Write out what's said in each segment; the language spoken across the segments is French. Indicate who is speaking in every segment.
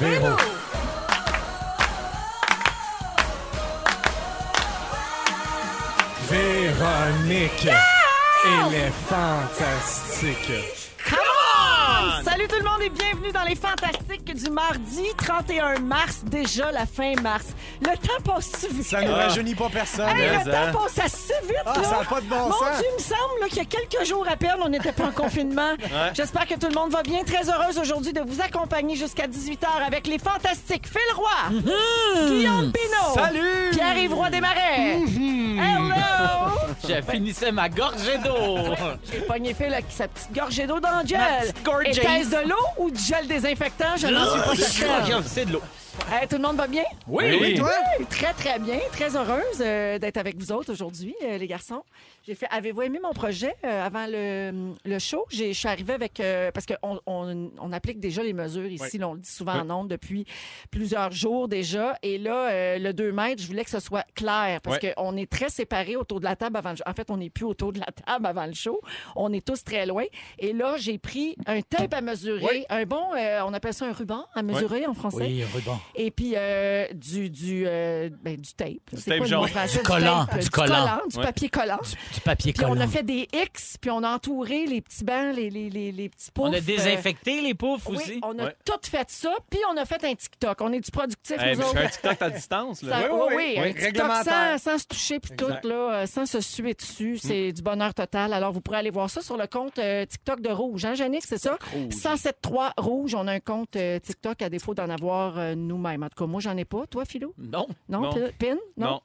Speaker 1: Véro. Véronique. Elle est fantastique.
Speaker 2: Salut tout le monde et bienvenue dans les Fantastiques du mardi 31 mars, déjà la fin mars. Le temps passe tu vite?
Speaker 1: Ça ne rajeunit pas personne.
Speaker 2: Hey,
Speaker 1: hein? Ah,
Speaker 2: le temps passe assez vite, là.
Speaker 1: ça a pas de bon
Speaker 2: Mon
Speaker 1: sens.
Speaker 2: Dieu, il me semble là, qu'il y a quelques jours à peine, on n'était pas en confinement. J'espère que tout le monde va bien. Très heureuse aujourd'hui de vous accompagner jusqu'à 18h avec les fantastiques Phil Roy,
Speaker 1: Mm-hmm.
Speaker 2: Guillaume Pinault,
Speaker 3: Salut!
Speaker 2: Pierre-Yves Roy des Marais.
Speaker 1: Mm-hmm.
Speaker 2: Hello!
Speaker 3: Je finissais ma gorgée d'eau.
Speaker 2: J'ai pogné Phil avec sa petite gorgée d'eau dans le gel.
Speaker 3: Ma petite gorgée.
Speaker 2: Était-ce de l'eau ou du gel désinfectant? Ah, Je n'en suis pas certaine.
Speaker 3: C'est de l'eau.
Speaker 2: Hey, tout le monde va bien?
Speaker 1: Oui, oui, toi?
Speaker 2: Oui, Très, très bien. Très heureuse euh, d'être avec vous autres aujourd'hui, euh, les garçons. J'ai fait. Avez-vous aimé mon projet euh, avant le, le show? J'ai- Je suis arrivée avec. euh, parce qu'on on, on applique déjà les mesures ici. là, on le dit souvent en nombre depuis plusieurs jours déjà. Et là, euh, le 2 mètres, je voulais que ce soit clair parce qu'on est très séparés autour de la table avant le show. En fait, on n'est plus autour de la table avant le show. On est tous très loin. Et là, j'ai pris un tape à mesurer, un bon. euh, on appelle ça un ruban à mesurer en français.
Speaker 3: ruban.
Speaker 2: Et puis euh, du du euh, ben, du tape. C'est quoi
Speaker 4: tape
Speaker 2: le
Speaker 4: jaune.
Speaker 2: mot français?
Speaker 3: Du collant,
Speaker 2: tape,
Speaker 3: du
Speaker 2: du
Speaker 3: collant.
Speaker 2: collant, du papier collant.
Speaker 3: Du papier
Speaker 2: Puis
Speaker 3: collant.
Speaker 2: on a fait des X, puis on a entouré les petits bancs, les, les, les, les petits poufs.
Speaker 3: On a
Speaker 2: euh,
Speaker 3: désinfecté les poufs
Speaker 2: Oui,
Speaker 3: aussi.
Speaker 2: on a
Speaker 4: Ouais.
Speaker 2: tout fait ça, puis on a fait un TikTok. On est du productif,
Speaker 4: Hey,
Speaker 2: nous
Speaker 4: mais je
Speaker 2: autres.
Speaker 4: fais un TikTok à distance, là.
Speaker 2: Ça- oh
Speaker 1: Oui, oui,
Speaker 2: oui,
Speaker 1: oui.
Speaker 2: un
Speaker 1: Oui,
Speaker 2: TikTok
Speaker 1: réglementaire.
Speaker 2: sans, sans se toucher puis tout,
Speaker 1: Exact.
Speaker 2: là, euh, sans se suer dessus. C'est du bonheur total. Alors, vous pourrez aller voir ça sur le compte euh, TikTok de Rouge. Hein, Jannick, c'est ça? 107.3 Rouge. On a un compte euh, TikTok à défaut d'en avoir euh, nous-mêmes. En tout cas, moi, j'en ai pas. Toi, Philo?
Speaker 3: Non.
Speaker 2: euh, Non?
Speaker 4: Non.
Speaker 2: Pin- Pin? Non.
Speaker 4: Non.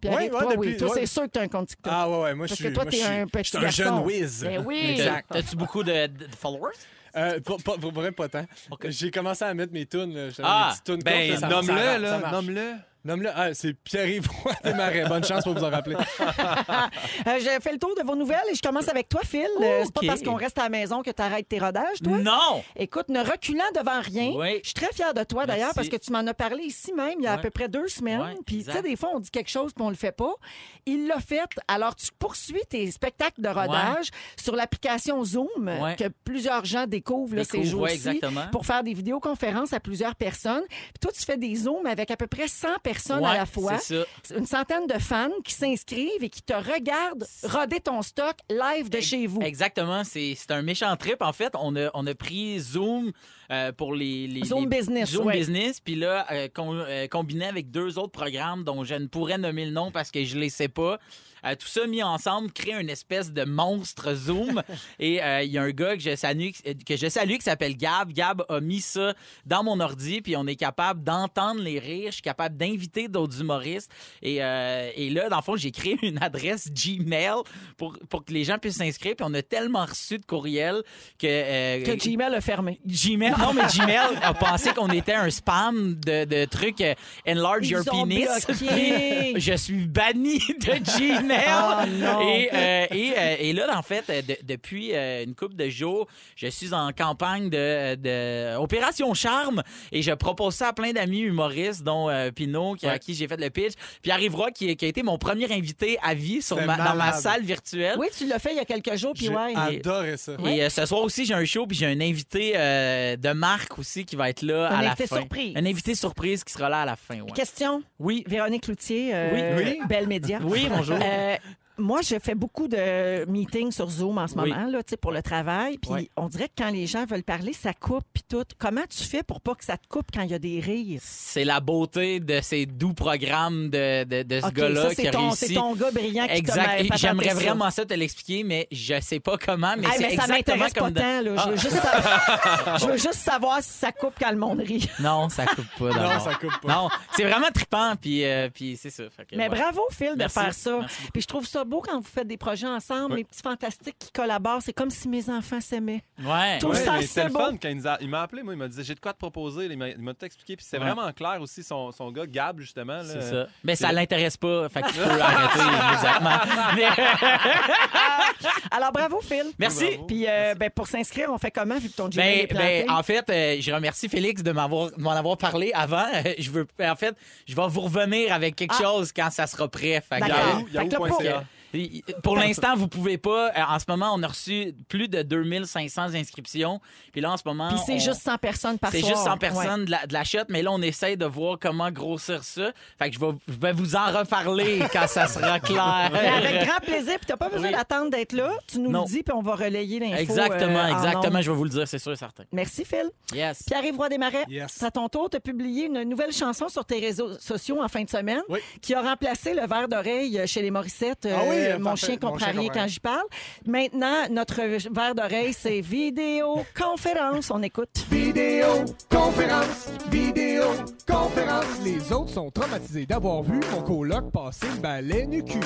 Speaker 2: Pierre,
Speaker 1: Ouais,
Speaker 2: toi,
Speaker 1: ouais,
Speaker 2: oui.
Speaker 1: depuis-
Speaker 2: Toi,
Speaker 1: ouais.
Speaker 2: c'est sûr que t'as un compte TikTok.
Speaker 1: Ah ouais, ouais, moi je
Speaker 2: Parce
Speaker 1: suis
Speaker 2: que toi,
Speaker 1: moi,
Speaker 2: t'es
Speaker 1: je suis-
Speaker 2: un petit
Speaker 1: je suis un jeune
Speaker 2: garçon.
Speaker 1: whiz.
Speaker 2: Ben oui.
Speaker 3: T'as-
Speaker 1: Exact.
Speaker 3: T'as-tu beaucoup de, de followers?
Speaker 1: Euh, pour, pour, pour vrai, pas tant.
Speaker 3: Ok.
Speaker 1: J'ai commencé à mettre mes tunes. là. J'avais
Speaker 3: Ah,
Speaker 1: mes petites tunes
Speaker 4: Ben,
Speaker 1: courtes, là, ça- ça-
Speaker 4: nomme-le,
Speaker 1: ça
Speaker 4: là.
Speaker 1: marche.
Speaker 4: Nomme-le.
Speaker 1: Nomme-le. Ah, c'est Pierre-Yves Roy des Marais. Bonne chance pour vous en rappeler.
Speaker 2: Euh, J'ai fait le tour de vos nouvelles et je commence avec toi, Phil. Euh, C'est pas
Speaker 3: Ok.
Speaker 2: parce qu'on reste à la maison que t'arrêtes tes rodages, toi?
Speaker 3: Non!
Speaker 2: Écoute, ne reculant devant rien.
Speaker 3: Oui.
Speaker 2: Je suis très fière de toi d'ailleurs
Speaker 3: Merci.
Speaker 2: parce que tu m'en as parlé ici même il y a à
Speaker 3: Ouais.
Speaker 2: peu près deux semaines.
Speaker 3: Ouais,
Speaker 2: Puis tu sais,
Speaker 3: exact.
Speaker 2: des fois on dit quelque chose puis on le fait pas. Il l'a fait. Alors tu poursuis tes spectacles de rodage sur l'application Zoom
Speaker 3: Ouais.
Speaker 2: que plusieurs gens découvrent là, ces
Speaker 3: Découvre, ouais,
Speaker 2: jours-ci
Speaker 3: exactement.
Speaker 2: pour faire des vidéoconférences à plusieurs personnes. Puis toi tu fais des zooms avec à peu près 100 personnes à
Speaker 3: Ouais,
Speaker 2: la fois.
Speaker 3: C'est ça.
Speaker 2: Une centaine de fans qui s'inscrivent et qui te regardent roder ton stock live de chez vous.
Speaker 3: Exactement, c'est c'est un méchant trip. En fait, on a, on a pris Zoom euh, pour les, les-
Speaker 2: Zoom
Speaker 3: les-
Speaker 2: Business,
Speaker 3: Zoom
Speaker 2: ouais.
Speaker 3: Business, puis là, euh, com- euh, combiné avec deux autres programmes dont je ne pourrais nommer le nom parce que je ne les sais pas. Euh, tout ça mis ensemble crée une espèce de monstre Zoom. Et euh, il y a un gars que je salue, que je salue qui s'appelle Gab. Gab a mis ça dans mon ordi, puis on est capable d'entendre les rires. Je suis capable d'inviter d'autres humoristes. Et, euh, et là, dans le fond, j'ai créé une adresse Gmail pour, pour que les gens puissent s'inscrire. Puis on a tellement reçu de courriels que... euh,
Speaker 2: Que Gmail a fermé.
Speaker 3: Gmail, non, mais Gmail a pensé qu'on était un spam de, de trucs euh, enlarge
Speaker 2: Ils
Speaker 3: your
Speaker 2: ont
Speaker 3: penis.
Speaker 2: bloqué.
Speaker 3: je suis banni de Gmail.
Speaker 2: Ah, non.
Speaker 3: Et, euh, et, euh, et là, en fait, euh, de- depuis euh, une couple de jours, je suis en campagne de, euh, de Opération Charme et je propose ça à plein d'amis humoristes, dont euh, Pinot, qui, à
Speaker 1: Ouais.
Speaker 3: qui j'ai fait le pitch, puis Arrivera, qui, qui a été mon premier invité à vie sur
Speaker 1: C'est
Speaker 3: ma- dans ma
Speaker 1: malade.
Speaker 3: salle virtuelle.
Speaker 2: Oui, tu l'as fait il y a quelques jours, puis
Speaker 1: J'ai
Speaker 2: ouais.
Speaker 1: adoré ça.
Speaker 3: Et euh, ce soir aussi, j'ai un show, puis j'ai un invité euh, de marque aussi qui va être là
Speaker 2: Un
Speaker 3: à la
Speaker 2: invité
Speaker 3: fin.
Speaker 2: surprise.
Speaker 3: Un invité surprise qui sera là à la fin. ouais.
Speaker 2: Question,
Speaker 3: Oui.
Speaker 2: Véronique Loutier, euh,
Speaker 1: Oui, oui.
Speaker 2: Belle Média.
Speaker 3: Oui, bonjour.
Speaker 2: Euh, moi, je fais beaucoup de meetings sur Zoom en ce
Speaker 3: Oui.
Speaker 2: moment, là, tu sais, pour le travail. Puis
Speaker 3: Ouais.
Speaker 2: on dirait que quand les gens veulent parler, ça coupe, puis tout. Comment tu fais pour pas que ça te coupe quand il y a des rires?
Speaker 3: C'est la beauté de ces doux programmes de, de, de ce
Speaker 2: OK,
Speaker 3: gars-là
Speaker 2: ça,
Speaker 3: qui
Speaker 2: c'est
Speaker 3: a
Speaker 2: ton, c'est
Speaker 3: réussi.
Speaker 2: ton gars brillant qui t'a
Speaker 3: exact.
Speaker 2: mal
Speaker 3: Et
Speaker 2: patenté
Speaker 3: J'aimerais
Speaker 2: ça.
Speaker 3: vraiment ça te l'expliquer, mais je sais pas comment. Mais
Speaker 2: Ah,
Speaker 3: c'est
Speaker 2: mais ça
Speaker 3: exactement
Speaker 2: m'intéresse pas
Speaker 3: comme. Ah. dans-
Speaker 2: tant. là. Je, veux juste savoir, je veux juste savoir si ça coupe quand le monde rit.
Speaker 3: Non, ça coupe pas.
Speaker 1: Non,
Speaker 3: d'abord.
Speaker 1: ça coupe pas.
Speaker 3: Non, c'est vraiment trippant, puis, euh, puis c'est ça. Fait que,
Speaker 2: Mais
Speaker 3: ouais.
Speaker 2: bravo, Phil,
Speaker 3: Merci.
Speaker 2: de faire ça.
Speaker 3: Merci beaucoup.
Speaker 2: Puis je trouve ça beau quand vous faites des projets ensemble, les petits fantastiques qui collaborent. C'est comme si mes enfants s'aimaient.
Speaker 3: Ouais.
Speaker 2: Tout
Speaker 4: Ouais,
Speaker 2: ça,
Speaker 4: mais
Speaker 2: c'est
Speaker 4: c'était le
Speaker 2: beau.
Speaker 4: fun quand il nous a- il m'a appelé, moi, il m'a dit j'ai de quoi te proposer, il m'a il m'a tout expliqué, puis c'est
Speaker 3: Ouais.
Speaker 4: vraiment clair aussi son, son gars Gab justement. là.
Speaker 3: C'est ça. Mais
Speaker 4: c'est
Speaker 3: ça
Speaker 4: le-
Speaker 3: l'intéresse pas. Fait que tu peux arrêter immédiatement. Mais-
Speaker 2: Alors bravo, Phil.
Speaker 3: Merci.
Speaker 2: Puis euh, ben, pour s'inscrire, on fait comment vu que ton Gmail
Speaker 3: Ben,
Speaker 2: est planté?
Speaker 3: ben, en fait, euh, je remercie Félix de m'avoir de m'en avoir parlé avant. Euh, je veux, en fait, je vais vous revenir avec quelque
Speaker 2: Ah.
Speaker 3: chose quand ça sera prêt. Fait que,
Speaker 2: D'accord.
Speaker 4: Yahoo,
Speaker 2: Fait que là,
Speaker 4: yahoo.ca.
Speaker 2: pour-
Speaker 3: Il- il- Pour l'instant, vous pouvez pas. Euh, En ce moment, on a reçu plus de 2500 inscriptions. Puis là, en ce moment.
Speaker 2: Puis c'est
Speaker 3: on-
Speaker 2: juste 100 personnes par
Speaker 3: c'est
Speaker 2: soir.
Speaker 3: juste 100
Speaker 2: Ouais.
Speaker 3: personnes de, la, de la shot, mais là, on essaie de voir comment grossir ça. Fait que je vais, je vais vous en reparler quand ça sera clair.
Speaker 2: Mais avec grand plaisir, puis t'as pas besoin
Speaker 3: Euh, Oui.
Speaker 2: d'attendre d'être là. Tu nous
Speaker 3: Non.
Speaker 2: le dis, puis on va relayer l'info.
Speaker 3: Exactement,
Speaker 2: euh, en
Speaker 3: exactement.
Speaker 2: ondes.
Speaker 3: Je vais vous le dire, c'est sûr et certain.
Speaker 2: Merci, Phil.
Speaker 3: Yes.
Speaker 2: Pierre-Yves Roy Desmarais,
Speaker 1: Yes.
Speaker 2: c'est à ton tour. Tu as publié une nouvelle chanson sur tes réseaux sociaux en fin de semaine
Speaker 1: Oui.
Speaker 2: qui a remplacé le verre d'oreille chez les Morissette,
Speaker 1: Ah oui, parfait.
Speaker 2: mon chien
Speaker 1: Mon
Speaker 2: contrarié
Speaker 1: chien
Speaker 2: quand j'y parle. Maintenant, notre verre d'oreille, c'est vidéo conférence. On écoute.
Speaker 5: Vidéo, conférence, vidéo, conférence.
Speaker 6: Les autres sont traumatisés d'avoir vu mon coloc passer le balai nu cul.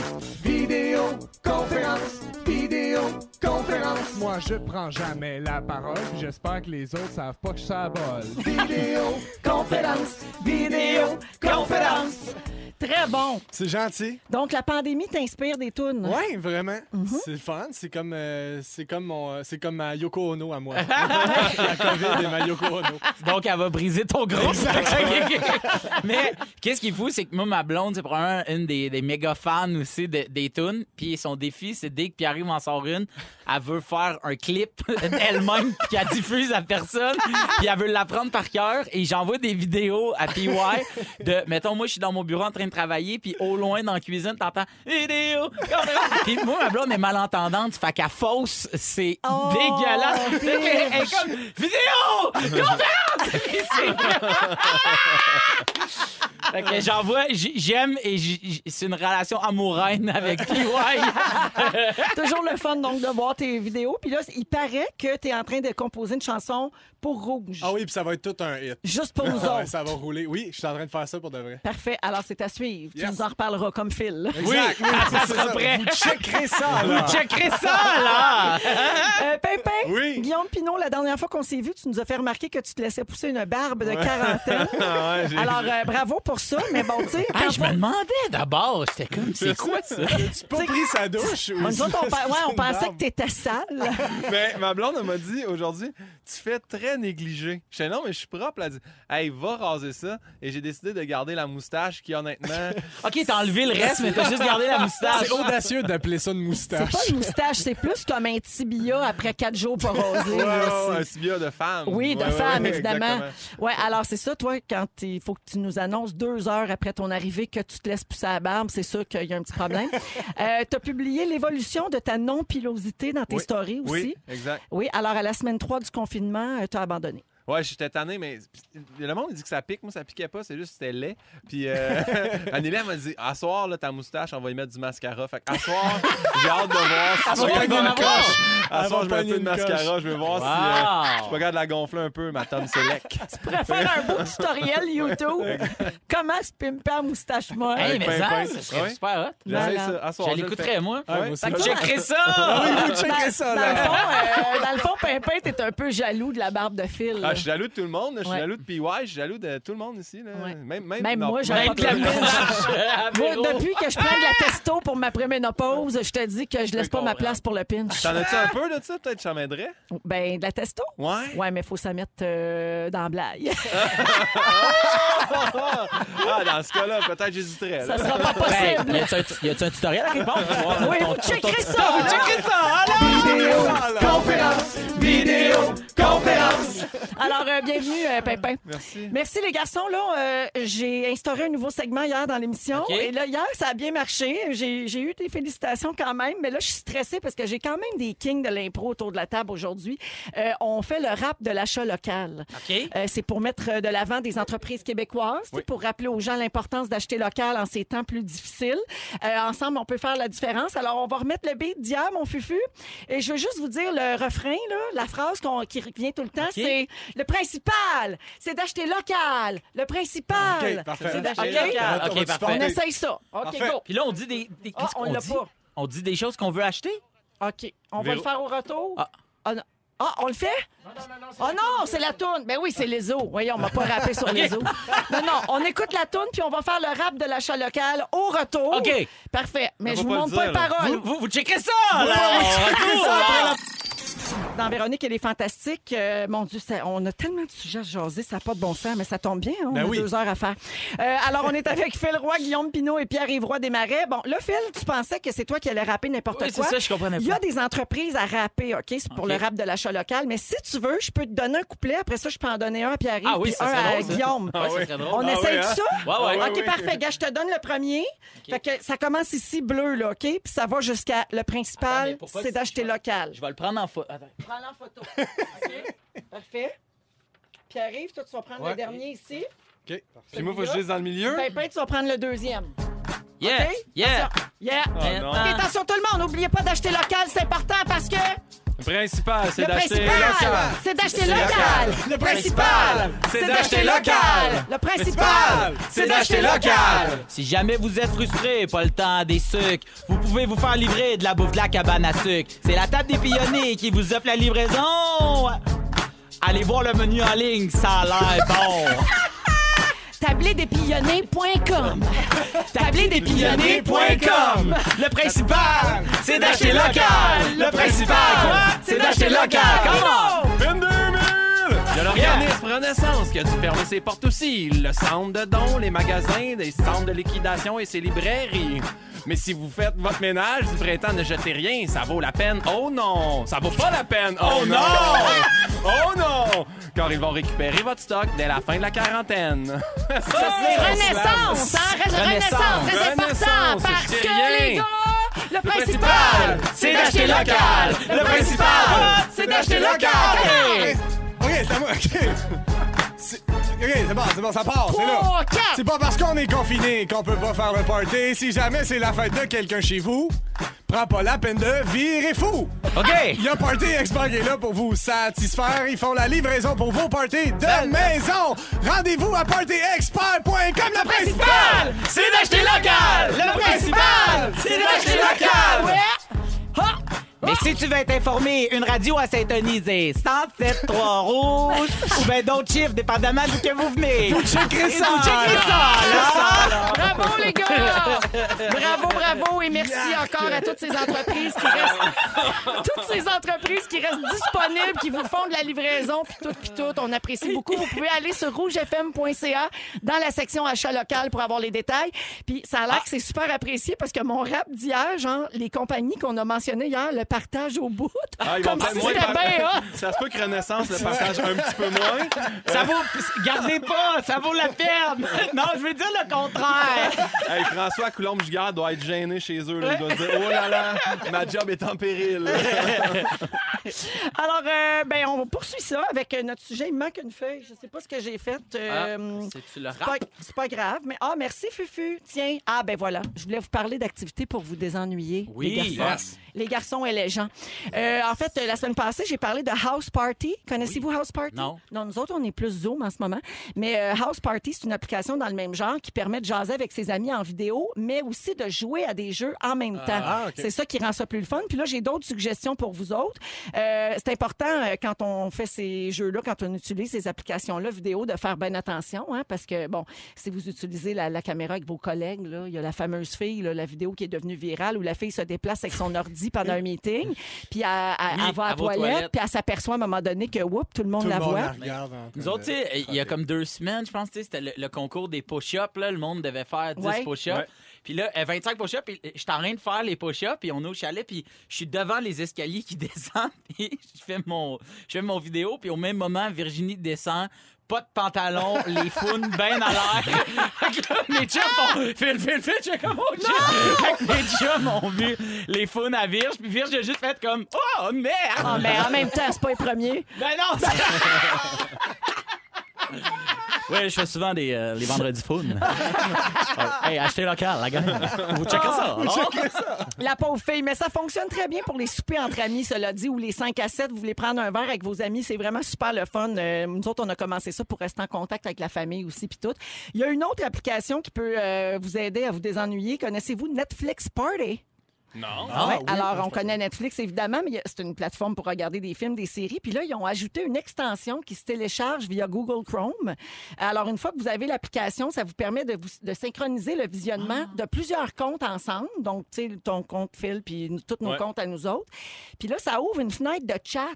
Speaker 5: Vidéo, conférence, vidéo, conférence.
Speaker 6: Moi, je prends jamais la parole, puis j'espère que les autres savent pas que je sabole.
Speaker 5: Vidéo,
Speaker 2: Conférence,
Speaker 5: vidéo, conférence.
Speaker 2: Très bon.
Speaker 1: C'est gentil.
Speaker 2: Donc, la pandémie t'inspire des tunes.
Speaker 1: Ouais, vraiment.
Speaker 2: Mhm.
Speaker 1: C'est le fun. C'est comme, euh, c'est comme mon, euh, c'est comme ma Yoko Ono à moi. la COVID et ma Yoko Ono.
Speaker 3: Donc, elle va briser ton gros Mais qu'est-ce qui est fou, c'est que moi, ma blonde, c'est probablement une des, des méga fans aussi de- des tunes. Puis son défi, c'est dès que Pierre-Yves en sort une, elle veut faire un clip elle-même, puis qu'elle diffuse à personne. Puis elle veut l'apprendre par cœur. Et j'envoie des vidéos à PY de, mettons, moi, je suis dans mon bureau en train de travailler, puis au loin dans la cuisine, t'entends vidéo. Puis moi, ma blonde est malentendante, fait qu'à fausse, c'est
Speaker 2: Oh,
Speaker 3: dégueulasse. Fait qu'elle- elle est
Speaker 2: bitch.
Speaker 3: comme vidéo! Fait que j'envoie, j- j'aime et j- j- c'est une relation amoureuse avec PY.
Speaker 2: Toujours le fun, donc, de voir tes vidéos. Puis là, il paraît que tu es en train de composer une chanson pour Rouge.
Speaker 1: Ah oui, puis ça va être tout un hit.
Speaker 2: Juste pour nous
Speaker 1: Ah ouais,
Speaker 2: autres.
Speaker 1: ça va rouler. Oui, je suis en train de faire ça pour de vrai.
Speaker 2: Parfait. Alors, c'est à suivre. Tu
Speaker 1: Yes.
Speaker 2: nous en reparleras comme Phil.
Speaker 1: Exact. Ah,
Speaker 3: Oui, ça
Speaker 1: c'est
Speaker 3: sera prêt.
Speaker 1: Vous checkerez ça, là.
Speaker 3: Vous checkerez ça, là!
Speaker 2: Euh, Pimpin,
Speaker 1: Oui.
Speaker 2: Guillaume Pinot, la dernière fois qu'on s'est vu, tu nous as fait remarquer que tu te laissais pousser une barbe de quarantaine.
Speaker 4: Ah ouais, j'ai-
Speaker 2: Alors, euh, bravo pour ça. Mais bon, tu sais,
Speaker 3: Ah,
Speaker 2: quand
Speaker 3: je me demandais d'abord, j'étais comme, c'est quoi ça?
Speaker 1: As-tu pas pris sa douche? ou-
Speaker 2: on- nous autres, on, pe- ouais, on
Speaker 1: une
Speaker 2: pensait
Speaker 1: barbe?
Speaker 2: que t'étais sale.
Speaker 4: Ben, ma blonde, elle m'a dit aujourd'hui, tu fais très négligé. Je dis non, mais je suis propre. Elle dit, hey, va raser ça. Et j'ai décidé de garder la moustache qui, honnêtement,
Speaker 3: Ok, t'as enlevé le reste, mais t'as juste gardé la moustache.
Speaker 1: C'est audacieux d'appeler ça une
Speaker 2: C'est
Speaker 1: moustache.
Speaker 2: pas une moustache, c'est plus comme un tibia après quatre jours pas
Speaker 4: ouais,
Speaker 2: rosé.
Speaker 4: ouais,
Speaker 2: là,
Speaker 4: ouais,
Speaker 2: c'est-
Speaker 4: un tibia de femme.
Speaker 2: Oui, de
Speaker 4: Ouais, ouais,
Speaker 2: femme,
Speaker 4: ouais,
Speaker 2: évidemment.
Speaker 4: exactement.
Speaker 2: Oui, alors c'est ça, toi, quand il faut que tu nous annonces deux heures après ton arrivée que tu te laisses pousser à la barbe, c'est sûr qu'il y a un petit problème. euh, tu as publié l'évolution de ta non-pilosité dans tes
Speaker 4: Oui.
Speaker 2: stories aussi.
Speaker 4: Oui,
Speaker 2: Oui.
Speaker 4: exact.
Speaker 2: alors à la semaine 3 du confinement, tu as abandonné.
Speaker 4: Ouais, j'étais tanné, mais le monde dit que ça pique. Moi, ça piquait pas, c'est juste que c'était laid. Puis euh, Anneli, elle m'a dit À soir, là, ta moustache, on va y mettre du mascara. Fait que, à soir, j'ai hâte de voir si
Speaker 1: va
Speaker 4: je
Speaker 1: pogner
Speaker 4: gagne
Speaker 1: une
Speaker 4: une coche. À
Speaker 1: Elle va
Speaker 4: soir, je mets un
Speaker 1: pogner
Speaker 4: peu de
Speaker 1: une coche.
Speaker 4: mascara. Je vais voir si euh, je suis pas
Speaker 3: Wow!
Speaker 4: capable de la gonfler un peu, ma Tom Selleck.
Speaker 2: Tu pourrais faire un beau tutoriel YouTube. Comment se pimper à moustache molle.
Speaker 3: Hey, mais ça,
Speaker 4: Pimpin.
Speaker 3: ça serait
Speaker 4: Ouais.
Speaker 3: super hot.
Speaker 4: J'essaie
Speaker 2: Malade.
Speaker 4: ça. À soir,
Speaker 3: Je
Speaker 4: je le fais.
Speaker 3: l'écouterais, moi.
Speaker 1: Ah, moi aussi.
Speaker 3: Fait que
Speaker 1: Fait que
Speaker 3: checkerez ça!
Speaker 1: Ah oui, vous checkerez ça,
Speaker 2: dans, le
Speaker 1: là.
Speaker 2: fond, euh, dans le fond, Pimpin, t'es un peu jaloux de la barbe de Phil.
Speaker 4: Ah, je suis jaloux de tout le monde. là. Je suis
Speaker 2: Ouais.
Speaker 4: jaloux de PY. Je suis jaloux de tout le monde ici. Là.
Speaker 2: Ouais.
Speaker 4: Même, même,
Speaker 2: Même
Speaker 4: non,
Speaker 2: moi, j'aurais
Speaker 3: Même
Speaker 2: pas
Speaker 3: de la
Speaker 2: de moustache. Moi,
Speaker 3: moustache!
Speaker 2: depuis que je prends de la testo pour ma préménopause, je te dis que je laisse pas ma
Speaker 3: comprendre.
Speaker 2: place pour le pinch.
Speaker 4: T'en as-tu un peu de ça? Peut-être que j'en m'aiderais.
Speaker 2: Ben, de la testo?
Speaker 4: Ouais.
Speaker 2: Ouais, mais faut s'en mettre euh, dans la blague.
Speaker 4: ah, dans ce cas-là, peut-être j'hésiterais.
Speaker 2: Ça
Speaker 4: là.
Speaker 2: sera pas
Speaker 3: Hey,
Speaker 2: possible.
Speaker 3: Ben, y a-tu un- y a-tu un tutoriel à répondre?
Speaker 2: Oui, vous checkerez ça! là.
Speaker 5: Vidéo,
Speaker 4: Ah,
Speaker 5: conférence, vidéo, conférence.
Speaker 2: Alors, euh, bienvenue, euh, Pimpin.
Speaker 4: Merci.
Speaker 2: Merci les garçons. Là, euh, j'ai instauré un nouveau segment hier dans l'émission.
Speaker 3: OK.
Speaker 2: Et là, hier, ça a bien marché. J'ai j'ai eu des félicitations quand même. Mais là, je suis stressée parce que j'ai quand même des kings de l'impro autour de la table aujourd'hui. Euh, on fait le rap de l'achat local.
Speaker 3: OK.
Speaker 2: Euh, c'est pour mettre euh, de l'avant des entreprises québécoises, c'est pour rappeler aux gens l'importance d'acheter local en ces temps plus difficiles. Euh, ensemble, on peut faire la différence. Alors, on va remettre le beat d'hier, mon fufu. Et je veux juste vous dire le refrain, là, la phrase qu'on- qui revient tout le temps, c'est « Le principal, c'est d'acheter local. Le principal,
Speaker 1: OK, parfait.
Speaker 2: c'est d'acheter
Speaker 3: Ok,
Speaker 2: local.
Speaker 1: On va- on va
Speaker 3: ok,
Speaker 1: te
Speaker 2: On
Speaker 1: supporter.
Speaker 3: parfait.
Speaker 2: essaye ça. OK,
Speaker 1: Parfait.
Speaker 2: go.
Speaker 3: Puis là, on dit des. des-
Speaker 2: Ah,
Speaker 3: qu'est-ce
Speaker 2: on
Speaker 3: qu'on
Speaker 2: l'a
Speaker 3: dit?
Speaker 2: pas.
Speaker 3: On dit des choses qu'on veut acheter?
Speaker 2: OK. On va
Speaker 4: Véro-
Speaker 2: le faire au retour?
Speaker 3: Ah.
Speaker 2: Ah, non. Ah, on le fait? Oh non, c'est la toune. Ben oui, c'est les eaux. Voyons, on m'a pas rappé sur les eaux. Non, non, on écoute la toune puis on va faire le rap de l'achat local au retour.
Speaker 3: OK.
Speaker 2: Parfait. Mais je
Speaker 4: On va
Speaker 2: vous
Speaker 4: pas le
Speaker 2: montre pas les
Speaker 4: dire, là.
Speaker 2: paroles.
Speaker 3: Ah, Vous, vous, vous checkerez ça! là! On retourne.
Speaker 2: dans Véronique et les Fantastiques. euh, mon Dieu, ça- on a tellement de sujets à jaser, ça n'a pas de bon sens, mais ça tombe bien, hein, on
Speaker 1: Ben
Speaker 2: a
Speaker 1: oui.
Speaker 2: deux heures à faire. Euh, alors, on est avec Phil Roy, Guillaume Pinot et Pierre-Yves Roy Desmarais. Bon, là, Phil, tu pensais que c'est toi qui allais rapper n'importe
Speaker 3: Oui, c'est
Speaker 2: quoi.
Speaker 3: ça, je comprenais
Speaker 2: Il y
Speaker 3: pas.
Speaker 2: a des entreprises à rapper, OK? C'est pour
Speaker 3: OK.
Speaker 2: le rap de l'achat local. Mais si tu veux, je peux te donner un couplet. Après ça, je peux en donner un à Pierre-Yves
Speaker 3: Ah oui,
Speaker 2: puis
Speaker 3: ça
Speaker 2: un
Speaker 3: serait
Speaker 2: à
Speaker 3: drôle, ça.
Speaker 2: Guillaume.
Speaker 3: Ouais, ça serait drôle.
Speaker 2: On
Speaker 1: Ah
Speaker 2: essaie
Speaker 1: oui, hein?
Speaker 2: de ça?
Speaker 3: Ouais, ouais.
Speaker 2: OK, parfait. Gars, je te donne le premier. Fait que ça commence ici bleu, là, OK? Puis ça va jusqu'à le
Speaker 3: Attends,
Speaker 2: principal,
Speaker 3: mais pourquoi
Speaker 2: c'est
Speaker 3: tu-
Speaker 2: d'acheter local.
Speaker 3: Je vais le prendre en photo.
Speaker 2: Prends-le en photo. OK? Parfait. Pierre-Yves, toi, tu vas prendre le
Speaker 1: Ouais.
Speaker 2: dernier ici.
Speaker 1: OK. Puis moi, faut que je dise dans le milieu.
Speaker 2: Pimpin, tu vas prendre le deuxième.
Speaker 3: Yeah!
Speaker 2: OK?
Speaker 3: Yeah!
Speaker 2: Attention. Yeah.
Speaker 1: non.
Speaker 2: Et attention tout le monde, n'oubliez pas d'acheter local, c'est important parce que
Speaker 4: Le principal, c'est
Speaker 2: le
Speaker 4: d'acheter.
Speaker 2: principal, c'est d'acheter local. Le principal, c'est d'acheter local. Le principal, c'est d'acheter local.
Speaker 3: Si jamais vous êtes frustré, pas le temps des sucres, vous pouvez vous faire livrer de la bouffe de la cabane à sucre. C'est la table des pionniers qui vous offre la livraison. Allez voir le menu en ligne, ça a l'air bon.
Speaker 2: Tablédespionniers.com.
Speaker 3: Pionnier.com. Le principal, c'est d'acheter local. Le principal, quoi? C'est d'acheter local. Comment?
Speaker 4: 22 000! Il y a l'organisme Renaissance qui a dû fermer ses portes aussi. Le centre de dons, les magasins, les centres de liquidation et ses librairies. Mais si vous faites votre ménage du printemps, ne jetez rien. Ça vaut la peine. Oh non! Ça vaut pas la peine. Oh, non! oh non! Car ils vont récupérer votre stock dès la fin de la quarantaine.
Speaker 2: Renaissance, hein? Re- Renaissance, c'est important
Speaker 4: Renaissance,
Speaker 2: parce
Speaker 4: je dis
Speaker 2: que
Speaker 4: rien.
Speaker 2: les gars, le
Speaker 4: principal,
Speaker 2: principal,
Speaker 4: c'est d'acheter local.
Speaker 2: Le principal, c'est d'acheter local.
Speaker 1: OK, c'est à moi. OK. C'est- OK, c'est bon, c'est bon, ça part. C'est là.
Speaker 2: Trois, quatre.
Speaker 1: C'est pas parce qu'on est confiné qu'on peut pas faire le party. Si jamais c'est la fête de quelqu'un chez vous, prends pas la peine de virer fou.
Speaker 3: OK.
Speaker 1: Il y a Party Expert qui est là pour vous satisfaire. Ils font la livraison pour vos parties
Speaker 3: Ben,
Speaker 1: de maison. Rendez-vous à partyexpert.com. Le principal,
Speaker 3: c'est d'acheter local. Le
Speaker 1: principal,
Speaker 3: c'est
Speaker 2: d'acheter local. Ah.
Speaker 3: Mais si tu veux être informé, une radio à syntoniser 107 3 rouges ou bien d'autres chiffres, dépendamment d'où que vous venez. Vous checkerez ça. Vous checkerez
Speaker 1: Ah,
Speaker 3: ça. là.
Speaker 2: Ah, Bravo les gars! Bravo, bravo et merci encore à toutes ces entreprises qui restent toutes ces entreprises qui restent disponibles, qui vous font de la livraison puis tout puis tout. On apprécie beaucoup. Vous pouvez aller sur rougefm.ca dans la section achat local pour avoir les détails. Puis ça a l'air que c'est super apprécié parce que mon rap d'hier, genre les compagnies qu'on a mentionnées hier, le partage au bout,
Speaker 4: Ah, ils vont
Speaker 2: comme si
Speaker 4: peut-être moins
Speaker 2: c'était
Speaker 4: par-
Speaker 2: bien hot.
Speaker 4: Ça se peut que Renaissance le partage un petit peu moins.
Speaker 3: Ça vaut. Gardez pas. Ça vaut la peine. Non, je veux dire le contraire.
Speaker 4: Hey, François Coulombe-Gigard doit être gêné chez eux. là. Il doit se dire Oh là là, ma job est en péril.
Speaker 2: Alors, euh, ben, on poursuit ça avec euh, notre sujet. Il me manque une feuille. Je sais pas ce que j'ai fait. euh,
Speaker 3: Ah, C'est-tu le
Speaker 2: c'est pas, c'est pas grave, mais ah merci Fufu. Tiens, ah ben voilà, je voulais vous parler d'activités pour vous désennuyer.
Speaker 3: Oui.
Speaker 2: les garçons,
Speaker 3: Yes.
Speaker 2: les garçons et les gens. Euh, en fait, euh, la semaine passée, j'ai parlé de house party. Connaissez-vous house party
Speaker 3: Non.
Speaker 2: Non, nous autres, on est plus Zoom en ce moment, mais euh, house party, c'est une application dans le même genre qui permet de jaser avec ses amis en vidéo, mais aussi de jouer à des jeux en même temps.
Speaker 1: ah, ok.
Speaker 2: C'est ça qui rend ça plus le fun. Puis là, j'ai d'autres suggestions pour vous autres. Euh, c'est important euh, quand on fait ces jeux-là, quand on utilise ces applications-là vidéo, de faire bien attention, hein, parce que bon, si vous utilisez la, la caméra avec vos collègues, là, il y a la fameuse fille, là, la vidéo qui est devenue virale où la fille se déplace avec son ordi pendant un meeting, puis elle, elle-
Speaker 3: Oui,
Speaker 2: elle va à
Speaker 3: elle va aux
Speaker 2: toilette,
Speaker 3: toilettes.
Speaker 2: puis elle s'aperçoit à un moment donné que whoop, tout le monde
Speaker 1: Tout le
Speaker 2: la
Speaker 1: monde
Speaker 2: voit.
Speaker 1: la regarde. en train
Speaker 3: Nous autres,
Speaker 1: de
Speaker 3: tu sais, il y a
Speaker 1: crotter.
Speaker 3: comme deux semaines, je pense, tu sais, c'était le, le concours des push-ups. là. Le monde devait faire 10
Speaker 2: Ouais.
Speaker 3: push-ups. Puis là, euh, 25 push-ups, puis je suis en train de faire les push-ups, puis on est au chalet, puis je suis devant les escaliers qui descendent, puis je fais mon, je fais mon vidéo, puis au même moment, Virginie descend. Pas de pantalon, les founes bien à l'air. Fait que là, mes chums font fil, fil, fil, j'ai comme oh shit. Fait que mes chums ont vu les founes à Virge, puis Virge a juste fait comme oh merde.
Speaker 2: Ah, mais en même temps, c'est pas les premiers.
Speaker 3: Ben non, Oui, je fais souvent des, euh, les vendredis fun. hey, achetez local, la gang. Ah, Vous checkerez ça. non?
Speaker 2: La pauvre fille, mais ça fonctionne très bien pour les soupers entre amis, cela dit, ou les 5 à 7, vous voulez prendre un verre avec vos amis, c'est vraiment super le fun. Euh, nous autres, on a commencé ça pour rester en contact avec la famille aussi, puis tout. Il y a une autre application qui peut euh, vous aider à vous désennuyer. Connaissez-vous Netflix Party?
Speaker 4: Non.
Speaker 3: Ah,
Speaker 2: Ouais,
Speaker 3: oui,
Speaker 2: alors, on connaît Netflix, évidemment, mais il y a- c'est une plateforme pour regarder des films, des séries. Puis là, ils ont ajouté une extension qui se télécharge via Google Chrome. Alors, une fois que vous avez l'application, ça vous permet de, vous- de synchroniser le
Speaker 3: Ah.
Speaker 2: visionnement de plusieurs comptes ensemble. Donc, tu sais, ton compte Phil, puis nous- tous nos
Speaker 4: Ouais.
Speaker 2: comptes à nous autres. Puis là, ça ouvre une fenêtre de chat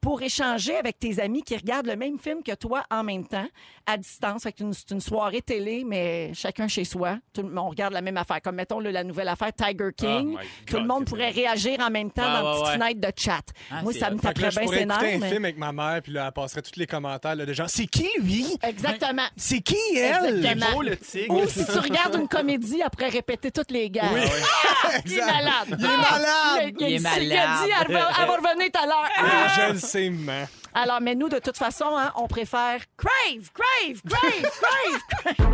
Speaker 2: pour échanger avec tes amis qui regardent le même film que toi en même temps, à distance. Fait que c'est une- c'est une soirée télé, mais chacun chez soi. Tout le- on regarde la même affaire. Comme, mettons, le- la nouvelle affaire Tiger King.
Speaker 4: Oh my
Speaker 2: Tout le
Speaker 4: God,
Speaker 2: monde
Speaker 4: que
Speaker 2: pourrait réagir en même temps
Speaker 3: Ouais,
Speaker 2: dans
Speaker 3: ouais,
Speaker 2: une petite
Speaker 3: ouais.
Speaker 2: fenêtre de chat.
Speaker 3: Ah,
Speaker 2: Moi,
Speaker 3: c'est
Speaker 2: ça me
Speaker 3: hot.
Speaker 1: Fait que là,
Speaker 2: taperait
Speaker 1: je
Speaker 2: bien
Speaker 1: pourrais
Speaker 2: ses
Speaker 1: écouter
Speaker 2: nerfs.
Speaker 1: un
Speaker 2: mais-
Speaker 1: film avec ma mère, puis là, elle passerait tous les commentaires là, de genre « C'est qui, lui?
Speaker 2: Exactement.
Speaker 1: C'est qui, elle?
Speaker 2: Exactement.
Speaker 4: beau, Oh, le tigre.
Speaker 2: Ou si tu regardes une comédie, après répéter toutes les gars. Ah, il est
Speaker 1: Exact.
Speaker 2: malade. Ah,
Speaker 1: Il est malade!
Speaker 2: Il,
Speaker 3: Il
Speaker 2: est
Speaker 3: est
Speaker 2: malade. Il a dit,
Speaker 3: malade.
Speaker 2: elle va, elle va revenir tout à l'heure. Ah!
Speaker 1: Je le sais, maman.
Speaker 2: Alors, mais nous, de toute façon, hein, on préfère Crave, Crave, Crave, Crave.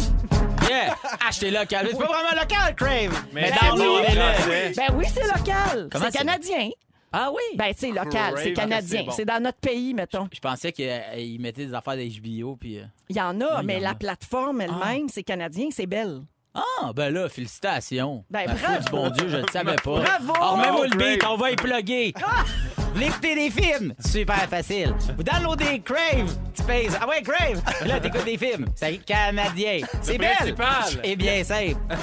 Speaker 3: Yeah! Achetez local. C'est pas vraiment local, Crave! Mais,
Speaker 4: dans
Speaker 3: downloadez-le.
Speaker 2: ben oui, c'est local.
Speaker 3: Comment
Speaker 2: c'est
Speaker 3: c'est-
Speaker 2: canadien.
Speaker 3: Ah oui!
Speaker 2: Ben, c'est local, c'est
Speaker 4: Crave,
Speaker 2: canadien.
Speaker 4: c'est bon.
Speaker 2: C'est dans notre pays, mettons.
Speaker 3: je pensais qu'ils mettaient des affaires d'HBO, puis... euh,
Speaker 2: Il y en a,
Speaker 3: il y
Speaker 2: mais
Speaker 3: en
Speaker 2: la
Speaker 3: a.
Speaker 2: plateforme elle-même, c'est canadien, c'est belle.
Speaker 3: Ah, ben là, félicitations.
Speaker 2: Ben,
Speaker 3: Ma
Speaker 2: bravo.
Speaker 3: foi du bon Dieu, je ne savais pas.
Speaker 2: Bravo. Ah!
Speaker 3: Alors, Remets-moi le
Speaker 4: Crave.
Speaker 3: beat, on va y plugger. Vous voulez écouter des films? Super facile. Vous downloadez Crave, tu pèses. Ah ouais, Crave! Puis Là, t'écoutes des films. C'est canadien. C'est belle.
Speaker 4: principal.
Speaker 3: Et bien simple.
Speaker 1: Ah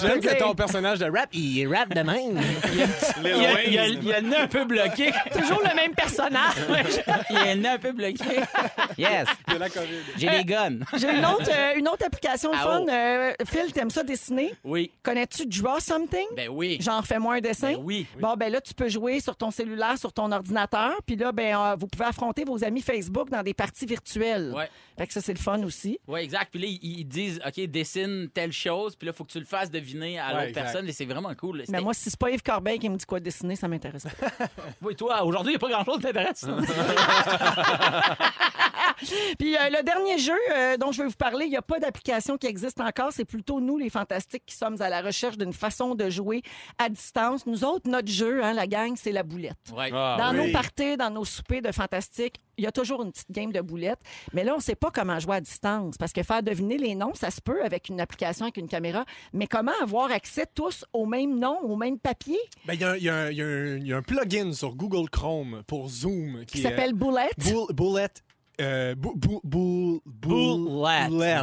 Speaker 1: J'aime que ton personnage de rap, il rap de même.
Speaker 3: Il y a- il y a- il y a le nez un peu bloqué.
Speaker 2: Toujours le même personnage.
Speaker 3: Il y a le nez un peu bloqué. Yes.
Speaker 1: de la COVID.
Speaker 3: J'ai
Speaker 2: Euh,
Speaker 3: des guns.
Speaker 2: J'ai une autre, euh, une autre application le
Speaker 3: Ah,
Speaker 2: fun.
Speaker 3: oh.
Speaker 2: Euh, Phil, t'aimes ça dessiner?
Speaker 3: Oui.
Speaker 2: Connais-tu Draw Something?
Speaker 3: Ben oui.
Speaker 2: Genre, fais-moi un dessin.
Speaker 3: Ben oui.
Speaker 2: Bon, ben là, tu peux jouer sur ton cellulaire, sur ton ordinateur. Puis là, ben, euh, vous pouvez affronter vos amis Facebook dans des parties virtuelles.
Speaker 3: Ouais.
Speaker 2: Fait que ça, c'est le fun aussi.
Speaker 3: Oui, exact. Puis là, ils- ils disent, OK, dessine telle chose, puis là, il faut que tu le fasses deviner à
Speaker 1: Ouais,
Speaker 3: l'autre
Speaker 1: exact.
Speaker 3: personne, et c'est vraiment cool. C'était-
Speaker 2: Mais moi, si c'est pas Yves Corbeil qui me dit quoi dessiner, ça m'intéresse pas.
Speaker 3: Oui, toi, aujourd'hui, il n'y a pas grand-chose d'intéressant.
Speaker 2: Puis euh, le dernier jeu euh, dont je vais vous parler, il n'y a pas d'application qui existe encore. C'est plutôt nous, les fantastiques, qui sommes à la recherche d'une façon de jouer à distance. Nous autres, notre jeu, hein, la gang, c'est la boulette.
Speaker 3: ouais.
Speaker 4: Ah,
Speaker 2: dans
Speaker 4: oui.
Speaker 2: nos parties, dans nos soupers de fantastique, il y a toujours une petite game de boulettes. Mais là, on ne sait pas comment jouer à distance parce que faire deviner les noms, ça se peut avec une application, avec une caméra. Mais comment avoir accès tous au même nom, au même papier
Speaker 1: Ben, il y a, un- il y a un- il y a un- il y a un plugin sur Google Chrome pour Zoom
Speaker 2: qui
Speaker 1: qui, est-
Speaker 2: s'appelle boulette?
Speaker 1: Bull- Bullet. euh, bou- bou- bou-
Speaker 3: Boulette.
Speaker 1: Bullet.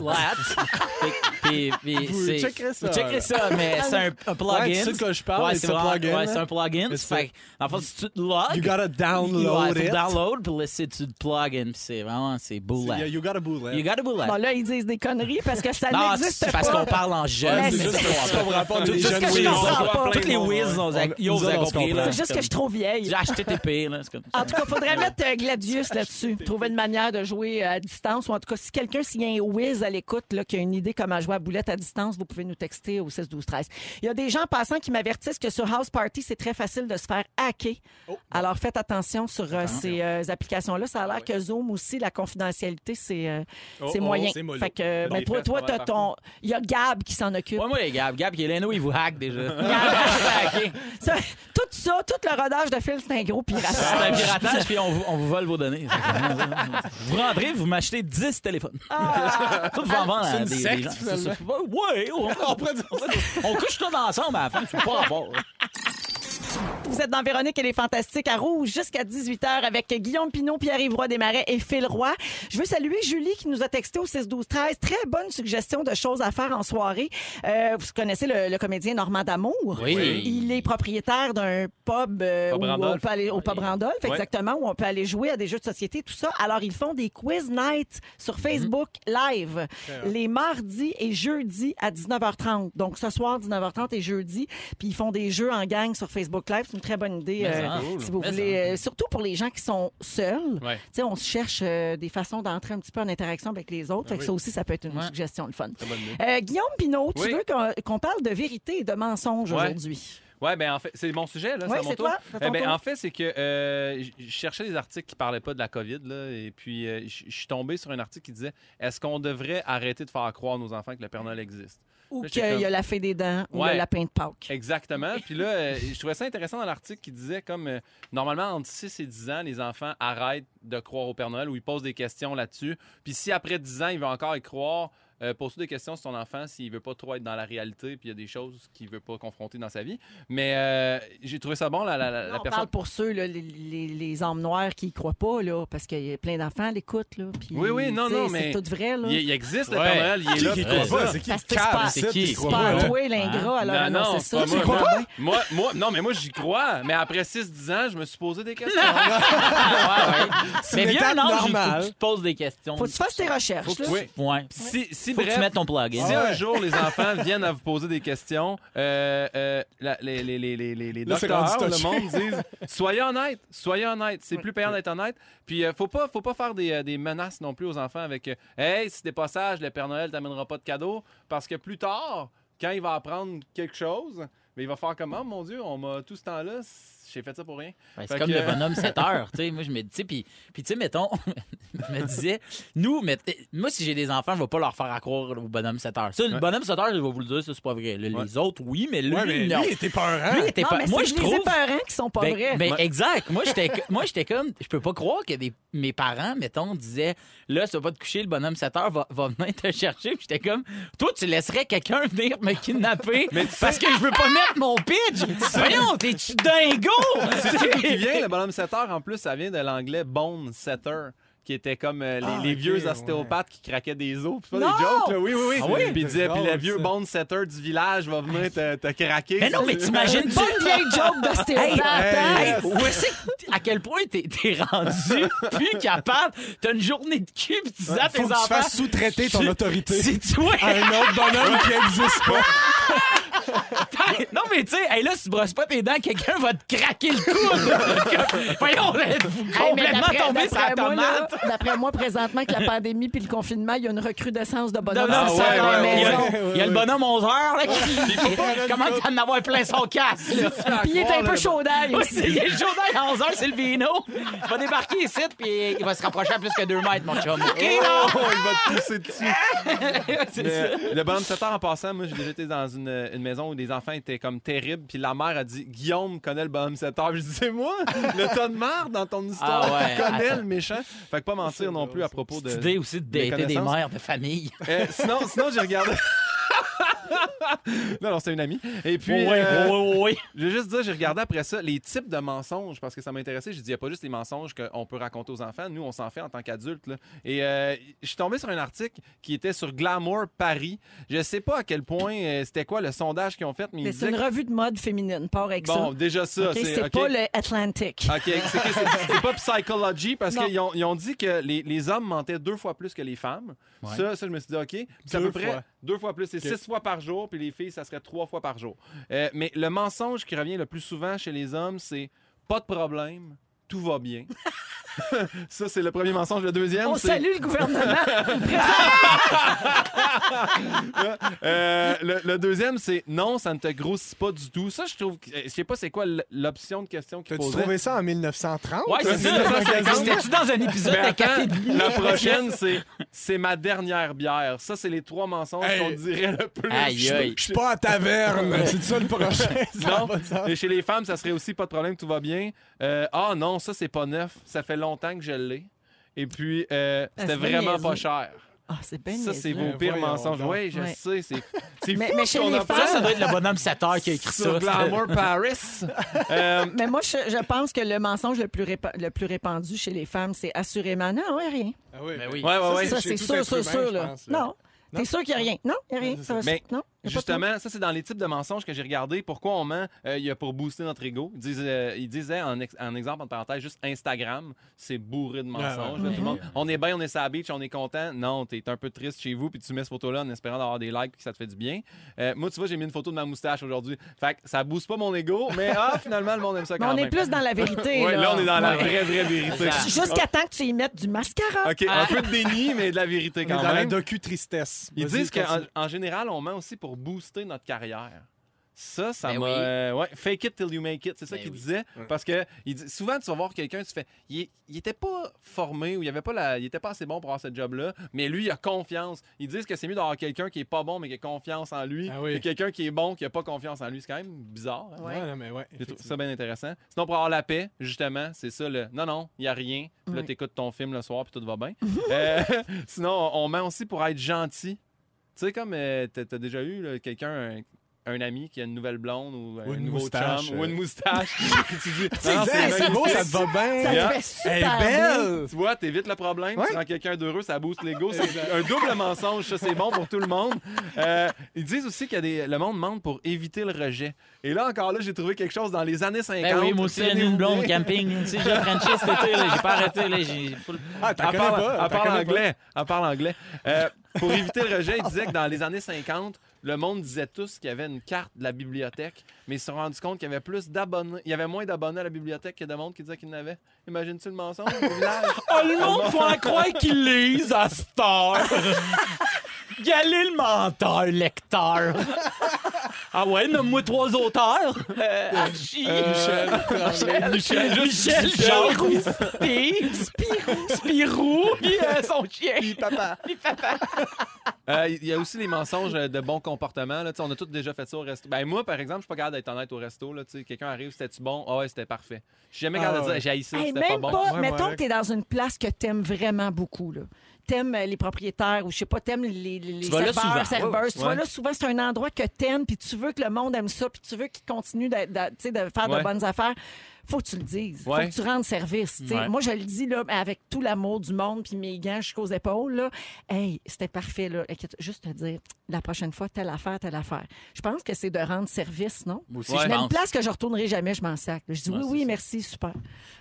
Speaker 3: Puis, puis- puis
Speaker 1: Vous
Speaker 3: c'est-
Speaker 1: checkerez ça,
Speaker 3: vous checkerez
Speaker 1: là.
Speaker 3: ça, mais c'est un, un plugin.
Speaker 1: Ah, Ouais, tu sais de quoi je parle,
Speaker 3: Ouais,
Speaker 1: c'est un
Speaker 3: c'est vraiment-
Speaker 1: plugin,
Speaker 3: ouais,
Speaker 1: là.
Speaker 3: c'est un plugin.
Speaker 1: C'est ça.
Speaker 3: Fait que, dans le fond, si tu te logs,
Speaker 1: You gotta download
Speaker 3: ouais,
Speaker 1: it.
Speaker 3: faut download, puis là, si tu te plugin, puis c'est vraiment, c'est
Speaker 1: Yeah,
Speaker 3: boulette.
Speaker 1: You got a bullet.
Speaker 3: You gotta bullet.
Speaker 2: Bon, là, ils disent des conneries parce que ça
Speaker 3: non,
Speaker 2: n'existe
Speaker 3: c'est
Speaker 2: pas.
Speaker 3: parce qu'on parle en jeune.
Speaker 2: Ouais, c'est juste
Speaker 1: qu'on se comprend pas, on est
Speaker 3: Tout-
Speaker 1: des
Speaker 3: tout ce
Speaker 1: jeunes
Speaker 3: que je
Speaker 1: whiz.
Speaker 3: comprends
Speaker 2: On
Speaker 3: pas.
Speaker 2: voit plein
Speaker 3: Toutes
Speaker 1: de
Speaker 3: les
Speaker 1: monde,
Speaker 3: whiz,
Speaker 1: ouais.
Speaker 3: on
Speaker 1: On-
Speaker 3: yo, vous
Speaker 1: nous
Speaker 3: avez
Speaker 1: autres, on se
Speaker 3: compris.
Speaker 1: comprend.
Speaker 3: là.
Speaker 2: C'est juste que je Ah. suis trop vieille.
Speaker 3: J'ai acheté TP, là. c'est comme-
Speaker 2: En tout cas, faudrait mettre euh, Gladius là-dessus. Trouver une manière de jouer euh, à distance. Ou en tout cas, si quelqu'un, s'il y a un whiz à l'écoute, là, qui a une idée comment jouer à boulette à distance, vous pouvez nous texter au 16 12 13 Il y a des gens passants qui m'avertissent que sur House Party, c'est très facile de se faire hacker.
Speaker 1: Oh.
Speaker 2: Alors faites attention sur euh, ces euh, applications-là. Ça a l'air que Zoom aussi, la confidentialité, c'est, euh,
Speaker 1: Ah Oh,
Speaker 2: c'est
Speaker 1: oh,
Speaker 2: moyen.
Speaker 1: c'est mollo.
Speaker 2: fait que, euh,
Speaker 1: Dans
Speaker 2: mais
Speaker 1: les
Speaker 2: toi,
Speaker 1: fesses,
Speaker 2: toi,
Speaker 1: pas
Speaker 2: t'as
Speaker 1: mal
Speaker 2: ton. Il y a Gab qui s'en occupe.
Speaker 3: Ouais, moi, les Gab, Gab, qui est l'Eno, il vous hack déjà. Hacker.
Speaker 2: Ça- tout ça, tout le rodage de fil, c'est un gros
Speaker 3: C'est un
Speaker 1: Ah.
Speaker 2: piratage.
Speaker 3: piratage, puis on vous, on vous vole vos données. vous rentrez, vous m'achetez 10 téléphones. Tout vous en vendre à
Speaker 1: Ah. une
Speaker 3: des,
Speaker 1: secte,
Speaker 3: des gens. C'est-
Speaker 1: finalement.
Speaker 3: c'est- ouais, on, on,
Speaker 1: pourrait dire ça.
Speaker 3: on couche tous ensemble à la fin, c'est pas rapport.
Speaker 2: Vous êtes dans Véronique et les Fantastiques à Rouge jusqu'à 18h avec Guillaume Pinot, Pierre-Yves Roy Desmarais et Phil Roy. Je veux saluer Julie qui nous a texté au 6-12-13. Très bonne suggestion de choses à faire en soirée. Euh, vous connaissez le, le comédien Normand D'Amour?
Speaker 3: Oui.
Speaker 2: Il est propriétaire d'un pub, euh,
Speaker 4: Pub
Speaker 2: où on
Speaker 4: Randolph.
Speaker 2: peut aller au pub Randolph, exactement, où on peut aller jouer à des jeux de société, tout ça. Alors, ils font des quiz nights sur Facebook live les mardis et jeudis à 19h30. Donc, ce soir, 19h30 et jeudi. Puis, ils font des jeux en gang sur Facebook Live. C'est une très bonne idée.
Speaker 3: Mais ça,
Speaker 2: Si vous
Speaker 3: mais
Speaker 2: voulez, euh, surtout pour les gens qui sont seuls.
Speaker 4: Ouais.
Speaker 2: Tu sais, on se cherche euh, des façons d'entrer un petit peu en interaction avec les autres. Fait que Ça aussi, ça peut être une
Speaker 3: Ouais.
Speaker 2: suggestion, le fun. Euh, Guillaume Pinot, tu
Speaker 4: Oui.
Speaker 2: veux qu'on qu'on parle de vérité et de mensonge
Speaker 4: Ouais.
Speaker 2: aujourd'hui?
Speaker 4: Ouais, ben en fait, c'est mon sujet, là,
Speaker 2: Ouais,
Speaker 4: c'est à mon
Speaker 2: c'est
Speaker 4: tour.
Speaker 2: toi, c'est ton
Speaker 4: Eh ben,
Speaker 2: tour.
Speaker 4: en fait, c'est que euh, j- je cherchais des articles qui parlaient pas de la COVID, là, et puis euh, je je suis tombé sur un article qui disait Est-ce qu'on devrait arrêter de faire croire à nos enfants que le Père Noël existe
Speaker 2: Ou
Speaker 4: Là,
Speaker 2: qu'il
Speaker 4: j'étais
Speaker 2: y a
Speaker 4: comme-
Speaker 2: la fée des dents ou le
Speaker 4: Ouais.
Speaker 2: lapin de Pâques?
Speaker 4: Exactement. Puis là, euh, je trouvais ça intéressant dans l'article qui disait comme euh, normalement entre 6 et 10 ans, les enfants arrêtent de croire au Père Noël ou ils posent des questions là-dessus. Puis si après 10 ans, ils veulent encore y croire, Euh, pose des questions sur ton enfant s'il veut pas trop être dans la réalité, puis il y a des choses qu'il veut pas confronter dans sa vie. Mais euh, j'ai trouvé ça bon, la, la, la- la
Speaker 2: Là, on
Speaker 4: personne.
Speaker 2: parle pour ceux, là, les, les, les hommes noirs qui y croient pas, là, parce qu'il y a plein d'enfants à l'écoute. là, puis,
Speaker 4: Oui, oui, non,
Speaker 2: tu sais,
Speaker 4: non, mais-
Speaker 2: C'est tout vrai. Là.
Speaker 4: Il, il existe le
Speaker 3: Ouais.
Speaker 4: Père Noël, il est là.
Speaker 1: Qui
Speaker 4: pour
Speaker 1: croit
Speaker 4: ça.
Speaker 1: pas? C'est qui
Speaker 2: Parce
Speaker 1: le
Speaker 2: que c'est pas-
Speaker 1: cave,
Speaker 3: c'est
Speaker 1: ça,
Speaker 3: qui?
Speaker 1: qui
Speaker 2: C'est
Speaker 1: croit
Speaker 2: pas
Speaker 1: pas?
Speaker 2: à
Speaker 1: là?
Speaker 2: toi, l'ingrat, alors
Speaker 4: hein. Ah.
Speaker 2: ah
Speaker 4: Non, non,
Speaker 2: c'est ça.
Speaker 4: pas
Speaker 2: tu
Speaker 4: moi.
Speaker 2: crois pas?
Speaker 4: Moi, moi, non, mais moi, j'y crois. Mais après 6-10 ans, je me suis posé des questions.
Speaker 1: C'est
Speaker 3: Mais
Speaker 1: une
Speaker 3: viens un
Speaker 1: étape
Speaker 3: âge où il faut
Speaker 1: normale.
Speaker 3: que tu te poses des questions.
Speaker 2: Faut que tu fasses tes recherches. là.
Speaker 4: oui.
Speaker 3: Ouais.
Speaker 4: Si, si
Speaker 3: Faut que tu
Speaker 4: bref,
Speaker 3: mettes ton plug.
Speaker 4: si
Speaker 3: hein.
Speaker 1: Ouais.
Speaker 4: un jour les enfants viennent à vous poser des questions, euh, euh, la- les, les- les- les- les- les
Speaker 1: Là, c'est
Speaker 4: docteurs,
Speaker 1: rendu
Speaker 4: le
Speaker 1: touché.
Speaker 4: monde disent soyez honnête, soyez honnête. C'est plus payant d'être honnête. Puis euh, faut pas, faut pas faire des, euh, des menaces non plus aux enfants avec euh, hey si t'es pas sage, le Père Noël t'amènera pas de cadeau parce que plus tard, quand il va apprendre quelque chose, mais il va faire comme oh mon Dieu, on m'a tout ce temps-là, j'ai fait ça pour rien.
Speaker 3: Ouais,
Speaker 4: Fait
Speaker 3: c'est comme
Speaker 4: que-
Speaker 3: le bonhomme 7 heures. tu sais, moi, je me dis, tu sais, puis, puis, tu sais, mettons, je me disais, nous, mais, t- moi, si j'ai des enfants, je vais pas leur faire accroire au bonhomme 7 heures. Ça, le
Speaker 4: Ouais.
Speaker 3: bonhomme 7 heures, je vais vous le dire, ça, c'est pas vrai. Le- Les autres, oui, mais lui,
Speaker 1: Ouais, mais
Speaker 3: non.
Speaker 1: lui, il était peurant.
Speaker 3: Lui, il était
Speaker 2: Non,
Speaker 3: pas-
Speaker 2: mais
Speaker 3: Moi,
Speaker 2: c'est
Speaker 3: je
Speaker 2: les
Speaker 3: trouve.
Speaker 2: épeurants qui sont pas
Speaker 3: Ben-
Speaker 2: vrais.
Speaker 3: ben, exact. Moi, j'étais moi, j'étais comme, je peux pas croire que des- mes parents, mettons, disaient, là, ça va te coucher, le bonhomme 7 heures va, va venir te chercher. Puis j'étais comme, toi, tu laisserais quelqu'un venir me kidnapper parce que je veux pas mettre mon pitch. Voyons, t'es-tu dingo?
Speaker 4: C'est qui vient, le bonhomme 7 heures, en plus, ça vient de l'anglais bone setter, qui était comme euh, les,
Speaker 1: Ah,
Speaker 4: les
Speaker 1: ok,
Speaker 4: vieux ostéopathes qui craquaient des os. C'est pas
Speaker 2: Non!
Speaker 4: des jokes, là. Oui, oui, oui.
Speaker 1: Ah oui?
Speaker 4: Puis il
Speaker 1: C'est
Speaker 4: disait, puis le
Speaker 1: drôle,
Speaker 4: vieux
Speaker 1: ça.
Speaker 4: bone setter du village va venir te, te craquer.
Speaker 3: Mais non, mais t'imagines
Speaker 2: Ben, Bonne vieille joke d'ostéopathe. hein?
Speaker 3: ben, Hey, où est-ce que- à quel point t'es t'es rendu plus capable? T'as une journée de cul pis tu dis à tes
Speaker 1: Faut que tu
Speaker 3: enfants.
Speaker 1: fasses sous-traiter ton autorité Ah,
Speaker 3: C'est toi!
Speaker 1: à un autre bonhomme qui n'existe pas.
Speaker 3: non, mais tu sais, hey, là, si tu brosses pas tes dents, quelqu'un va te craquer le coude! Voyons, vous
Speaker 2: Hey, mais
Speaker 3: complètement
Speaker 2: d'après-
Speaker 3: tombé sur la
Speaker 2: d'après moi, là,
Speaker 3: tomate!
Speaker 2: D'après moi, présentement, avec la pandémie puis le confinement, il y a une recrudescence de bonhommes
Speaker 3: Non, non,
Speaker 2: qui
Speaker 4: ouais,
Speaker 2: sont dans la
Speaker 4: ouais,
Speaker 3: il, y a,
Speaker 2: maison.
Speaker 1: ouais, ouais,
Speaker 3: il y a le
Speaker 1: ouais.
Speaker 3: bonhomme 11 heures, là, qui commence à en avoir plein son casque, là.
Speaker 2: Puis il est un peu chaud d'ail
Speaker 3: Oui,
Speaker 2: aussi.
Speaker 3: c'est- Il est chaud d'ail à 11h, c'est le vino. Il va débarquer ici, puis il va se rapprocher à plus que 2 mètres, mon chum. OK, là?
Speaker 4: Oh, il va te pousser dessus.
Speaker 3: C'est ça.
Speaker 4: Mais, euh, le bonhomme 7 heures, en passant, moi, j'ai déjà été dans une, une maison où les enfants étaient comme terribles, puis la mère a dit Guillaume connaît le bonhomme 7 heures. Je dis C'est moi, le tas de marde dans ton histoire.
Speaker 3: Ah ouais,
Speaker 4: tu connais
Speaker 3: attends.
Speaker 4: le méchant. Fait que pas mentir non plus à propos de.
Speaker 3: Cette idée aussi de
Speaker 4: des
Speaker 3: dater des
Speaker 4: connaissances.
Speaker 3: mères de famille.
Speaker 4: Euh, sinon, sinon j'ai regardé. non, non, c'était une amie. Et puis, euh,
Speaker 3: oui,
Speaker 4: je veux juste dire, j'ai regardé après ça les types de mensonges parce que ça m'intéressait. J'ai dit, il n'y a pas juste les mensonges qu'on peut raconter aux enfants. Nous, on s'en fait en tant qu'adultes. là. Et euh, je suis tombé sur un article qui était sur Glamour Paris. Je sais pas à quel point euh, c'était quoi le sondage qu'ils ont fait, mais,
Speaker 2: Mais
Speaker 4: ils
Speaker 2: c'est
Speaker 4: disaient.
Speaker 2: une revue de mode féminine, pas avec
Speaker 4: Bon,
Speaker 2: ça.
Speaker 4: déjà ça,
Speaker 2: OK,
Speaker 4: c'est.
Speaker 2: c'est
Speaker 4: ok. Ah,
Speaker 2: pas le Atlantic.
Speaker 4: OK, c'est- c'est c'est pas psychology parce
Speaker 2: Non.
Speaker 4: qu'ils ont, ils ont dit que les, les hommes mentaient deux fois plus que les femmes.
Speaker 3: Ouais.
Speaker 4: Ça, ça, je me suis dit, OK, c'est à
Speaker 1: Deux
Speaker 4: peu près
Speaker 1: fois.
Speaker 4: deux fois plus. C'est
Speaker 1: OK.
Speaker 4: six fois par jour, puis les filles, ça serait trois fois par jour. Euh, mais le mensonge qui revient le plus souvent chez les hommes, c'est pas de problème, tout va bien. ça, c'est le premier mensonge. Le deuxième,
Speaker 2: On
Speaker 4: c'est.
Speaker 2: salue le gouvernement.
Speaker 4: Euh, le, le deuxième, c'est non, ça ne te grossit pas du tout. Ça, je trouve. que- Je sais pas c'est quoi l- l'option de question qu'ils
Speaker 1: T'as-tu
Speaker 4: posaient.
Speaker 1: trouvé ça en 1930?
Speaker 3: Ouais, c'est
Speaker 1: Toi,
Speaker 3: ça. ça, c'est-
Speaker 1: 1950?
Speaker 3: C'était-tu dans un épisode
Speaker 4: Mais
Speaker 3: de Café
Speaker 4: attends,
Speaker 3: Bleu?
Speaker 4: la prochaine, c'est c'est ma dernière bière. Ça, c'est les trois mensonges
Speaker 1: Hey.
Speaker 4: qu'on dirait le plus.
Speaker 3: Aïe, aïe.
Speaker 1: Je suis pas en taverne. C'est ça le prochain. Ça a
Speaker 4: Non.
Speaker 1: pas de sens.
Speaker 4: Et chez les femmes, ça serait aussi pas de problème, tout va bien. Euh, ah non, ça, c'est pas neuf. Ça fait longtemps que je l'ai. Et puis, euh, c'était
Speaker 2: c'est
Speaker 4: vraiment
Speaker 2: niaiseux.
Speaker 4: pas cher.
Speaker 2: Ah, c'est bien
Speaker 4: Ça, c'est
Speaker 2: niaiseux.
Speaker 4: vos
Speaker 1: Ben
Speaker 4: pires
Speaker 1: voyons
Speaker 4: mensonges.
Speaker 1: donc.
Speaker 4: Oui, je
Speaker 2: Ouais.
Speaker 4: sais. C'est c'est
Speaker 2: Mais-
Speaker 4: fou
Speaker 2: mais
Speaker 4: ce
Speaker 2: chez
Speaker 4: qu'on
Speaker 2: les
Speaker 4: apprend
Speaker 3: Ça, ça doit être le bonhomme 7 heures qui a écrit
Speaker 4: sur
Speaker 3: ça.
Speaker 4: Glamour Paris. Euh,
Speaker 2: Mais moi, je, je pense que le mensonge le plus, répa- le plus répandu chez les femmes, c'est assurément non, il n'y a rien.
Speaker 1: Ah oui.
Speaker 3: Mais Ben oui.
Speaker 4: ouais, ouais, ouais.
Speaker 2: ça,
Speaker 1: chez
Speaker 2: c'est
Speaker 1: tout
Speaker 2: sûr,
Speaker 1: être
Speaker 2: sûr,
Speaker 1: humain,
Speaker 2: sûr.
Speaker 1: je
Speaker 2: Là.
Speaker 1: pense, là.
Speaker 2: Non. T'es sûr qu'il n'y a rien? Non, il n'y a rien. Ça va-
Speaker 4: Mais
Speaker 2: non, y a pas de problème.
Speaker 4: Justement, ça c'est dans les types de mensonges que j'ai regardé. Pourquoi on ment Euh, Il y a pour booster notre ego. Ils disaient, euh, ils disaient en, ex- en exemple entre parenthèses juste Instagram, c'est bourré de mensonges.
Speaker 1: ouais,
Speaker 4: là,
Speaker 1: ouais.
Speaker 4: tout le monde, on est bien, on est sur la beach, on est content. Non, t'es un peu triste chez vous puis tu mets cette photo là en espérant d'avoir des likes puis que ça te fait du bien. Euh, moi, tu vois, j'ai mis une photo de ma moustache aujourd'hui. Fait que ça booste pas mon ego, mais ah finalement le monde aime ça
Speaker 2: Mais
Speaker 4: quand
Speaker 2: on
Speaker 4: même.
Speaker 2: est plus dans la vérité.
Speaker 4: Ouais,
Speaker 2: là.
Speaker 4: là, on est dans la
Speaker 2: Ouais.
Speaker 4: vraie vraie vérité.
Speaker 3: Exact.
Speaker 2: Jusqu'à temps que tu y mettes du mascara.
Speaker 4: Ok, un peu de déni, mais de la vérité
Speaker 1: On est
Speaker 4: quand
Speaker 1: dans la
Speaker 4: même.
Speaker 1: docu-tristesse.
Speaker 4: Ils
Speaker 1: Vas-y,
Speaker 4: disent qu'en
Speaker 1: continue.
Speaker 4: en général, on ment aussi pour booster notre carrière. Ça, ça
Speaker 3: Ben
Speaker 4: m'a.
Speaker 3: oui.
Speaker 4: euh, ouais, fake it till you make it, c'est ça
Speaker 3: Ben
Speaker 4: qu'il
Speaker 3: oui.
Speaker 4: disait. Parce que il dit- souvent, tu vas voir quelqu'un, tu fais. Il, est- il était pas formé ou il avait pas la, il était pas assez bon pour avoir ce job-là, mais lui, il a confiance. Ils disent que c'est mieux d'avoir quelqu'un qui est pas bon mais qui a confiance en lui
Speaker 1: Ah oui.
Speaker 4: que quelqu'un qui est bon qui a pas confiance en lui. C'est quand même bizarre. hein?
Speaker 2: Ouais.
Speaker 1: Ouais, non, mais ouais,
Speaker 4: J'ai trouvé ça bien intéressant. Sinon, pour avoir la paix, justement, c'est ça le non, non, il n'y a rien. Puis là,
Speaker 2: Oui.
Speaker 4: t'écoutes ton film le soir, puis tout va bien. Euh, sinon, on ment aussi pour être gentil. Tu sais, comme euh, t'as t'as déjà eu là, quelqu'un, un, un ami qui a une nouvelle blonde ou, euh,
Speaker 1: Ou
Speaker 4: un
Speaker 1: une
Speaker 4: nouveau
Speaker 1: moustache,
Speaker 4: chum
Speaker 1: euh.
Speaker 4: ou une moustache. Puis tu dis,
Speaker 1: C'est
Speaker 4: Non,
Speaker 1: vrai,
Speaker 4: c'est
Speaker 1: c'est
Speaker 4: vrai.
Speaker 1: beau, ça te va bien.
Speaker 2: Ça
Speaker 4: Yeah.
Speaker 2: te fait
Speaker 1: Elle
Speaker 2: super
Speaker 1: est
Speaker 2: bien.
Speaker 1: belle!
Speaker 4: Tu vois, t'évites le problème.
Speaker 1: Ouais.
Speaker 4: Tu rends quelqu'un d'heureux, ça booste l'ego. C'est un double mensonge, ça, c'est bon pour tout le monde. Euh, ils disent aussi qu'il y a des... le monde mente pour éviter le rejet. Et là, encore là, j'ai trouvé quelque chose dans les années 50.
Speaker 3: Ben oui, moi aussi, j'ai
Speaker 4: Tenez-vous
Speaker 3: une blonde au
Speaker 4: bien.
Speaker 3: camping. Tu sais, j'ai franchi cet été, là, j'ai pas arrêté. Là, j'ai full-
Speaker 1: Ah, t'en connais
Speaker 4: Elle parle,
Speaker 1: pas. t'en
Speaker 4: elle parle
Speaker 1: connais pas.
Speaker 4: anglais. Elle parle anglais. Euh, pour éviter le rejet, il disait que dans les années 50, le monde disait tous qu'il y avait une carte de la bibliothèque, mais ils se sont rendus compte qu'il y avait plus d'abonnés. Il y avait moins d'abonnés à la bibliothèque que de monde qui disait qu'il n'avait. Imagines-tu le mensonge au village?
Speaker 5: Oh, le monde, faut en croire qu'il lise à Star. Y aller le menteur, lecteur. Ah ouais, nomme-moi trois auteurs. Euh, Archie, Michel, Michel, Michel, Jacques, Spirou, Spirou, puis euh, son chien.
Speaker 1: Puis papa.
Speaker 4: Euh, Il y a aussi les mensonges euh, de bon comportement. Là, Tu sais, on a tous déjà fait ça au resto. Ben, moi, par exemple, je suis pas capable d'être honnête au resto. Là, Tu sais, Quelqu'un arrive, c'était-tu bon? Ah ouais, c'était parfait. Je suis jamais
Speaker 1: Ah
Speaker 4: capable de
Speaker 1: ouais.
Speaker 4: dire, j'ai haïssé,
Speaker 2: Hey,
Speaker 4: c'était pas
Speaker 2: même
Speaker 4: bon.
Speaker 2: pas,
Speaker 1: Ouais,
Speaker 2: mettons
Speaker 1: ouais.
Speaker 2: que t'es dans une place que t'aimes vraiment beaucoup, là. T'aimes euh, les propriétaires ou je sais pas, t'aimes les, les- les
Speaker 3: vas là
Speaker 2: serveurs,
Speaker 3: souvent.
Speaker 2: serveuses. Tu
Speaker 4: Ouais.
Speaker 2: vas là souvent, c'est un endroit que t'aimes, puis tu veux que le monde aime ça, puis tu veux qu'il continue d'être- d'a- tu sais, de faire
Speaker 4: Ouais.
Speaker 2: de bonnes affaires. Faut que tu le dises.
Speaker 4: Ouais.
Speaker 2: Faut que tu rendes service. tu sais.
Speaker 3: Ouais.
Speaker 2: Moi, je le dis là, avec tout l'amour du monde, puis mes gants jusqu'aux épaules. Là. Hey, c'était parfait. Là. Inquiète- Juste te dire, la prochaine fois, telle affaire, telle affaire. Je pense que c'est de rendre service, non?
Speaker 3: Moi aussi,
Speaker 4: Ouais.
Speaker 3: je
Speaker 2: Même
Speaker 3: pense.
Speaker 2: place que je retournerai jamais, je m'en sac. là. Je dis
Speaker 3: Ouais,
Speaker 2: oui,
Speaker 3: c'est
Speaker 2: oui,
Speaker 3: ça.
Speaker 2: merci, super.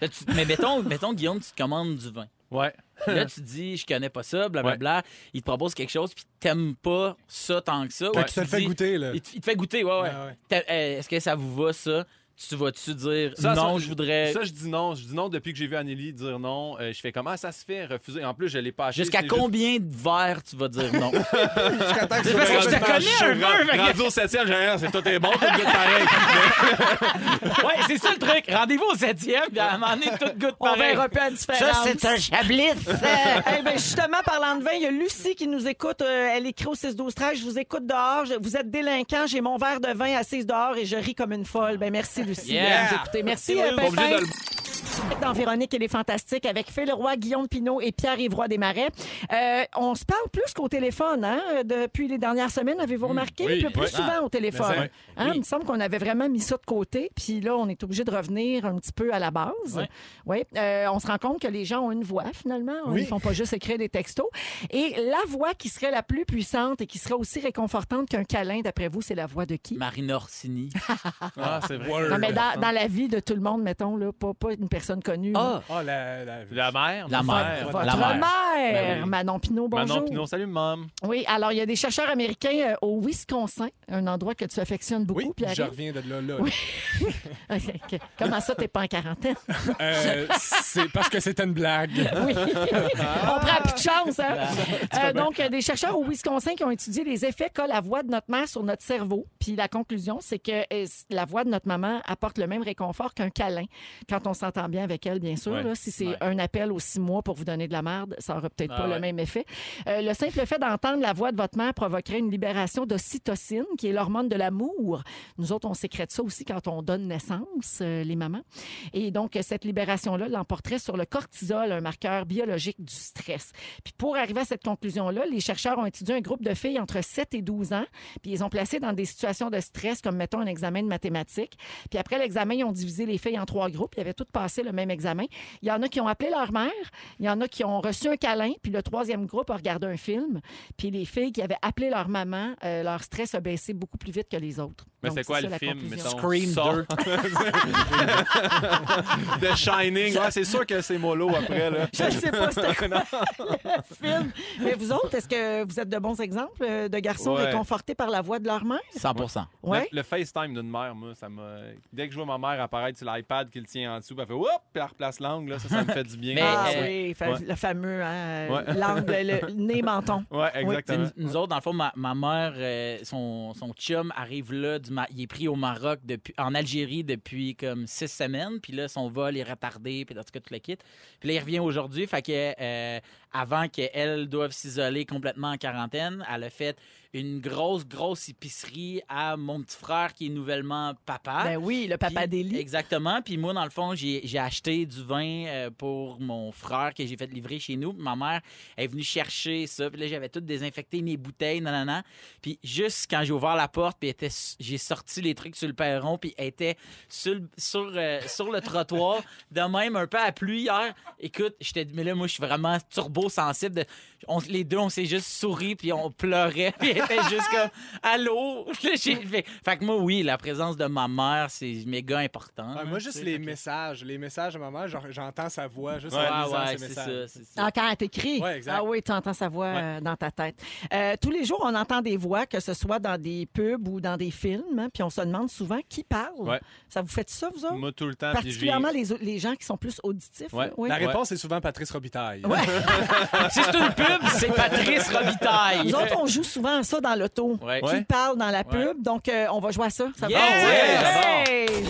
Speaker 3: Là, tu- Mais mettons, mettons, Guillaume, tu te commandes du vin.
Speaker 4: Ouais.
Speaker 1: Hein.
Speaker 3: Là, tu dis, je connais pas ça, blablabla. Il te propose quelque chose, puis t'aimes pas ça tant que ça.
Speaker 1: Fait
Speaker 3: Ouais,
Speaker 1: que tu te le
Speaker 3: dis-
Speaker 1: fais goûter, là. Ah,
Speaker 3: Il te, il te fait goûter, ouais, ouais.
Speaker 1: Ouais, ouais.
Speaker 3: T'as- euh, Est-ce que ça vous va, ça? Tu vas-tu dire
Speaker 4: Ça,
Speaker 3: non,
Speaker 4: ça,
Speaker 3: je voudrais.
Speaker 4: Ça, je dis non. Je dis non depuis que j'ai vu Anneli dire non. euh, je fais comment ça se fait refuser. En plus, je l'ai pas acheté.
Speaker 3: Jusqu'à
Speaker 4: c'est juste-
Speaker 3: combien de verres tu vas dire non?
Speaker 1: Jusqu'à temps que tu
Speaker 3: parce que
Speaker 1: fasses
Speaker 3: je te
Speaker 1: une
Speaker 3: connais,
Speaker 1: marche.
Speaker 3: un
Speaker 4: Ra-
Speaker 3: peu, fait que-
Speaker 4: Rendu au septième, j'ai rien, c'est tout est bon, tout est pareil.
Speaker 3: ouais, c'est ça le truc. Rendez-vous au septième, puis à un moment donné, tout goûte
Speaker 2: On
Speaker 3: pareil.
Speaker 2: verra plus la différence.
Speaker 3: chablis.
Speaker 2: Euh, eh ben, justement, parlant de vin, il y a Lucie qui nous écoute. Euh, elle écrit au 6-12-13. Je vous écoute dehors. Je- vous êtes délinquant. J'ai mon verre de vin assise dehors et je ris comme une folle. Ben, merci, Lucie.
Speaker 3: Yeah.
Speaker 2: de nous écouter. Merci, euh,
Speaker 4: Pas obligé
Speaker 2: Pimpin.
Speaker 4: de le-
Speaker 2: Véronique et les Fantastiques avec Phil Roy, Guillaume Pinot et Pierre-Yves Roy Desmarais. Euh, on se parle plus qu'au téléphone, hein, depuis les dernières semaines, avez-vous
Speaker 1: Hmm.
Speaker 2: remarqué?
Speaker 4: oui,
Speaker 2: plus plus
Speaker 4: oui.
Speaker 2: souvent au téléphone.
Speaker 1: Ah, Mais
Speaker 2: Hein, Il me semble qu'on avait vraiment mis ça de côté, puis là, on est obligé de revenir un petit peu à la base.
Speaker 3: Oui.
Speaker 2: Oui. Euh, on se rend compte que les gens ont une voix, finalement. On-
Speaker 1: Oui.
Speaker 2: Ils font pas juste écrire des textos. Et la voix qui serait la plus puissante et qui serait aussi réconfortante qu'un câlin, d'après vous, c'est la voix de qui?
Speaker 3: Marine Orsini.
Speaker 4: Ah, c'est vrai.
Speaker 1: Word.
Speaker 2: Non, mais dans, dans la vie de tout le monde, mettons, là, pas, pas une personne connue. là.
Speaker 1: euh. Ah, la, la...
Speaker 4: La mère.
Speaker 3: La
Speaker 4: ma
Speaker 3: mère.
Speaker 2: Votre
Speaker 3: La
Speaker 2: mère,
Speaker 3: mère.
Speaker 4: Ben oui.
Speaker 2: Manon Pinot, bonjour.
Speaker 4: Manon Pinot, salut, maman.
Speaker 2: Oui, alors il y a des chercheurs américains euh, au Wisconsin, un endroit que tu affectionnes beaucoup,
Speaker 1: Oui,
Speaker 2: Pierre.
Speaker 1: je reviens de là, là.
Speaker 2: Oui. Ok. Comment ça, t'es pas en quarantaine?
Speaker 1: Euh, c'est parce que c'était une blague.
Speaker 4: Ah.
Speaker 2: Oui. On prend plus de chance. hein?
Speaker 4: Ben,
Speaker 2: Euh, donc, euh, des chercheurs au Wisconsin qui ont étudié les effets qu'a la voix de notre mère sur notre cerveau. Puis la conclusion, c'est que euh, la voix de notre maman apporte le même réconfort qu'un câlin. Quand on s'entend bien avec elle, bien sûr.
Speaker 4: Ouais.
Speaker 2: là. si c'est
Speaker 3: Ouais.
Speaker 2: un appel aux six mois pour vous donner de la merde, ça n'aura peut-être
Speaker 3: Ah
Speaker 2: pas
Speaker 3: ouais.
Speaker 2: le même effet. Euh, le simple fait d'entendre la voix de votre mère provoquerait une libération d'ocytocine, qui est l'hormone de l'amour. Nous autres, on sécrète ça aussi quand on donne naissance, euh, les mamans. Et donc, euh, cette libération-là l'emporterait sur le cortisol, un marqueur biologique du stress. Puis pour arriver à cette conclusion-là, les chercheurs ont étudié un groupe de filles entre 7 et 12 ans, puis ils ont placé dans des situations de stress, comme mettons un examen de mathématiques. Puis après l'examen, ils ont divisé les filles en trois groupes. Ils avaient toutes passé le même examen. Il y en a qui ont appelé leur mère, il y en a qui ont reçu un câlin, puis le troisième groupe a regardé un film. Puis les filles qui avaient appelé leur maman, euh, leur stress a baissé beaucoup plus vite que les autres.
Speaker 4: Mais
Speaker 2: Donc,
Speaker 4: c'est quoi
Speaker 2: ça,
Speaker 4: le
Speaker 2: la
Speaker 4: film,
Speaker 2: conclusion.
Speaker 4: mettons?
Speaker 3: Scream
Speaker 4: Sort.
Speaker 3: 2.
Speaker 4: The Shining. Ouais, c'est sûr que c'est mollo après, là.
Speaker 2: Je sais pas c'était quoi le film. Mais vous autres, est-ce que vous êtes de bons exemples euh, de garçons
Speaker 4: Ouais.
Speaker 2: réconfortés par la voix de leur mère?
Speaker 3: 100
Speaker 2: Oui.
Speaker 4: Le, le FaceTime d'une mère, moi, ça m'a. Dès que je vois ma mère apparaître sur l'iPad qui le tient en dessous, puis elle fait Oups, puis elle replace l'angle, là, ça, ça me fait du bien.
Speaker 3: Mais,
Speaker 2: Ah
Speaker 3: euh,
Speaker 2: oui, fa-
Speaker 4: ouais.
Speaker 2: le fameux hein,
Speaker 4: Ouais.
Speaker 2: l'angle, le nez-menton.
Speaker 4: Ouais, exactement.
Speaker 3: Nous, nous autres, dans le fond, ma, ma mère, euh, son, son chum arrive là, du Ma- il est pris au Maroc, depuis, en Algérie depuis comme six semaines, puis là, son vol est retardé, puis en tout cas, tu le quittes. Puis là, il revient aujourd'hui, fait que euh, avant qu'elle doive s'isoler complètement en quarantaine. Elle a fait une grosse, grosse épicerie à mon petit frère qui est nouvellement papa.
Speaker 2: Ben oui, le papa
Speaker 3: Ah, Puis-
Speaker 2: d'Élie.
Speaker 3: Exactement. Puis moi, dans le fond, j'ai j'ai acheté du vin euh, pour mon frère que j'ai fait livrer chez nous. Puis ma mère est venue chercher ça. Puis là, j'avais tout désinfecté, mes bouteilles, nanana. Puis juste quand j'ai ouvert la porte, puis elle était s- j'ai sorti les trucs sur le perron, puis elle était sur, le- sur, euh, sur le trottoir, de même un peu à pluie hier. Écoute, j'étais mais là, moi, je suis vraiment turbo-sensible. de- on- les deux, on s'est juste souri, puis on pleurait. Puis elle était juste comme « Allô? » Là, j'ai fait, fait que moi, oui, la présence de ma mère, c'est méga important.
Speaker 1: Ouais, moi, juste les messages. Les messages à ma mère, genre, j'entends sa voix juste
Speaker 3: Ouais,
Speaker 1: en lisant
Speaker 3: ouais,
Speaker 1: ses
Speaker 3: c'est
Speaker 1: messages.
Speaker 3: ça, c'est ça.
Speaker 2: Ah, quand elle t'écrit.
Speaker 1: Ouais, exact.
Speaker 2: ah oui, tu entends sa voix euh, dans ta tête. Euh, tous les jours, on entend des voix, que ce soit dans des pubs ou dans des films, hein, puis on se demande souvent qui parle.
Speaker 4: Ouais.
Speaker 2: Ça vous fait ça, vous autres?
Speaker 4: Moi, tout le temps. puis je viens-
Speaker 2: Particulièrement les, les gens qui sont plus auditifs.
Speaker 4: Ouais.
Speaker 2: là, oui.
Speaker 1: La réponse est souvent Patrice Robitaille.
Speaker 3: Ah, Si c'est une pub, c'est Patrice Robitaille.
Speaker 2: Nous autres, on joue souvent à ça dans l'auto.
Speaker 3: Ouais.
Speaker 2: Qui parle dans la pub, donc euh, on va jouer à ça. ça va?
Speaker 3: Yeah! Ah ouais,
Speaker 2: Hey!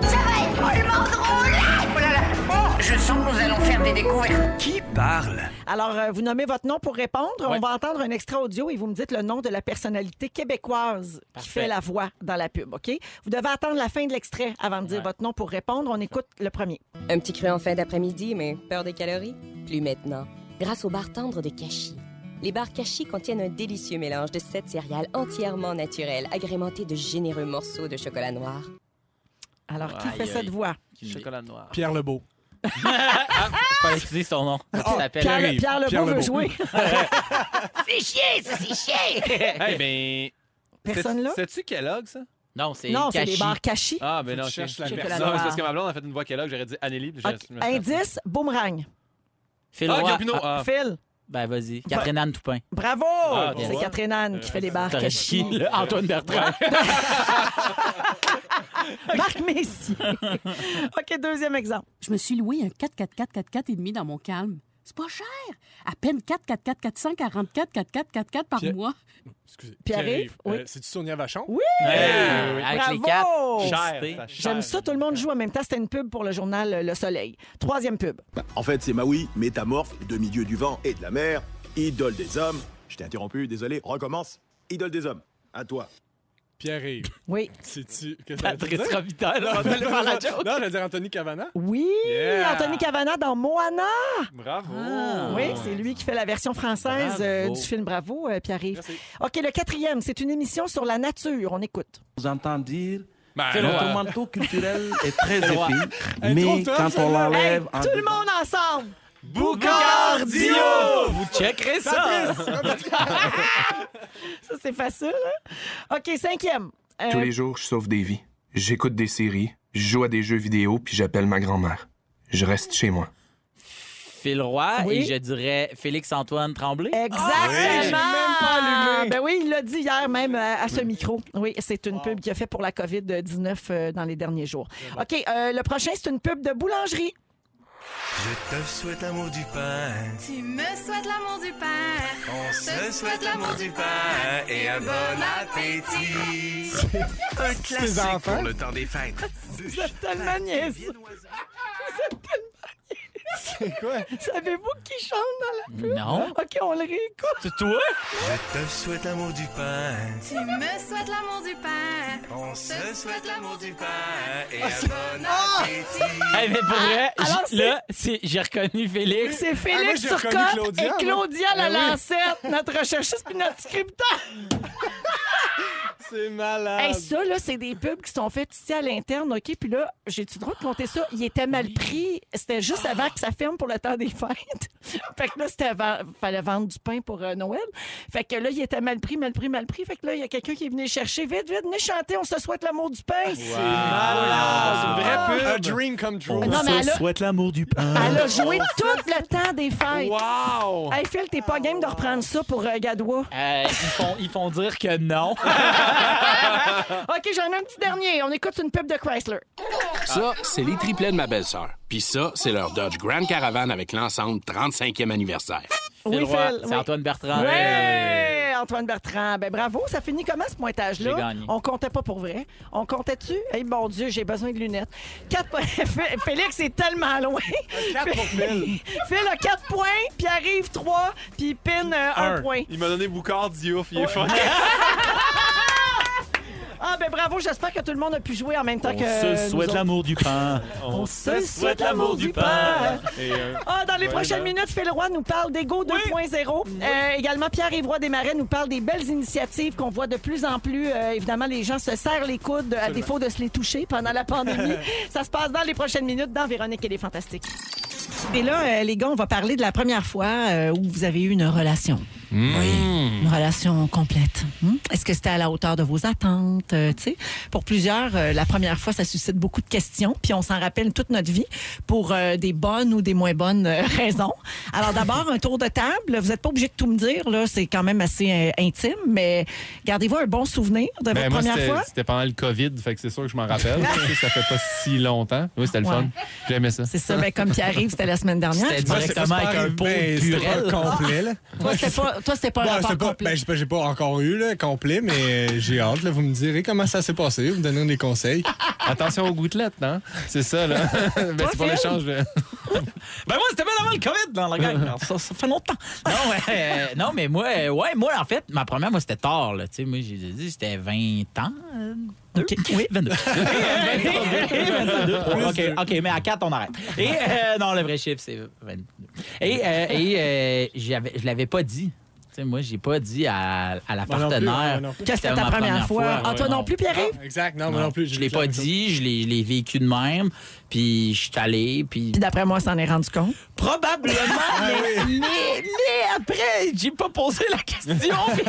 Speaker 7: Ça va être follement drôle Oh là là Oh, Je sens que nous allons faire des découvertes.
Speaker 2: Alors, euh, vous nommez votre nom pour répondre.
Speaker 3: Ouais.
Speaker 2: On va entendre un extra audio et vous me dites le nom de la personnalité québécoise qui
Speaker 3: Parfait.
Speaker 2: fait la voix dans la pub, OK? Vous devez attendre la fin de l'extrait avant de dire votre nom pour répondre. On écoute le premier.
Speaker 8: Un petit creux en fin d'après-midi, mais peur des calories Plus maintenant, grâce au bar tendre de Kashi. Les bars Kashi contiennent un délicieux mélange de sept céréales entièrement naturelles, agrémentées de généreux morceaux de chocolat noir.
Speaker 2: Alors, qui
Speaker 3: Aïe,
Speaker 2: fait
Speaker 3: aïe.
Speaker 2: cette voix?
Speaker 5: Chocolat noir.
Speaker 1: Pierre Lebeau.
Speaker 3: Faut utiliser son nom. Ah, Tu t'appelles.
Speaker 2: Pierre,
Speaker 1: arrive.
Speaker 2: Pierre Lebeau
Speaker 1: Pierre
Speaker 2: veut
Speaker 1: Lebeau.
Speaker 2: jouer.
Speaker 7: C'est chier, ça, c'est chier
Speaker 4: Eh ben.
Speaker 2: Personne
Speaker 4: c'est-
Speaker 2: là?
Speaker 4: C'est-tu Kellogg, ça?
Speaker 3: Non, c'est
Speaker 2: Non, c'est
Speaker 3: Kashi.
Speaker 2: les bars cachis.
Speaker 4: Ah, ben non,
Speaker 1: tu cherches
Speaker 4: ok.
Speaker 1: la
Speaker 4: Non,
Speaker 2: Chocolat
Speaker 4: c'est
Speaker 2: noir.
Speaker 4: parce que ma blonde a fait une voix Kellogg, j'aurais dit Anneli. puis je-
Speaker 2: OK.
Speaker 4: je me suis-
Speaker 2: Indice, boomerang.
Speaker 3: Phil
Speaker 4: Ah,
Speaker 3: Roy.
Speaker 4: Gambino.
Speaker 3: Ah,
Speaker 4: Ah.
Speaker 2: Phil,
Speaker 3: ben, vas-y. Catherine-Anne Toupin.
Speaker 2: bravo!
Speaker 4: Ah,
Speaker 2: c'est
Speaker 4: bon.
Speaker 2: Catherine Anne qui fait les bars
Speaker 3: T'aurais
Speaker 2: cachis.
Speaker 3: dit, là, Antoine Bertrand.
Speaker 2: Marc Messi. OK, deuxième exemple.
Speaker 9: Je me suis loué un 444 et demi dans mon calme. C'est pas cher. À peine 444 444 4444 par
Speaker 1: Pierre-
Speaker 9: mois.
Speaker 1: Excusez.
Speaker 2: Pierre Yves, oui.
Speaker 1: Euh, C'est-tu Sonia Vachon?
Speaker 2: Oui.
Speaker 3: Hey, avec les quatre.
Speaker 2: Bravo!
Speaker 4: Cher,
Speaker 3: Cité.
Speaker 4: ça, cher.
Speaker 2: J'aime ça, tout le monde joue en même temps. C'était une pub pour le journal Le Soleil. Troisième pub.
Speaker 10: En fait, c'est Maui, métamorphe, demi-dieu du vent et de la mer, idole des hommes. Je t'ai interrompu, désolé, recommence. Idole des hommes, à toi.
Speaker 1: Pierre Yves.
Speaker 2: Oui.
Speaker 1: C'est-tu. Qu'est-ce que tu
Speaker 3: Patrice Robitaille. là.
Speaker 1: Non, je vais dire Anthony Cavana.
Speaker 2: Oui,
Speaker 1: Yeah. Ah
Speaker 2: Anthony Cavana dans Moana.
Speaker 4: Bravo.
Speaker 2: Oui, c'est lui qui fait la version française euh,
Speaker 3: Bravo.
Speaker 2: du film Bravo, euh, Pierre-Yves.
Speaker 1: Merci.
Speaker 2: OK, le quatrième, c'est une émission sur la nature. On écoute.
Speaker 11: vous entend dire
Speaker 4: Ben,
Speaker 11: que
Speaker 4: là,
Speaker 11: notre manteau culturel est très épais,
Speaker 1: Elle est trop
Speaker 11: mais
Speaker 1: tough,
Speaker 11: quand on
Speaker 1: celle-là.
Speaker 11: l'enlève...
Speaker 2: Hey, tout le monde ensemble!
Speaker 1: Boucardio!
Speaker 3: Vous checkerez ça.
Speaker 1: Patrice!
Speaker 2: Ça, c'est facile. hein? OK, cinquième. Euh,
Speaker 12: Tous les jours, je sauve des vies. J'écoute des séries, je joue à des jeux vidéo, puis j'appelle ma grand-mère. Je reste chez moi.
Speaker 3: Phil Roy
Speaker 2: Oui.
Speaker 3: et je dirais Félix-Antoine Tremblay.
Speaker 2: Exactement! ben oui, il l'a dit hier même euh, à ce micro. Oui, c'est une pub qu'il a fait pour la COVID-19 euh, dans les derniers jours. OK, euh, le prochain, c'est une pub de boulangerie.
Speaker 11: Je te souhaite l'amour du pain,
Speaker 7: Tu me souhaites l'amour du père
Speaker 11: on
Speaker 7: se souhaite l'amour du pain et un bon appétit.
Speaker 11: Un
Speaker 1: classique enfants. pour
Speaker 11: le temps des fêtes.
Speaker 2: Vous êtes tellement niaiseux. Vous êtes tellement
Speaker 1: C'est quoi?
Speaker 2: niaiseux. Savez-vous qui chante dans
Speaker 3: Non.
Speaker 2: la... OK, on le réécoute.
Speaker 3: C'est toi?
Speaker 11: Je te souhaite l'amour du pain,
Speaker 7: Tu me souhaites l'amour du père
Speaker 11: on
Speaker 7: se souhaite l'amour du pain
Speaker 11: et
Speaker 3: Hey, Eh, mais pour vrai,
Speaker 2: Ah, alors
Speaker 3: j- là, c'est- j'ai reconnu Félix.
Speaker 2: C'est
Speaker 1: Ah, moi,
Speaker 2: Félix
Speaker 1: j'ai reconnu
Speaker 2: Turcotte
Speaker 1: Claudia, moi.
Speaker 2: et Claudia
Speaker 1: Ben oui.
Speaker 2: Lalancette, notre recherchiste puis notre scripteur.
Speaker 1: C'est malade.
Speaker 2: Hey, ça, là, c'est des pubs qui sont faites ici à l'interne, OK? Puis là, j'ai-tu le droit de compter ça? Il était mal pris. C'était juste avant que ça ferme pour le temps des fêtes. fait que là, c'était avant. fallait vendre du pain pour euh, Noël. Fait que là, il était mal pris, mal pris, mal pris. Fait que là, il y a quelqu'un qui est venu chercher. Vite, vite, venez chanter, on se souhaite l'amour du pain.
Speaker 4: Ah, c'est une vraie pub.
Speaker 1: A dream come true.
Speaker 2: Non, mais elle a-
Speaker 11: souhaite l'amour du pain.
Speaker 2: Elle a joué tout le temps des fêtes.
Speaker 4: Wow!
Speaker 2: Hey, Phil, t'es pas game de reprendre ça pour euh, Gadois?
Speaker 3: Euh, ils, font, ils font dire que non.
Speaker 11: Ah.
Speaker 2: OK, j'en ai un petit dernier. On écoute une pub de Chrysler.
Speaker 12: Ça, c'est les triplets de ma belle-sœur. Puis ça, c'est leur Dodge Grand Caravan avec l'ensemble 35e anniversaire.
Speaker 3: Phil
Speaker 2: Oui,
Speaker 3: Roy,
Speaker 2: Phil,
Speaker 3: c'est
Speaker 2: oui.
Speaker 3: Antoine Bertrand.
Speaker 2: Ouais! Antoine Bertrand. Ben bravo, ça finit comment ce pointage-là?
Speaker 3: J'ai gagné.
Speaker 2: On comptait pas pour vrai. On comptait-tu? Eh mon Dieu, j'ai besoin de lunettes. Quatre points. Fé- Félix est tellement loin.
Speaker 1: Quatre pour Phil.
Speaker 2: Phil a 4 points, puis arrive 3, puis Pin 1 point.
Speaker 4: Il m'a donné Boucard Diouf, il est fun.
Speaker 2: Ah ben bravo, j'espère que tout le monde a pu jouer en même temps que. nous autres.
Speaker 5: du pain.
Speaker 2: On se souhaite l'amour
Speaker 4: euh,
Speaker 2: du pain. Ah, dans les prochaines minutes, Phil Roy nous parle d'Ego 2.0. Euh, également, Pierre-Yves Roy Desmarais nous parle des belles initiatives qu'on voit de plus en plus. Euh, évidemment, les gens se serrent les coudes à défaut de se les toucher pendant la pandémie. Ça se passe dans les prochaines minutes dans Véronique et les Fantastiques. Et là, euh, les gars, on va parler de la première fois euh, où vous avez eu une relation. Une relation complète. Hmm? Est-ce que c'était à la hauteur de vos attentes? euh, tu sais? pour plusieurs, euh, la première fois, ça suscite beaucoup de questions, puis on s'en rappelle toute notre vie pour euh, des bonnes ou des moins bonnes euh, raisons. Alors d'abord, un tour de table. Vous n'êtes pas obligé de tout me dire, là, c'est quand même assez euh, intime, mais gardez-vous un bon souvenir de votre
Speaker 13: Ben, moi,
Speaker 2: première
Speaker 13: c'était-
Speaker 2: fois.
Speaker 13: C'était pendant le COVID, fait que c'est sûr que je m'en rappelle. Tu sais, ça fait pas si longtemps. Oui, c'était le
Speaker 2: Ouais.
Speaker 13: fun. J'aimais ça.
Speaker 2: C'est ça, ben, comme Pierre arrive, c'était la semaine dernière.
Speaker 13: C'était
Speaker 2: Je pense-
Speaker 13: directement
Speaker 1: C'est pas
Speaker 13: avec un pot
Speaker 1: arrivé,
Speaker 13: de
Speaker 1: c'était
Speaker 13: purée.
Speaker 1: pas complet, là.
Speaker 2: Toi, c'était pas, toi, c'était pas un
Speaker 1: Bon,
Speaker 2: rapport
Speaker 1: c'est pas,
Speaker 2: complet.
Speaker 1: ben, j'ai pas- j'ai pas encore eu le complet, mais j'ai hâte. là. vous me direz comment ça s'est passé. Vous me donnerez des conseils.
Speaker 2: Ah,
Speaker 13: Attention aux gouttelettes, non? C'est ça, là. Ben,
Speaker 1: Toi,
Speaker 13: c'est pour
Speaker 1: Phil?
Speaker 13: l'échange. là.
Speaker 3: Ben moi, c'était bien avant le COVID dans la gang. Alors, ça, ça fait longtemps. Non, euh, non mais moi, euh, ouais, moi, en fait, ma première, moi, c'était tard. Là. Tu sais, Moi, j'ai dit, c'était 20 ans. euh, deux? Oui, 22. OK, OK, mais à 4, on arrête. Et euh, non, le vrai chiffre, c'est 22. Et, euh, et euh, j'avais- je l'avais pas dit. Tu sais, moi, j'ai pas dit à,
Speaker 1: Moi
Speaker 3: à la
Speaker 1: non plus,
Speaker 3: partenaire
Speaker 1: moi non plus.
Speaker 2: Que c'était ta
Speaker 3: ma
Speaker 2: première fois. Ah, toi
Speaker 3: ouais,
Speaker 2: non plus, Pierre-Yves?
Speaker 1: Non, Exact, non, moi
Speaker 3: Non,
Speaker 1: non plus.
Speaker 3: Je l'ai pas dit, je l'ai je l'ai vécu de même, puis je suis allé, puis...
Speaker 2: Puis d'après moi, on s'en est rendu compte.
Speaker 3: Probablement, mais, mais- mais après, j'ai pas posé la question. puis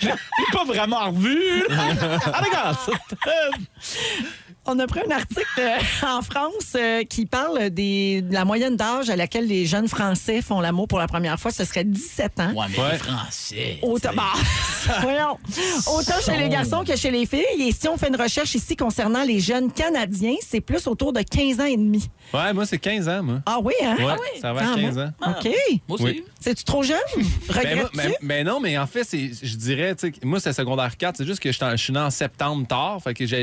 Speaker 3: Je l'ai pas vraiment revu. Ah, d'accord. c'est- euh,
Speaker 2: On a pris un article euh, en France euh, qui parle des, de la moyenne d'âge à laquelle les jeunes Français font l'amour pour la première fois. Ce serait 17 ans.
Speaker 3: Ouais, mais les français.
Speaker 2: Autant, bah, voyons. Autant chez
Speaker 13: Oh.
Speaker 2: les
Speaker 3: Son.
Speaker 2: garçons que chez les filles. Et si on fait une recherche ici concernant les jeunes Canadiens, c'est plus autour de 15 ans et demi.
Speaker 13: Ouais, moi, c'est 15 ans, moi.
Speaker 2: Ah oui, hein?
Speaker 13: Ouais, ça va à
Speaker 2: Ah,
Speaker 13: 15 ans.
Speaker 2: moi- OK.
Speaker 13: Moi aussi. Oui.
Speaker 2: C'est-tu trop jeune?
Speaker 13: Ben, moi,
Speaker 2: Regrettes-tu?
Speaker 13: ben- ben non, mais en fait, c'est- je dirais, tu sais, moi, c'est secondaire 4. C'est juste que j'étais en- je suis né en septembre tard. Fait que j'ai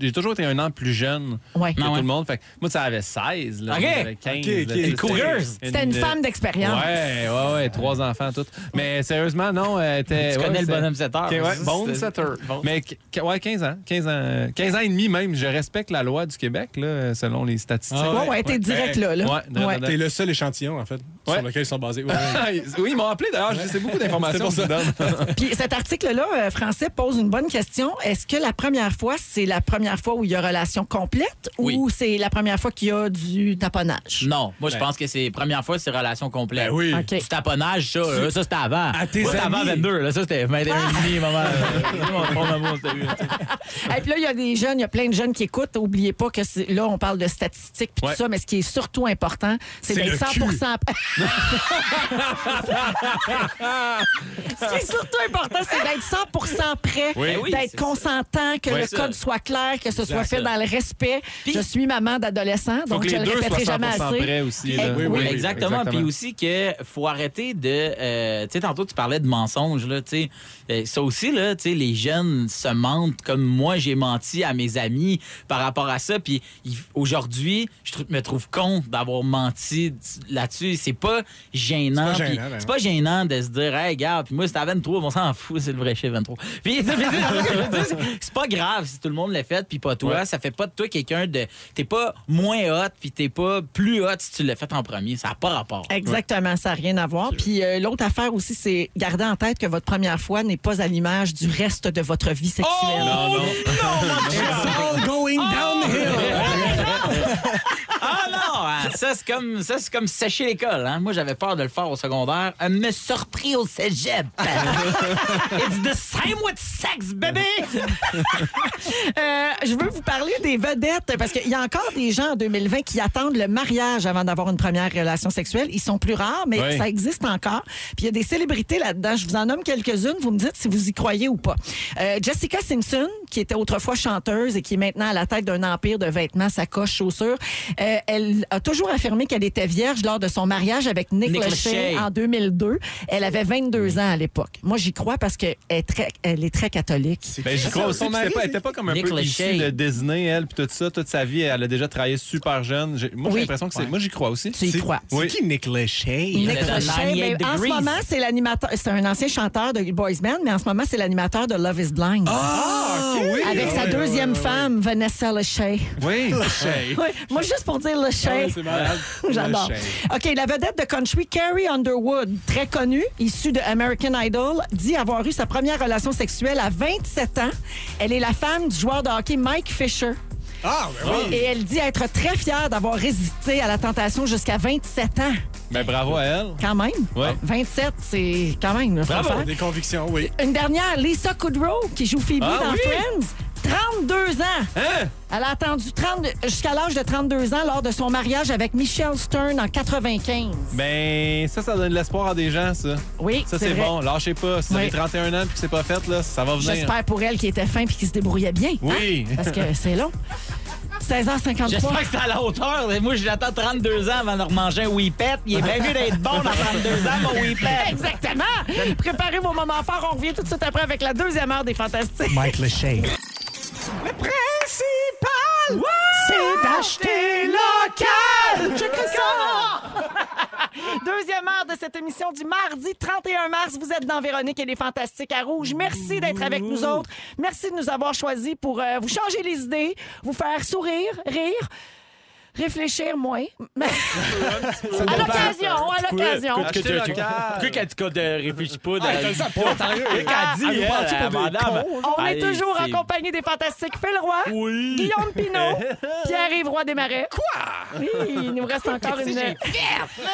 Speaker 13: j'ai toujours été un an plus jeune
Speaker 2: Ouais.
Speaker 13: que
Speaker 2: Ah ouais.
Speaker 13: tout le monde. Fait que moi, ça avait 16. Là,
Speaker 2: OK.
Speaker 13: J'avais 15,
Speaker 2: OK,
Speaker 13: là,
Speaker 2: OK.
Speaker 13: tu sais,
Speaker 2: Coureuse. C'était une femme d'expérience.
Speaker 13: Ouais, ouais, ouais. Trois enfants, toutes. Mais sérieusement, non. elle était-
Speaker 4: Eh,
Speaker 3: Tu
Speaker 13: ouais,
Speaker 3: connais le
Speaker 13: c'était-
Speaker 3: bonhomme 7 heures.
Speaker 13: OK, ouais,
Speaker 3: C'est-
Speaker 13: bon
Speaker 3: c'est-
Speaker 13: 7 heures.
Speaker 3: bon.
Speaker 13: Mais qu- qu- ouais, 15 ans. 15 ans, 15 ans et demi même. Je respecte la loi du Québec, là, selon les statistiques.
Speaker 1: Ah ouais, ouais, t'es direct là, là.
Speaker 13: Ouais, direct,
Speaker 1: Ouais.
Speaker 13: direct.
Speaker 1: T'es le seul échantillon, en fait, sur lequel ils sont basés. Ouais,
Speaker 4: Ah,
Speaker 1: ouais.
Speaker 13: oui, ils m'ont appelé d'ailleurs. J'ai- C'est beaucoup d'informations.
Speaker 1: C'est pour
Speaker 13: que je vous donne.
Speaker 2: Puis cet article-là, euh, français, pose une bonne question. Est-ce que la première fois, c'est la première fois où il y a relation complète ou c'est la première fois qu'il y a du taponnage?
Speaker 3: Non, moi je
Speaker 2: Ben.
Speaker 3: pense que c'est première fois c'est relation complète.
Speaker 2: Ben oui. OK.
Speaker 3: Du taponnage, ça, euh, ça c'était avant.
Speaker 2: À tes
Speaker 3: Moi, c'était
Speaker 2: amis.
Speaker 3: avant 22, là, ça c'était 21 et demi, maman.
Speaker 2: Et puis là, il y a des jeunes, il y a plein de jeunes qui écoutent. Oubliez pas que c'est- là, on parle de statistiques puis
Speaker 3: Ouais.
Speaker 2: tout ça, mais ce qui est surtout important, c'est
Speaker 3: C'est
Speaker 2: d'être
Speaker 3: le cul.
Speaker 2: 100 Ce qui est surtout important, c'est d'être 100 prêt,
Speaker 3: Oui. Ben Oui,
Speaker 2: d'être consentant, que
Speaker 3: Ouais,
Speaker 2: le
Speaker 3: ça.
Speaker 2: code soit clair, que ce
Speaker 3: Exact.
Speaker 2: soit fait dans le respect. je suis maman d'adolescent, donc je le répéterai jamais assez. Eh,
Speaker 3: Oui, oui, exactement. Puis aussi que faut arrêter de. euh, tu sais, tantôt, tu parlais de mensonges, là. Tu sais, Euh, ça aussi, là, tu sais, les jeunes se mentent comme moi, j'ai menti à mes amis par rapport à ça. Puis il- aujourd'hui, je trou- me trouve con d'avoir menti là-dessus. C'est pas gênant.
Speaker 1: C'est pas
Speaker 3: puis
Speaker 1: gênant, ben
Speaker 3: C'est pas, gênant de se dire, hey, gars, puis moi, c'était à 23, on s'en fout, c'est le vrai chiffre 23. Puis, c'est- c'est pas grave si tout le monde l'a fait, puis pas toi.
Speaker 13: Ouais.
Speaker 3: Ça fait pas de toi quelqu'un de. T'es pas moins hot, puis t'es pas plus hot si tu l'as fait en premier. Ça n'a pas rapport.
Speaker 2: Exactement, ça n'a rien à voir. Puis euh, l'autre affaire aussi, c'est garder en tête que votre première fois n'est pas à l'image du reste de votre vie sexuelle.
Speaker 1: non,
Speaker 3: Oh!
Speaker 1: non. It's all going downhill.
Speaker 3: Ah non! hein, Ça, c'est comme, ça, c'est comme sécher l'école. Hein? Moi, j'avais peur de le faire au secondaire. Elle me surpris au cégep.
Speaker 1: Ah,
Speaker 3: It's the same with sex, baby!
Speaker 2: Euh, je veux vous parler des vedettes parce qu'il y a encore des gens en 2020 qui attendent le mariage avant d'avoir une première relation sexuelle. Ils sont plus rares, mais
Speaker 14: Oui.
Speaker 2: ça existe encore. Puis il y a des célébrités là-dedans. Je vous en nomme quelques-unes. Vous me dites si vous y croyez ou pas. Euh, Jessica Simpson, qui était autrefois chanteuse et qui est maintenant à la tête d'un empire de vêtements, sacoches, chaussures, sûr. Euh, elle a toujours affirmé qu'elle était vierge lors de son mariage avec Nick,
Speaker 3: Nick
Speaker 2: Lachey
Speaker 3: Lachey.
Speaker 2: en 2002. Elle avait 22 ans à l'époque. Moi, j'y crois parce qu'elle est très, elle est très catholique.
Speaker 13: Ben, j'y crois. Son mari, elle était pas comme un
Speaker 3: Nick
Speaker 13: peu issue
Speaker 3: Lachey.
Speaker 13: de Disney, elle, puis tout ça, toute sa vie, elle a déjà travaillé super jeune. J'ai- Moi, j'ai
Speaker 2: Oui.
Speaker 13: l'impression que c'est. Moi, j'y crois aussi.
Speaker 2: Tu y crois.
Speaker 13: C'est qui Nick Lachey?
Speaker 2: Nick Lachey, ben, en ce moment, c'est l'animateur, c'est un ancien chanteur de Boys Band, mais en ce moment, c'est l'animateur de Love is Blind.
Speaker 13: Ah, ok, oui.
Speaker 2: Avec
Speaker 13: Ah,
Speaker 2: sa
Speaker 13: ouais,
Speaker 2: deuxième femme, Vanessa Lachey.
Speaker 13: Oui.
Speaker 2: Lachey. Ouais, moi, juste pour dire Lachey.
Speaker 13: Ah, c'est malade.
Speaker 2: J'adore.
Speaker 13: Lachey.
Speaker 2: OK, la vedette de country, Carrie Underwood, très connue, issue de American Idol, dit avoir eu sa première relation sexuelle à 27 ans. Elle est la femme du joueur de hockey Mike Fisher.
Speaker 1: Ah, ben oui.
Speaker 2: Et elle dit être très fière d'avoir résisté à la tentation jusqu'à 27 ans.
Speaker 13: Ben, bravo à elle.
Speaker 2: Quand même.
Speaker 13: Ouais.
Speaker 2: 27, c'est quand même. là, faut le
Speaker 1: Bravo.
Speaker 2: faire.
Speaker 1: Des convictions, oui.
Speaker 2: Une dernière, Lisa Kudrow, qui joue Phoebe
Speaker 1: Ah
Speaker 2: dans
Speaker 1: oui?
Speaker 2: Friends. 32 ans!
Speaker 13: Hein?
Speaker 2: Elle a attendu 30 jusqu'à l'âge de 32 ans lors de son mariage avec Michelle Stern en 95.
Speaker 13: Ben, ça, ça donne de l'espoir à des gens, ça.
Speaker 2: Oui,
Speaker 13: Ça,
Speaker 2: c'est
Speaker 13: c'est
Speaker 2: vrai.
Speaker 13: bon. Lâchez pas. Si vous
Speaker 2: Oui.
Speaker 13: avez 31 ans et que c'est pas fait, là, ça va venir.
Speaker 2: J'espère pour elle qui était fin puis qui se débrouillait bien. hein?
Speaker 13: Oui.
Speaker 2: Parce que c'est long. 16h53.
Speaker 3: J'espère que c'est à la hauteur. Moi, je l'attends 32 ans avant de remanger un Whippet. Il est bien mieux d'être bon dans 32 ans, mon Whippet.
Speaker 2: Exactement! Préparez vos moments forts. On revient tout de suite après avec la deuxième heure des Fantastiques.
Speaker 11: Mike Lachey.
Speaker 2: Le principal, c'est d'acheter local. Check ça! Deuxième heure de cette émission du mardi 31 mars. Vous êtes dans Véronique et les Fantastiques à Rouge. Merci d'être avec nous autres. Merci de nous avoir choisis pour euh, vous changer les idées, vous faire sourire, rire, réfléchir moins. à l'occasion, à l'occasion.
Speaker 3: Acheter local. Quoi qu'elle dit qu'on ne réfléchit pas dans
Speaker 1: Ah, elle le sent pas, sérieux.
Speaker 3: Qu'elle dit,
Speaker 1: Elle nous
Speaker 3: elle,
Speaker 1: prend-tu pour
Speaker 3: euh,
Speaker 1: des
Speaker 3: madame?
Speaker 2: On est
Speaker 3: Hey,
Speaker 2: toujours
Speaker 3: c'est-
Speaker 2: en compagnie des fantastiques Phil Roy, Guillaume Pinot, Pierre-Yves Roy Desmarais. Quoi? Oui, il nous reste encore
Speaker 7: Qu'est-ce que
Speaker 2: une...
Speaker 7: j'ai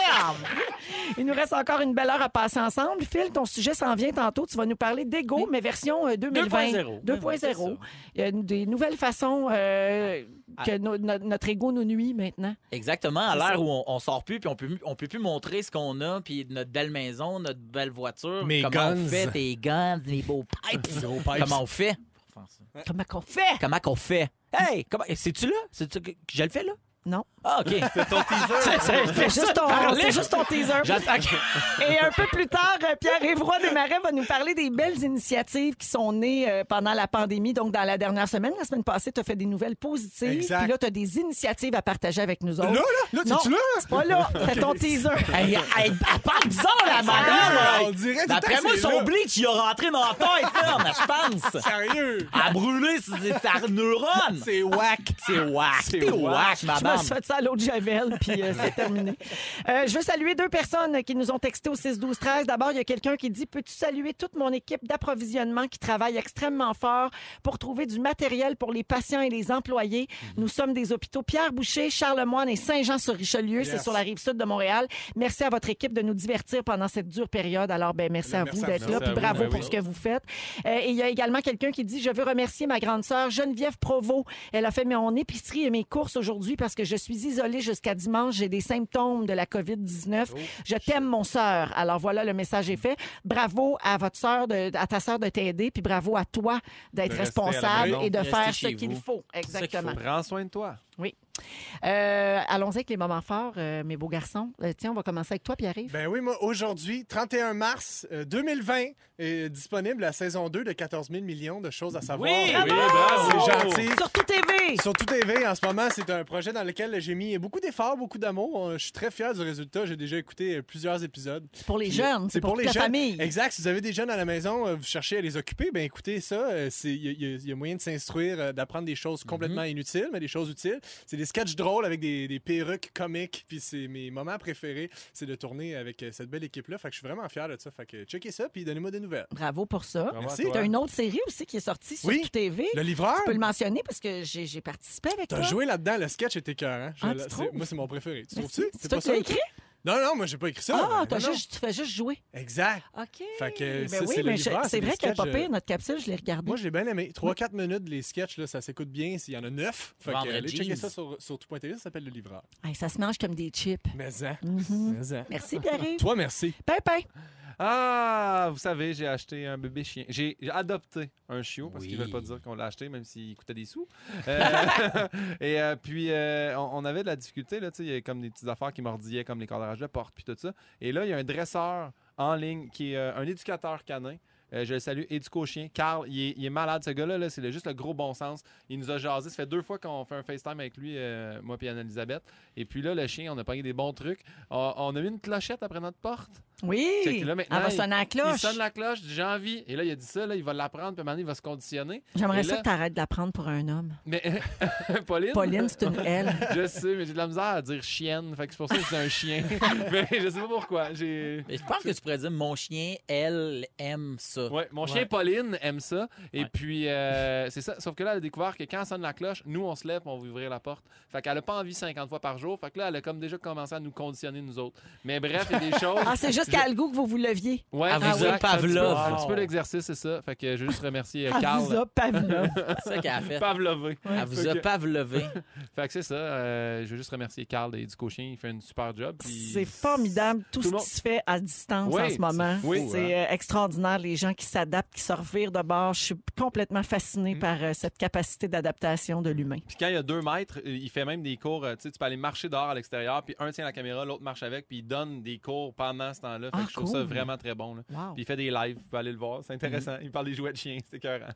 Speaker 2: il nous reste encore une belle heure à passer ensemble. Phil, ton sujet s'en vient tantôt. Tu vas nous parler d'ego, mais version euh, 2020.
Speaker 3: 2.0.
Speaker 2: 2.0. Il y a des nouvelles façons euh, que no- no- notre ego nous nuit maintenant.
Speaker 3: Exactement, à
Speaker 2: C'est ça.
Speaker 3: l'heure où on, on sort plus, puis on peut, on peut plus montrer ce qu'on a, puis notre belle maison, notre belle voiture,
Speaker 5: Mes
Speaker 3: comment
Speaker 5: guns.
Speaker 3: on fait, tes guns, les beaux pipes.
Speaker 5: pipes.
Speaker 3: Comment on fait?
Speaker 2: Comment qu'on fait?
Speaker 3: Comment qu'on fait? Hey, comment... c'est-tu là? C'est-tu que que je le fais là?
Speaker 2: Non.
Speaker 3: Ah, OK. C'est ton teaser.
Speaker 2: C'est juste ton- c'est juste ton teaser.
Speaker 3: J'attends que-
Speaker 2: Et un peu plus tard, euh, Pierre-Évroy Desmarais va nous parler des belles initiatives qui sont nées euh, pendant la pandémie. Donc, dans la dernière semaine, la semaine passée, tu as fait des nouvelles positives.
Speaker 1: Exact.
Speaker 2: Puis là, tu as des initiatives à partager avec nous autres.
Speaker 1: Là, là, là,
Speaker 2: Non,
Speaker 1: t'es-tu là?
Speaker 2: C'est pas là, c'est ton teaser.
Speaker 3: Elle, elle- elle parle bizarre, la madame!
Speaker 1: Ah,
Speaker 3: là.
Speaker 1: on dirait tout le
Speaker 3: D'après
Speaker 1: temps
Speaker 3: moi,
Speaker 1: que c'est
Speaker 3: son
Speaker 1: là.
Speaker 3: bleach, il a rentré dans la tête, là, je pense.
Speaker 1: Sérieux?
Speaker 3: À brûler ses ses neurones.
Speaker 1: C'est whack.
Speaker 3: C'est whack. C'est whack,
Speaker 2: Je me
Speaker 3: madame.
Speaker 2: suis fait ça à l'eau de Javel, puis euh, c'est terminé. Euh, je veux saluer deux personnes qui nous ont texté au 6-12-13. D'abord, il y a quelqu'un qui dit « Peux-tu saluer toute mon équipe d'approvisionnement qui travaille extrêmement fort pour trouver du matériel pour les patients et les employés? Nous sommes des hôpitaux Pierre Boucher, Charlemagne et Saint-Jean-sur-Richelieu. C'est
Speaker 1: Yes.
Speaker 2: sur la rive sud de Montréal. Merci à votre équipe de nous divertir pendant cette dure période. Alors, ben merci
Speaker 1: Ben,
Speaker 2: à
Speaker 1: merci
Speaker 2: vous
Speaker 1: à
Speaker 2: d'être
Speaker 1: vous.
Speaker 2: là,
Speaker 1: Merci
Speaker 2: puis
Speaker 1: à vous.
Speaker 2: bravo
Speaker 1: Ben
Speaker 2: pour
Speaker 1: oui.
Speaker 2: ce que vous faites. Euh, et il y a également quelqu'un qui dit Je veux remercier ma grande sœur Geneviève Provo. Elle a fait mon épicerie et mes courses aujourd'hui parce que je suis isolée jusqu'à dimanche. J'ai des symptômes de la COVID-19.
Speaker 1: Oh,
Speaker 2: je t'aime, mon sœur. Alors voilà, le message est fait. Bravo à votre sœur, de- à ta sœur de t'aider, puis bravo à toi d'être
Speaker 13: De rester à la
Speaker 2: responsable
Speaker 13: maison.
Speaker 2: et de
Speaker 3: Restez
Speaker 2: faire ce
Speaker 3: chez
Speaker 2: qu'il
Speaker 3: vous.
Speaker 2: faut.
Speaker 3: qu'il
Speaker 2: Exactement.
Speaker 13: Prends soin de toi.
Speaker 2: Oui. Euh, Allons-y avec les moments forts, euh, mes beaux garçons. Euh, tiens, on va commencer avec toi, Pierre-Yves.
Speaker 1: Ben oui, moi, aujourd'hui, 31 mars euh, 2020, est disponible la saison 2 de 14 000 millions de choses à savoir.
Speaker 3: Oui,
Speaker 1: Euh,
Speaker 3: oui, bravo.
Speaker 1: C'est gentil.
Speaker 2: Sur tout TV!
Speaker 1: Sur tout TV, en ce moment, c'est un projet dans lequel j'ai mis beaucoup d'efforts, beaucoup d'amour. Euh, Je suis très fier du résultat. J'ai déjà écouté euh, plusieurs épisodes.
Speaker 2: Pour les
Speaker 1: Puis,
Speaker 2: jeunes, c'est pour, toute
Speaker 1: les
Speaker 2: la
Speaker 1: jeunes.
Speaker 2: famille.
Speaker 1: Exact. Si vous avez des jeunes à la maison, euh, vous cherchez à les occuper, ben écoutez ça. euh, c'est- Il y, a- il y a- il y a moyen de s'instruire, euh, d'apprendre des choses complètement inutiles, mais des choses utiles. C'est des sketchs drôles avec des, des perruques comiques. Puis c'est mes moments préférés, c'est de tourner avec euh, cette belle équipe-là. Fait que je suis vraiment fier de ça. Fait que checkez ça, puis donnez-moi des nouvelles.
Speaker 2: Bravo pour ça.
Speaker 1: Merci.
Speaker 2: Tu as une autre série aussi qui est sortie sur
Speaker 1: Oui,
Speaker 2: Tout TV.
Speaker 1: Le livreur,
Speaker 2: Tu peux le mentionner parce que j'ai j'ai participé avec toi.
Speaker 1: t'as joué là-dedans. Le sketch était cœur. Hein? Je-
Speaker 2: Ah, tu
Speaker 1: c'est-
Speaker 2: trouves?
Speaker 1: moi, c'est mon préféré. Tu
Speaker 2: Merci.
Speaker 1: trouves-tu?
Speaker 2: C'est toi qui l'as écrit?
Speaker 1: Non, non, moi, j'ai pas écrit ça.
Speaker 2: Ah,
Speaker 1: Non,
Speaker 2: t'as
Speaker 1: Ben non.
Speaker 2: juste- tu fais juste jouer.
Speaker 1: Exact.
Speaker 2: OK.
Speaker 1: Fait que,
Speaker 2: Ben
Speaker 1: ça,
Speaker 2: oui,
Speaker 1: c'est le
Speaker 2: mais je-
Speaker 1: livreur,
Speaker 2: c'est
Speaker 1: c'est
Speaker 2: vrai
Speaker 1: des
Speaker 2: qu'elle est pas
Speaker 1: sketchs,
Speaker 2: pire,
Speaker 1: euh,
Speaker 2: notre capsule, je l'ai regardée.
Speaker 1: Moi, j'ai bien aimé. 3-4 minutes, les sketchs, là, ça s'écoute bien. S'il y en a 9, fait que,
Speaker 3: Vendre
Speaker 1: allez
Speaker 3: jeans.
Speaker 1: checker ça sur, sur tout.tv, ça s'appelle Le Livreur.
Speaker 2: Hey, ça se mange comme des chips.
Speaker 1: Mais, hein,
Speaker 2: Mhm.
Speaker 1: mais hein.
Speaker 2: Merci, Pierre-Yves.
Speaker 1: Toi, merci.
Speaker 2: Pimpin.
Speaker 4: Ah, vous savez, j'ai acheté un bébé chien. J'ai j'ai adopté un chiot parce qu'ils
Speaker 13: Oui.
Speaker 4: veulent pas dire qu'on l'a acheté, même s'il coûtait des sous. Euh, et euh, puis, euh, on, on avait de la difficulté. Là, tu sais, il y a comme des petites affaires qui mordillaient, comme les cordages de porte, puis tout ça. Et là, il y a un dresseur en ligne qui est euh, un éducateur canin. Euh, je le salue, éduco chien. Carl, il est, il est malade, ce gars-là. -là, c'est le- juste le gros bon sens. Il nous a jasé. Ça fait deux fois qu'on fait un FaceTime avec lui, euh, moi et Anne-Elisabeth. Et puis là, le chien, on a pogné des bons trucs. On, on a mis une clochette après notre porte.
Speaker 2: Oui.
Speaker 4: Fait que là, maintenant,
Speaker 2: Elle va
Speaker 4: il-
Speaker 2: sonner à la cloche.
Speaker 4: Il sonne la cloche, j'ai envie. Et là, il a dit ça, là, il va l'apprendre, puis maintenant, il va se conditionner.
Speaker 2: J'aimerais
Speaker 4: Et
Speaker 2: ça
Speaker 4: là-
Speaker 2: que tu arrêtes de la prendre pour un homme.
Speaker 4: Mais Pauline.
Speaker 2: Pauline, c'est une L.
Speaker 4: je sais, mais j'ai de la misère à dire chienne. Fait que c'est pour ça que c'est un chien. mais je sais pas pourquoi. J'ai.
Speaker 3: Mais je pense que tu pourrais dire mon chien, elle aime ça.
Speaker 4: Ouais, Mon chien Pauline aime ça. Et puis, euh, c'est ça. Sauf que là, elle a découvert que quand sonne la cloche, nous, on se lève et on va ouvrir la porte. Fait qu'elle a pas envie 50 fois par jour. Fait que là, elle a comme déjà commencé à nous conditionner, nous autres. Mais bref, il y a des choses.
Speaker 2: Ah, c'est juste qu'elle a le goût que vous vous leviez.
Speaker 4: Ouais,
Speaker 3: À
Speaker 4: c'est
Speaker 3: vous
Speaker 4: ça.
Speaker 3: a
Speaker 4: C'est un petit peu-
Speaker 3: Pavlov.
Speaker 4: C'est un petit peu l'exercice, c'est ça. Fait que je veux juste remercier euh,
Speaker 3: À
Speaker 4: Carl.
Speaker 3: vous a Pavlov.
Speaker 4: c'est ça qu'elle
Speaker 3: a fait.
Speaker 4: Pavlové.
Speaker 3: Ouais. À vous a
Speaker 4: Pavlové. fait que c'est ça. euh, je veux juste remercier Carl et du coaching. Il fait un super job. puis-
Speaker 2: C'est formidable tout, ce qui se fait à distance
Speaker 4: Oui,
Speaker 2: en ce moment.
Speaker 4: c'est fou,
Speaker 2: c'est euh, extraordinaire, les gens qui s'adaptent, qui se revirent de bord. Je suis complètement fascinée par euh, cette capacité d'adaptation de l'humain.
Speaker 4: Puis quand il y a deux mètres, euh, il fait même des cours. euh, Tu sais, tu peux aller marcher dehors à l'extérieur, puis un tient la caméra, l'autre marche avec, puis il donne des cours pendant ce temps-là. Fait que
Speaker 2: Ah,
Speaker 4: je trouve ça
Speaker 2: cool.
Speaker 4: vraiment très bon. là.
Speaker 2: Wow.
Speaker 4: Puis il fait des lives, vous pouvez aller le voir. C'est intéressant. Il parle des jouets de chiens, c'est écœurant.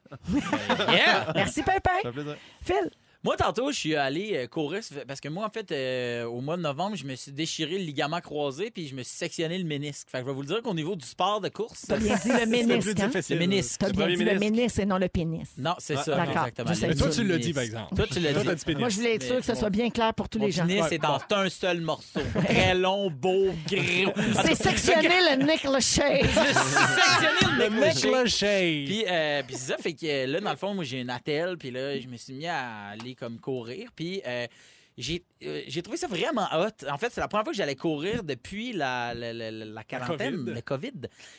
Speaker 3: Yeah!
Speaker 2: Merci, Pimpin.
Speaker 4: Ça fait plaisir.
Speaker 2: Phil.
Speaker 3: Moi, tantôt, je suis allé euh, courir sur- parce que moi, en fait, euh, au mois de novembre, je me suis déchiré le ligament croisé puis je me suis sectionné le ménisque. Fait que je vais vous le dire qu'au niveau du sport de course.
Speaker 2: T'as bien dit le ménisque. hein?
Speaker 3: Le ménisque.
Speaker 2: T'as bien dit le ménisque et non le pénis.
Speaker 3: Non, c'est
Speaker 2: Ah,
Speaker 3: ça.
Speaker 2: d'accord.
Speaker 3: Exactement.
Speaker 2: Juste Mais
Speaker 1: toi, tu l'as dit, par exemple.
Speaker 3: Toi, tu l'as
Speaker 1: Toi,
Speaker 3: dit.
Speaker 1: t'as dit pénis.
Speaker 2: Moi, je voulais être sûr que ce soit bien clair pour tous
Speaker 3: Mon
Speaker 2: les gens.
Speaker 3: pénis, c'est dans un seul morceau. Très long, beau, gros. Ah,
Speaker 2: C'est sectionner le Nicolas Shea.
Speaker 3: sectionné le
Speaker 2: Le
Speaker 3: mec
Speaker 1: clocher.
Speaker 3: Puis, euh, puis c'est ça, fait que euh, là, dans le fond, moi, j'ai une attelle, puis là, je me suis mis à aller comme courir, puis... euh, j'ai euh, j'ai trouvé ça vraiment hot. En fait, c'est la première fois que j'allais courir depuis la, la, la- la- la quarantaine,
Speaker 1: COVID.
Speaker 3: le COVID.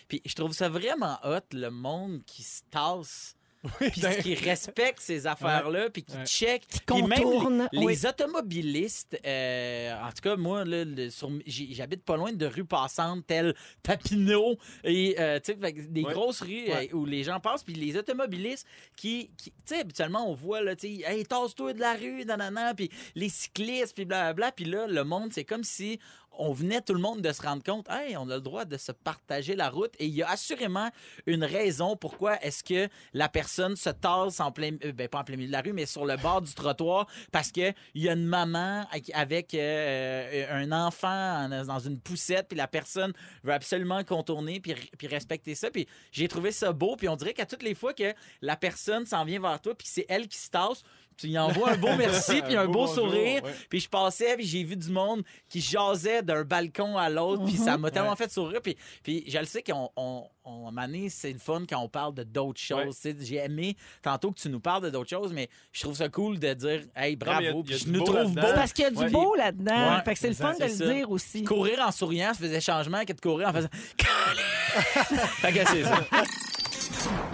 Speaker 3: Puis je trouve ça vraiment hot, le monde qui se tasse, puis
Speaker 1: ben-
Speaker 3: qui respecte ces affaires-là, puis qui
Speaker 1: Ouais.
Speaker 3: check. Puis même
Speaker 2: contourne,
Speaker 3: les, les
Speaker 2: oui.
Speaker 3: automobilistes, euh, en tout cas, moi, là, le- sur- j'ai- j'habite pas loin de rues passantes telles Papineau et euh, tu sais, fait que des
Speaker 5: Ouais.
Speaker 3: grosses rues euh,
Speaker 5: Ouais.
Speaker 3: où les gens passent, puis les automobilistes qui, qui- tu sais, habituellement, on voit, là, tu sais, hey, tasse-toi de la rue, nanana, puis les cyclistes, puis blablabla, puis là, le monde, c'est comme si on venait tout le monde de se rendre compte, hey, on a le droit de se partager la route, et il y a assurément une raison pourquoi est-ce que la personne se tasse en plein, euh, ben, pas en plein milieu de la rue, mais sur le bord du trottoir, parce que il y a une maman avec- avec euh, un enfant en- dans une poussette, puis la personne veut absolument contourner, puis, puis respecter ça, puis j'ai trouvé ça beau, puis on dirait qu'à toutes les fois que la personne s'en vient vers toi, puis c'est elle qui se tasse, tu lui envoies un beau merci, puis un beau,
Speaker 5: bonjour,
Speaker 3: sourire,
Speaker 5: ouais.
Speaker 3: puis je passais, puis j'ai vu du monde qui jasait d'un balcon à l'autre, puis
Speaker 4: Mhm.
Speaker 3: ça m'a tellement fait sourire. Puis, puis je le sais qu'on, on, on, à un moment donné, c'est le fun quand on parle de d'autres choses. tu sais. J'ai aimé tantôt que tu nous parles de d'autres choses, mais je trouve ça cool de dire, hey,
Speaker 4: mais il y a-
Speaker 3: bravo,
Speaker 4: il y a
Speaker 3: puis je
Speaker 4: du
Speaker 3: nous
Speaker 4: beau
Speaker 3: trouve
Speaker 4: là-dedans.
Speaker 3: beau.
Speaker 4: C'est
Speaker 2: parce qu'il y a du
Speaker 3: Ouais.
Speaker 2: beau là-dedans.
Speaker 3: Ouais,
Speaker 2: Fait que c'est le fun de
Speaker 3: c'est
Speaker 2: le
Speaker 3: ça.
Speaker 2: dire aussi.
Speaker 3: Puis courir en souriant, ça faisait changement que de courir en faisant. fait que c'est ça.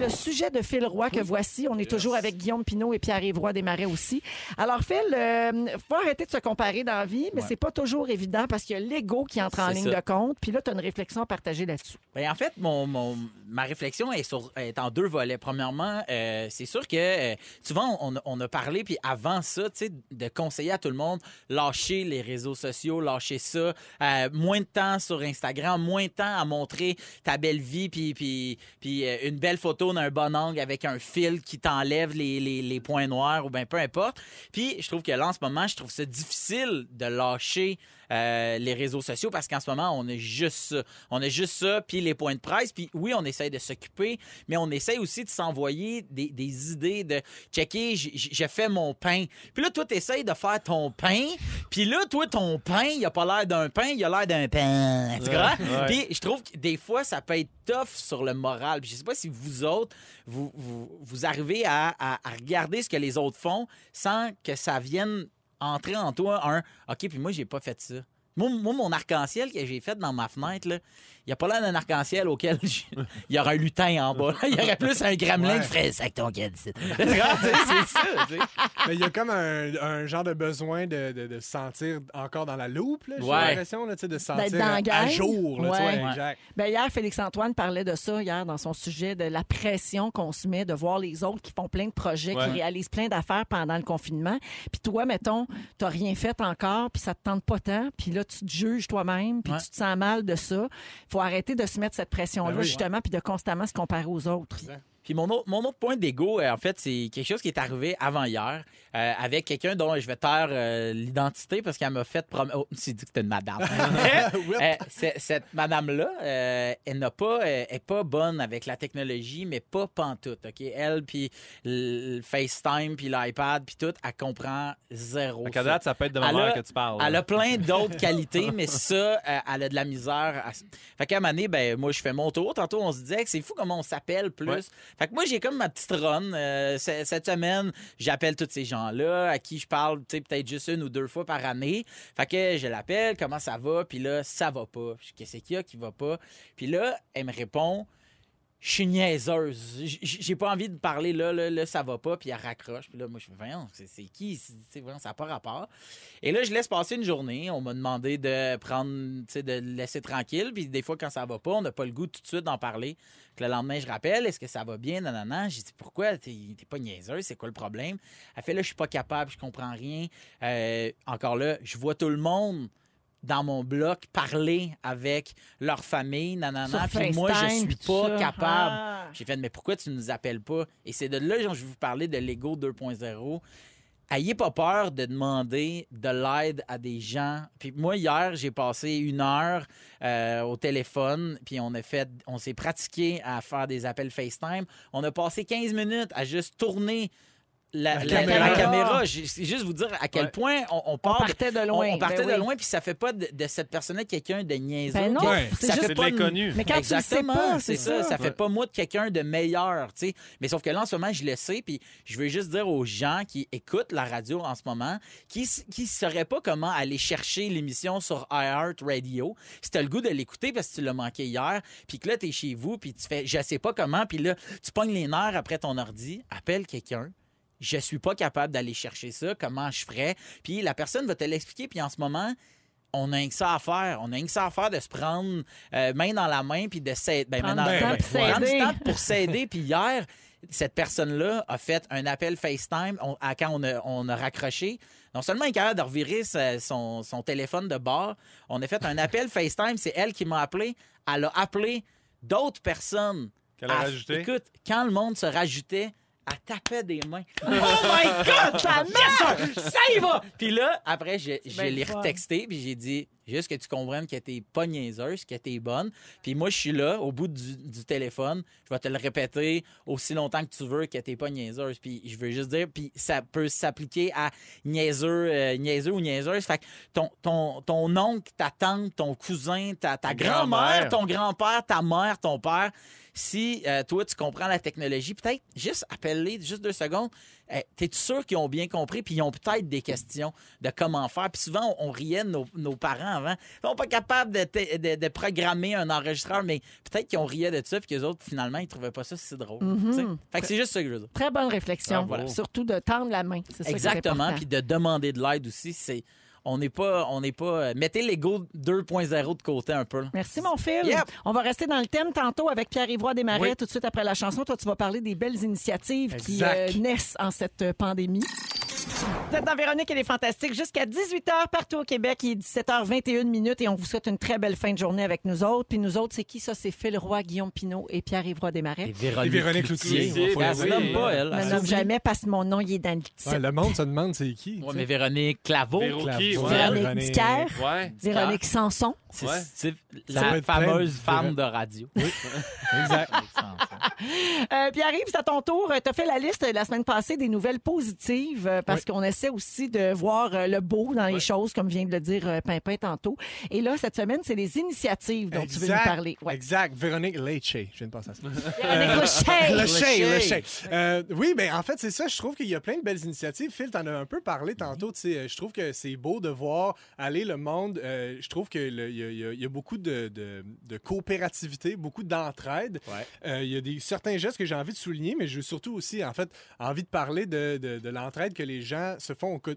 Speaker 2: Le sujet de Phil Roy que voici, on est toujours avec Guillaume Pinot et Pierre Évroy Desmarais aussi. Alors Phil, euh, faut arrêter de se comparer dans la vie, mais
Speaker 3: Ouais.
Speaker 2: c'est pas toujours évident parce qu'il y a l'ego qui entre en
Speaker 3: C'est
Speaker 2: ligne
Speaker 3: ça.
Speaker 2: de compte. Puis là, tu as une réflexion à partager là-dessus.
Speaker 3: Ben, en fait, mon, mon- ma réflexion est, sur, est en deux volets. Premièrement, euh, c'est sûr que euh, souvent, on, on a parlé, puis avant ça, tu sais, de conseiller à tout le monde, lâcher les réseaux sociaux, lâcher ça, euh, moins de temps sur Instagram, moins de temps à montrer ta belle vie, puis, puis, puis euh, une belle photo d'un bon angle avec un fil qui t'enlève les, les- les points noirs ou bien peu importe. Puis je trouve que là, en ce moment, je trouve ça difficile de lâcher euh, les réseaux sociaux parce qu'en ce moment, on a juste ça. On a juste ça, puis les points de presse. Puis oui, on essaye de s'occuper, mais on essaye aussi de s'envoyer des, des idées, de checker, j- j- j'ai fait mon pain. Puis là, toi, t'essayes de faire ton pain. Puis là, toi, ton pain, il a pas l'air d'un pain, il a l'air d'un pain. Tu
Speaker 5: Ouais,
Speaker 3: comprends?
Speaker 5: ouais.
Speaker 3: Puis je trouve que des fois, ça peut être tough sur le moral. Puis je sais pas si vous autres, vous, vous, vous arrivez à, à- à regarder ce que les autres font sans que ça vienne entrer en toi un OK, puis moi, j'ai pas fait ça. Moi, moi, mon arc-en-ciel que j'ai fait dans ma fenêtre, là, il n'y a pas l'air d'un arc-en-ciel auquel je- il y aurait un lutin en bas. Il y aurait plus un gremlin
Speaker 1: Ouais.
Speaker 3: qui ferait sac ton kid. C'est
Speaker 1: Mais il y a comme un, un genre de besoin de, de, de se sentir encore dans la loupe, là, j'ai
Speaker 3: Ouais.
Speaker 1: l'impression, là, tu sais, de se
Speaker 2: D'être
Speaker 1: sentir
Speaker 2: dans
Speaker 1: à,
Speaker 2: la
Speaker 1: à
Speaker 2: gang.
Speaker 1: jour. Là, tu vois,
Speaker 2: Ouais.
Speaker 1: exact.
Speaker 2: Ben, hier, Félix-Antoine parlait de ça hier dans son sujet, de la pression qu'on se met de voir les autres qui font plein de projets,
Speaker 14: Ouais.
Speaker 2: qui réalisent plein d'affaires pendant le confinement. Puis toi, mettons, t'as rien fait encore, puis ça te tente pas tant, puis là, tu te juges toi-même, puis tu te sens mal de ça. faut arrêter de se mettre cette pression-là,
Speaker 3: Ben oui.
Speaker 2: justement, puis de constamment se comparer aux autres.
Speaker 3: Puis mon autre, mon autre point d'ego, euh, en fait, c'est quelque chose qui est arrivé avant hier euh, avec quelqu'un dont je vais taire euh, l'identité parce qu'elle m'a fait promettre. Oh, tu dit que c'était une madame. Euh, c'est- cette madame-là, euh, elle n'a pas, euh, elle est pas bonne avec la technologie, mais pas pantoute. OK? Elle, puis le FaceTime, puis l'iPad, puis tout, elle comprend zéro.
Speaker 4: Fait qu'à date, ça peut être de ma
Speaker 3: Elle
Speaker 4: mère
Speaker 3: a-
Speaker 4: que tu parles.
Speaker 3: Elle a plein d'autres qualités, mais ça, euh, elle a de la misère. à s- Fait qu'à un moment donné, ben, moi, je fais mon tour. Tantôt, on se disait que c'est fou comment on s'appelle plus.
Speaker 5: Ouais.
Speaker 3: Fait que moi, j'ai comme ma petite run. euh, c- cette semaine, j'appelle tous ces gens-là à qui je parle tu sais, peut-être juste une ou deux fois par année. Fait que je l'appelle, comment ça va? Puis là, ça va pas. Je dis, Qu'est-ce qu'il y a qui va pas? Puis là, elle me répond je suis niaiseuse. J- j- J'ai pas envie de parler là, là, là, ça va pas, puis elle raccroche. Puis là, moi, je me dis, voyons, c'est c'est qui? C'est- c'est- voyons, ça n'a pas rapport. Et là, je laisse passer une journée. On m'a demandé de prendre, tu sais, de le laisser tranquille. Puis des fois, quand ça va pas, on n'a pas le goût tout de suite d'en parler. Puis le lendemain, je rappelle, est-ce que ça va bien? Non, non, non. J'ai dit, pourquoi? T'es t'es pas niaiseuse, c'est quoi le problème? Elle fait, là, je suis pas capable, je comprends rien. Euh, encore là, je vois tout le monde dans mon bloc parler avec leur famille, nanana,
Speaker 5: Sur
Speaker 3: puis moi, je
Speaker 5: FaceTime,
Speaker 3: suis
Speaker 5: puis tout
Speaker 3: pas
Speaker 5: ça.
Speaker 3: capable.
Speaker 5: Ah.
Speaker 3: J'ai fait, mais pourquoi tu nous appelles pas? Et c'est de là dont je vais vous parler de l'ego 2.0. Ayez pas peur de demander de l'aide à des gens. Puis moi, hier, j'ai passé une heure euh, au téléphone, puis on a fait, on s'est pratiqué à faire des appels FaceTime. On a passé 15 minutes à juste tourner la,
Speaker 5: La
Speaker 3: la-
Speaker 5: caméra.
Speaker 3: la caméra. Ju- c'est Juste vous dire à quel
Speaker 5: Ouais.
Speaker 3: point on, on part
Speaker 2: partait de loin,
Speaker 3: On, on
Speaker 2: ben
Speaker 3: partait de
Speaker 2: oui.
Speaker 3: loin, puis ça fait pas de, de cette personne-là quelqu'un de niaiseux.
Speaker 2: Ben non,
Speaker 3: qui-
Speaker 2: Ouais. c'est
Speaker 3: ça
Speaker 2: juste-
Speaker 3: fait
Speaker 2: C'est
Speaker 3: pas
Speaker 2: de l'inconnu. Mais quand tu le sais
Speaker 3: Exactement,
Speaker 2: pas,
Speaker 3: c'est
Speaker 2: c'est
Speaker 3: ça.
Speaker 2: ça.
Speaker 3: Ça fait
Speaker 2: Ouais.
Speaker 3: pas moi de quelqu'un de meilleur, tu sais. Mais sauf que là, en ce moment, je le sais, puis je veux juste dire aux gens qui écoutent la radio en ce moment, qui s- qui sauraient pas comment aller chercher l'émission sur iHeart Radio, si t'as le goût de l'écouter parce que tu l'as manqué hier, puis que là, t'es chez vous, puis tu fais je sais pas comment, puis là, tu pognes les nerfs après ton ordi, appelle quelqu'un, je suis pas capable d'aller chercher ça, comment je ferais? Puis la personne va te l'expliquer, puis en ce moment, on a rien que ça à faire. On a rien que ça à faire de se prendre euh, main dans la main, puis de s'aider. Ben, main
Speaker 5: Prendre du
Speaker 3: dans la
Speaker 5: temps
Speaker 3: main.
Speaker 5: pour s'aider.
Speaker 3: Prendre du temps pour s'aider. Puis hier, cette personne-là a fait un appel FaceTime on- à quand on a, on a raccroché. Non seulement elle est capable de revirer sa- son, son téléphone de bord, on a fait un appel FaceTime. C'est elle qui m'a appelé. Elle a appelé d'autres personnes.
Speaker 4: Qu'elle
Speaker 3: à-
Speaker 4: a rajouté.
Speaker 3: Ah, Écoute, quand le monde se rajoutait, elle tapait des mains. oh my God, ça marche! Yes, sir! Ça y va! Puis là, après, je, je
Speaker 5: bien
Speaker 3: l'ai
Speaker 5: le fun.
Speaker 3: retexté, puis j'ai dit juste que tu comprennes que t'es pas niaiseuse, que t'es bonne. Puis moi, je suis là, au bout du, du téléphone, je vais te le répéter aussi longtemps que tu veux que t'es pas niaiseuse. Puis je veux juste dire, puis ça peut s'appliquer à niaiseux, euh, niaiseux ou niaiseuse. Fait que ton, ton, ton oncle, ta tante, ton cousin, ta, ta grand-mère,
Speaker 5: grand-mère.
Speaker 3: ton grand-père, ta mère, ton père, si euh, toi, tu comprends la technologie, peut-être juste appelle-les, juste deux secondes. Euh, T'es-tu sûr qu'ils ont bien compris? Puis ils ont peut-être des questions de comment faire. Puis souvent, on, on riait de nos, nos parents avant. Ils sont pas capables de, te- de- de programmer un enregistreur, mais peut-être qu'on riait de ça, puis qu'eux autres, finalement, ils trouvaient pas ça si drôle.
Speaker 2: Mhm.
Speaker 3: tu sais. Fait que c'est juste ça que je veux dire.
Speaker 2: Très bonne réflexion.
Speaker 3: Ah, voilà.
Speaker 2: Surtout de tendre la main. C'est ça qui est
Speaker 3: Exactement.
Speaker 2: important.
Speaker 3: Puis de demander de l'aide aussi, c'est. On n'est pas. On n'est pas. euh, Mettez l'ego 2.0 de côté un peu. là.
Speaker 2: Merci, mon Phil.
Speaker 3: Yep.
Speaker 2: On va rester dans le thème tantôt avec Pierre-Yvroy Desmarais.
Speaker 3: Oui.
Speaker 2: Tout de suite après la chanson, toi, tu vas parler des belles initiatives
Speaker 14: Exact.
Speaker 2: qui euh, naissent en cette euh, pandémie. Vous êtes dans Véronique et les Fantastiques jusqu'à 18h partout au Québec. Il est 17h21 minutes et on vous souhaite une très belle fin de journée avec nous autres. Puis nous autres, c'est qui ça? C'est Phil Roy, Guillaume Pinot et Pierre-Yvroy Desmarais.
Speaker 1: Et Véronique Cloutier.
Speaker 3: Cloutier,
Speaker 1: faut
Speaker 3: ben,
Speaker 1: le
Speaker 3: elle se
Speaker 1: dire.
Speaker 3: nomme pas, elle.
Speaker 2: Je me nomme jamais parce que mon nom, il est dans le titre.
Speaker 1: Ouais, le monde se demande c'est qui.
Speaker 3: Ouais, mais Véronique Claveau.
Speaker 1: Véro qui,
Speaker 3: Claveau.
Speaker 1: ouais.
Speaker 2: Véronique Dicker.
Speaker 4: Ouais.
Speaker 2: Véronique Sanson.
Speaker 3: C'est c'est
Speaker 1: Ça peut
Speaker 3: la
Speaker 1: être plein
Speaker 3: fameuse
Speaker 1: de-
Speaker 3: femme de radio.
Speaker 1: Exact.
Speaker 2: Euh, puis arrive, c'est à ton tour. Tu as fait la liste euh, la semaine passée des nouvelles positives euh, parce qu'on essaie aussi de voir euh, le beau dans les choses, comme vient de le dire euh, Pimpin tantôt. Et là, cette semaine, c'est les initiatives dont tu veux nous
Speaker 1: Exact,
Speaker 2: parler.
Speaker 1: Exact. Véronique Leitche. Je viens de penser à ça.
Speaker 2: Véronique Lechaille.
Speaker 1: Le Lechaille,
Speaker 2: Lechaille.
Speaker 1: Lechaille. Euh, oui, ben en fait, c'est ça. Je trouve qu'il y a plein de belles initiatives. Phil, t'en as un peu parlé
Speaker 5: Mhm.
Speaker 1: tantôt. tu sais, euh, Je trouve que c'est beau de voir aller le monde. Euh, je trouve qu'il y, a- il y a- il y a beaucoup de, de- de coopérativité, beaucoup d'entraide. Euh, Il y a des, certains gestes que j'ai envie de souligner, mais j'ai surtout aussi, en fait, envie de parler de, de- de l'entraide que les gens se font au, co-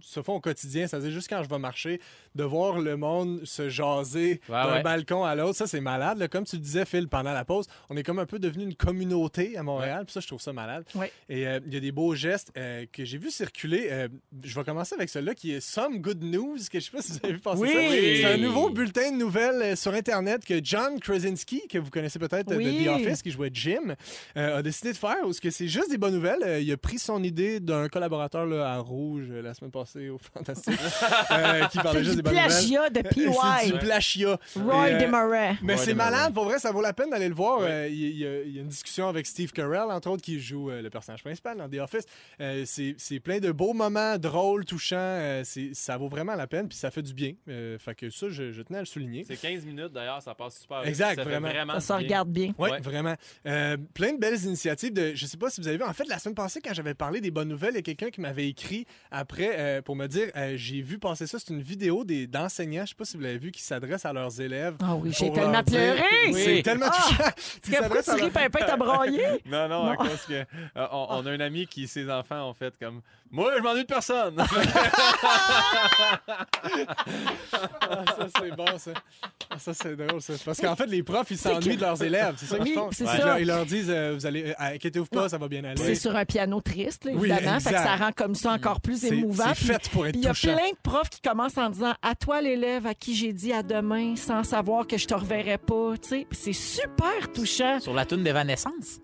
Speaker 1: se font au quotidien. C'est-à-dire, juste quand je vais marcher, de voir le monde se jaser
Speaker 5: Ouais,
Speaker 1: d'un
Speaker 5: ouais.
Speaker 1: balcon à l'autre. Ça, c'est malade. là. Comme tu disais, Phil, pendant la pause, on est comme un peu devenu une communauté à Montréal. Puis ça, je trouve ça malade.
Speaker 2: Ouais.
Speaker 1: Et euh, il y a des beaux gestes euh, que j'ai vu circuler. Euh, je vais commencer avec celui-là qui est Some Good News, que je sais pas si vous avez vu passer
Speaker 5: Oui.
Speaker 1: ça. C'est un
Speaker 5: Oui.
Speaker 1: nouveau bulletin de nouvelles euh, sur Internet que John Krasinski, que vous connaissez peut-être euh,
Speaker 5: Oui.
Speaker 1: de The Office, qui jouait Jim, euh, a décidé de faire. Parce que c'est juste des bonnes nouvelles. Euh, il a pris son idée d'un collaborateur là, à Rouge euh, la semaine passée au Fantastique. euh, qui parlait
Speaker 2: C'est
Speaker 1: juste des
Speaker 2: du
Speaker 1: bonnes nouvelles.
Speaker 2: plagiat de P.Y..
Speaker 1: C'est du plagiat.
Speaker 2: Roy
Speaker 1: Et, euh,
Speaker 2: Desmarais.
Speaker 1: Mais
Speaker 2: Roy
Speaker 1: c'est
Speaker 2: Desmarais.
Speaker 1: malade, pour vrai, ça vaut la peine d'aller le voir. Euh, Il y, a- il y a une discussion avec Steve Carell, entre autres, qui joue euh, le personnage principal dans The Office. Euh, c'est c'est plein de beaux moments, drôles, touchants. Euh, c'est- ça vaut vraiment la peine, puis ça fait du bien. Euh, fait que ça, je, je tenais à le souligner.
Speaker 4: C'est 15 minutes d'ailleurs, ça passe super vite.
Speaker 1: Exact,
Speaker 4: ça fait
Speaker 1: vraiment.
Speaker 4: vraiment du
Speaker 1: Oui,
Speaker 4: Ouais.
Speaker 1: vraiment. Euh, plein de belles initiatives. De, je sais pas si vous avez vu. En fait, la semaine passée, quand j'avais parlé des bonnes nouvelles, il y a quelqu'un qui m'avait écrit après euh, pour me dire euh, j'ai vu passer ça. C'est une vidéo des- d'enseignants, je sais pas si vous l'avez vu, qui s'adressent à leurs élèves.
Speaker 2: Ah oui, j'ai
Speaker 1: pour
Speaker 2: tellement
Speaker 1: leur dire-
Speaker 2: pleuré! Oui.
Speaker 1: C'est tellement
Speaker 2: Ah!
Speaker 1: touchant.
Speaker 2: Tu sais, pourquoi tu ris, Pimpin, t'as braillé?
Speaker 4: Non,
Speaker 2: Non.
Speaker 4: non,
Speaker 2: Ah.
Speaker 4: à cause que euh, on, on a un ami qui, ses enfants ont fait comme Moi, je m'ennuie de personne.
Speaker 1: Ah, ça, c'est bon, ça. Ah, ça, c'est drôle, ça. Parce qu'en fait, les profs, ils s'ennuient de leurs élèves. C'est ça
Speaker 2: Oui,
Speaker 1: qu'ils font.
Speaker 2: c'est
Speaker 1: Ils
Speaker 2: ça.
Speaker 1: leur- Ils leur disent euh, vous allez, euh, inquiétez-vous pas, ça va bien aller.
Speaker 2: C'est sur un piano triste, là,
Speaker 1: Oui,
Speaker 2: évidemment. fait que
Speaker 1: exact.
Speaker 2: ça rend comme ça encore plus
Speaker 1: C'est-
Speaker 2: émouvant.
Speaker 1: c'est
Speaker 2: Puis-
Speaker 1: fait pour être
Speaker 2: puis Il y a
Speaker 1: touchant.
Speaker 2: plein de profs qui commencent en disant À toi, l'élève à qui j'ai dit à demain, sans savoir que je te reverrai pas. Tu sais, Puis c'est super touchant.
Speaker 3: Sur la toune d'Evanescence.